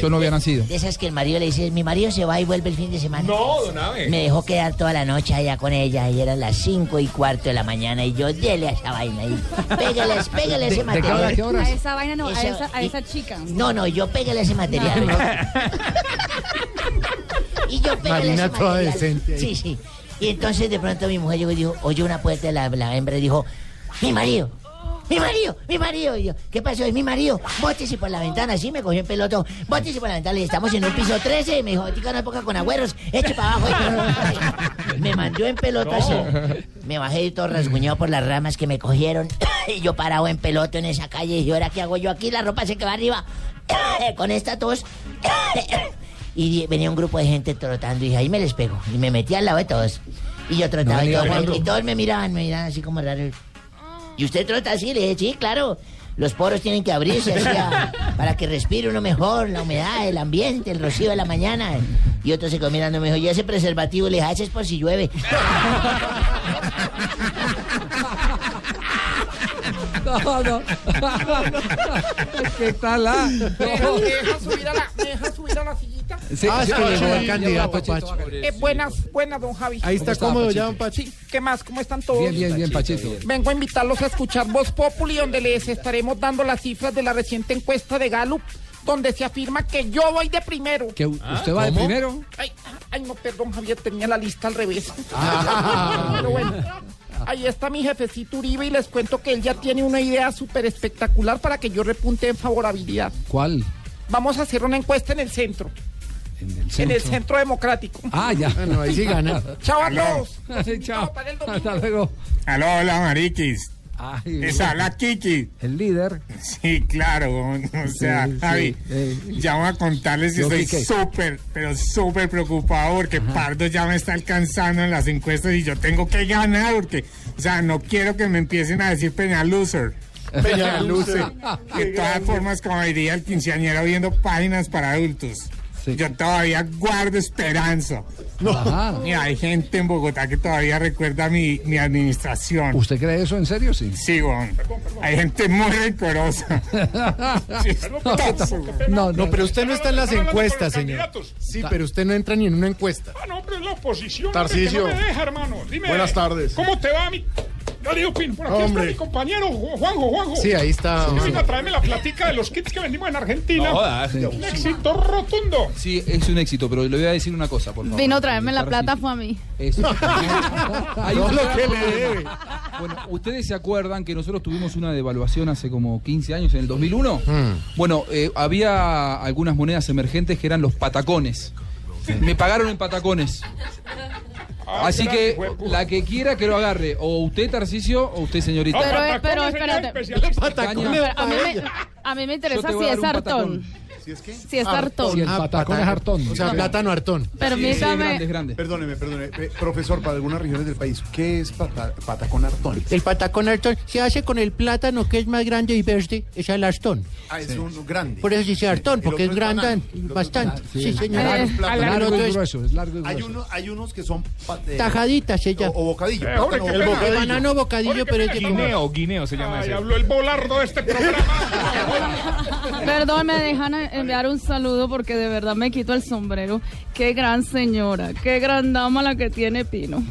[SPEAKER 11] Yo no había nacido.
[SPEAKER 10] De esas que el marido le dice, mi marido se va y vuelve el fin de semana.
[SPEAKER 11] No, don Abe.
[SPEAKER 10] Me dejó quedar toda la noche allá con ella y eran las 5 y cuarto de la mañana y yo dele a esa vaina y pégales, pégales ese material.
[SPEAKER 21] A esa vaina no, a,
[SPEAKER 10] Eso,
[SPEAKER 21] esa, a
[SPEAKER 10] y-
[SPEAKER 21] esa chica.
[SPEAKER 10] No, no, yo pégale ese material. y yo pégale
[SPEAKER 13] Marina
[SPEAKER 10] ese
[SPEAKER 13] toda
[SPEAKER 10] material.
[SPEAKER 13] decente ahí.
[SPEAKER 10] Sí, sí. Y entonces de pronto mi mujer llegó y dijo, oyó una puerta de la, la hembra y dijo, mi marido, mi marido, mi marido. Y yo, ¿qué pasó? Es mi marido. Bótese por la ventana. Sí, me cogió en peloto. Bótese por la ventana. Y estamos en un piso 13. Y me dijo, tica no hay poca con agüeros. Eche para abajo. me mandó en peloto así. Me bajé y todo rasguñado por las ramas que me cogieron. y yo parado en peloto en esa calle. Y yo, ¿ahora qué hago yo aquí? La ropa se quedó arriba. Eh, con esta tos. y venía un grupo de gente trotando. Y ahí me les pego. Y me metí al lado de todos. Y yo trotaba.
[SPEAKER 36] No
[SPEAKER 10] y,
[SPEAKER 36] me
[SPEAKER 10] todo-
[SPEAKER 36] diga, Juanro.
[SPEAKER 10] y todos me miraban, me miraban así como raro. ¿Y usted trota así? Le dije, sí, claro. Los poros tienen que abrirse así a- para que respire uno mejor, la humedad, el ambiente, el rocío de la mañana. Y otro se quedó mirando me dijo, ¿y ese preservativo le haces por si llueve?
[SPEAKER 7] No, no.
[SPEAKER 11] ¿Qué tal, ah?
[SPEAKER 7] subir a la, me deja subir a la sillita.
[SPEAKER 13] Sí, Ah, es sí, que Pacho, llegó el sí, candidato, llegó Pacho. Pacho.
[SPEAKER 7] Eh, buenas, buenas, don Javi.
[SPEAKER 13] Ahí está
[SPEAKER 7] ¿Cómo
[SPEAKER 13] cómodo
[SPEAKER 7] Pachito?
[SPEAKER 13] ya, don Pachi.
[SPEAKER 7] Sí, ¿qué más? ¿Cómo están todos?
[SPEAKER 13] Bien, bien, bien, Pachito.
[SPEAKER 7] Vengo a invitarlos a escuchar Voz Populi, donde les estaremos dando las cifras de la reciente encuesta de Gallup, donde se afirma que yo voy de primero.
[SPEAKER 11] ¿Que u- ¿Ah? usted va de ¿Cómo? primero?
[SPEAKER 7] Ay, ay, no, perdón, Javier, tenía la lista al revés.
[SPEAKER 11] Ah.
[SPEAKER 7] Pero bueno. Ahí está mi jefecito Uribe y les cuento que él ya tiene una idea súper espectacular para que yo repunte en favorabilidad.
[SPEAKER 11] ¿Cuál?
[SPEAKER 7] Vamos a hacer una encuesta en el centro. En el centro democrático.
[SPEAKER 11] Ah, ya. Bueno, ahí sí gana.
[SPEAKER 7] Chao a
[SPEAKER 5] Aló.
[SPEAKER 7] todos.
[SPEAKER 11] Chao.
[SPEAKER 5] Hasta luego. Aló, hola, Mariquis. Esa, la Kiki.
[SPEAKER 11] El líder.
[SPEAKER 5] Sí, claro. O sea,
[SPEAKER 11] Sí, sí,
[SPEAKER 5] Javi, ya voy a contarles que
[SPEAKER 11] Yo,
[SPEAKER 5] estoy
[SPEAKER 11] Quique.
[SPEAKER 5] súper, pero súper preocupado porque Pardo ya me está alcanzando en las encuestas y yo tengo que ganar porque, o sea, no quiero que me empiecen a decir Peñaluser.
[SPEAKER 11] Peñaluser.
[SPEAKER 5] De todas formas, como diría el quinceañero viendo páginas para adultos. Yo todavía guardo esperanza.
[SPEAKER 11] Ajá.
[SPEAKER 5] Mira, hay gente en Bogotá que todavía recuerda mi, mi administración.
[SPEAKER 11] ¿Usted cree eso en serio? Sí.
[SPEAKER 5] Sí, weón. Hay gente muy rencorosa. Sí, es tóxico.
[SPEAKER 13] No, no, pero usted no está en las
[SPEAKER 5] Están hablando por
[SPEAKER 13] encuestas,
[SPEAKER 5] los
[SPEAKER 13] señor.
[SPEAKER 5] candidatos.
[SPEAKER 13] Sí, pero usted no entra ni en una encuesta.
[SPEAKER 5] Ah, no, pero es la oposición. hombre,
[SPEAKER 13] Tarcisio.
[SPEAKER 5] que no me deja, hermano. Dime,
[SPEAKER 13] Buenas tardes.
[SPEAKER 5] ¿Cómo te va, mi.? Yo le digo, Pin, por aquí
[SPEAKER 13] Hombre.
[SPEAKER 5] está mi compañero Ju- Juanjo, Juanjo.
[SPEAKER 13] Sí, ahí está,
[SPEAKER 5] Que
[SPEAKER 13] hombre.
[SPEAKER 5] vino a traerme la platica de los kits que vendimos en Argentina.
[SPEAKER 11] No jodas. Sí.
[SPEAKER 5] Un éxito rotundo.
[SPEAKER 11] Sí, es un éxito, pero le voy a decir una cosa, por favor.
[SPEAKER 14] Vino a traerme la plata, fue a mí.
[SPEAKER 11] Eso. Hay
[SPEAKER 14] No,
[SPEAKER 11] un
[SPEAKER 14] lo
[SPEAKER 11] gran
[SPEAKER 14] que le
[SPEAKER 11] problema.
[SPEAKER 14] debe.
[SPEAKER 11] Bueno, ¿ustedes se acuerdan que nosotros tuvimos una devaluación hace como 15 años, en el 2001? Bueno, eh, había algunas monedas emergentes que eran los patacones. Me pagaron en patacones.
[SPEAKER 3] Ah,
[SPEAKER 11] Así que la que quiera que lo agarre, o usted Tarcicio o usted señorita.
[SPEAKER 14] Pero, eh, pero espérate.
[SPEAKER 11] Patacones
[SPEAKER 14] Pero A mí,
[SPEAKER 11] para
[SPEAKER 14] me,
[SPEAKER 11] ella.
[SPEAKER 14] a mí me
[SPEAKER 11] Yo
[SPEAKER 14] interesa
[SPEAKER 11] te voy
[SPEAKER 14] si
[SPEAKER 11] a dar
[SPEAKER 14] es
[SPEAKER 11] un
[SPEAKER 14] hartón.
[SPEAKER 11] ¿Si es qué?
[SPEAKER 33] Ah,
[SPEAKER 14] Si es hartón.
[SPEAKER 6] Ah,
[SPEAKER 13] el patacón es hartón. O sea, plátano hartón.
[SPEAKER 14] Permítame.
[SPEAKER 37] Perdóneme, perdóneme. Eh, profesor, para algunas regiones del país, ¿qué es pata- patacón hartón?
[SPEAKER 13] El patacón hartón se hace con el plátano que es más grande y verde, es el hartón.
[SPEAKER 37] Ah, es un grande.
[SPEAKER 13] Por eso se dice hartón,
[SPEAKER 37] El
[SPEAKER 13] porque es
[SPEAKER 37] otro es
[SPEAKER 13] grande,
[SPEAKER 37] banano, el otro es
[SPEAKER 13] bastante.
[SPEAKER 37] banano.
[SPEAKER 13] Sí,
[SPEAKER 37] Sí,
[SPEAKER 13] señor.
[SPEAKER 37] largo, es plátano.
[SPEAKER 13] El
[SPEAKER 37] Largo
[SPEAKER 13] otro
[SPEAKER 37] y
[SPEAKER 13] es-
[SPEAKER 37] grueso, Hay, uno, hay unos que son pat- eh,
[SPEAKER 13] Tajaditas ella.
[SPEAKER 37] o bocadillo.
[SPEAKER 5] Eh, hombre,
[SPEAKER 37] plátano
[SPEAKER 5] qué
[SPEAKER 37] bocadillo.
[SPEAKER 5] pena.
[SPEAKER 13] El banano bocadillo, pero es de
[SPEAKER 12] Guineo, Guineo se llama
[SPEAKER 5] Ay,
[SPEAKER 12] ese.
[SPEAKER 5] habló el bolardo de este programa.
[SPEAKER 14] Perdón, me dejan eh, enviar un saludo porque de verdad me quito el sombrero. Qué gran señora, qué gran dama la que tiene Pino.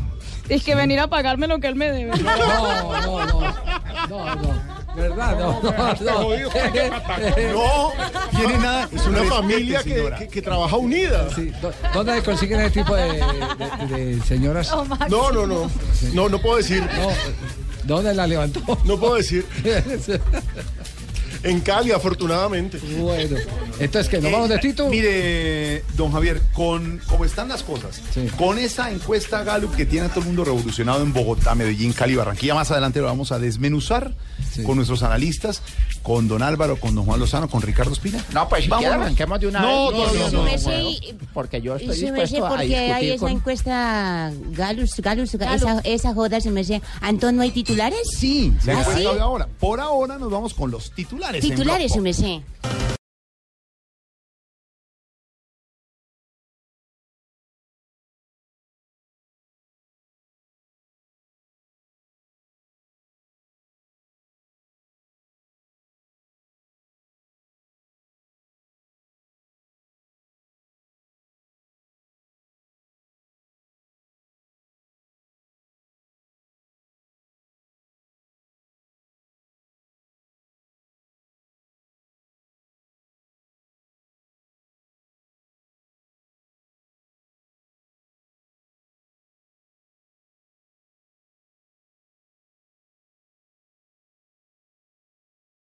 [SPEAKER 14] Es que venir a pagarme lo que él me debe.
[SPEAKER 11] No, no, no. No, no. ¿Verdad? No, no, no.
[SPEAKER 37] No, tiene nada.
[SPEAKER 11] Es una familia
[SPEAKER 37] que- que- que trabaja unida.
[SPEAKER 11] ¿Dónde consiguen ese tipo de, de- de señoras?
[SPEAKER 37] No, No, no, no. No, no puedo decir.
[SPEAKER 11] ¿Dónde la levantó?
[SPEAKER 37] No puedo decir.
[SPEAKER 38] en Cali, afortunadamente.
[SPEAKER 6] Bueno. Entonces, ¿qué? ¿Nos
[SPEAKER 37] Eh,
[SPEAKER 6] vamos de Tito?
[SPEAKER 37] Mire, don Javier, con como están las cosas, con esa encuesta Gallup que tiene a todo el mundo revolucionado en Bogotá, Medellín, Cali, Barranquilla, más adelante lo vamos a desmenuzar con nuestros analistas, con don Álvaro, con don Juan Lozano, con Ricardo Espina.
[SPEAKER 7] No, pues si
[SPEAKER 37] Vámonos.
[SPEAKER 7] quiere arranquemos de una
[SPEAKER 37] No,
[SPEAKER 7] vez.
[SPEAKER 37] no, no, no,
[SPEAKER 10] no,
[SPEAKER 7] Porque yo
[SPEAKER 10] Y
[SPEAKER 7] estoy
[SPEAKER 10] se me hace
[SPEAKER 7] dispuesto a
[SPEAKER 10] porque hay
[SPEAKER 7] discutir
[SPEAKER 10] esa
[SPEAKER 7] con...
[SPEAKER 10] encuesta Galus, Galus, Esa, esa joda se me hace. ¿Antón no hay titulares?
[SPEAKER 37] Sí,
[SPEAKER 10] ¿Ah,
[SPEAKER 37] Se
[SPEAKER 10] sí?
[SPEAKER 37] acaba ahora. Por ahora nos vamos con los titulares. en
[SPEAKER 10] Titulares
[SPEAKER 37] Blog
[SPEAKER 10] se me hace.
[SPEAKER 37] Pop.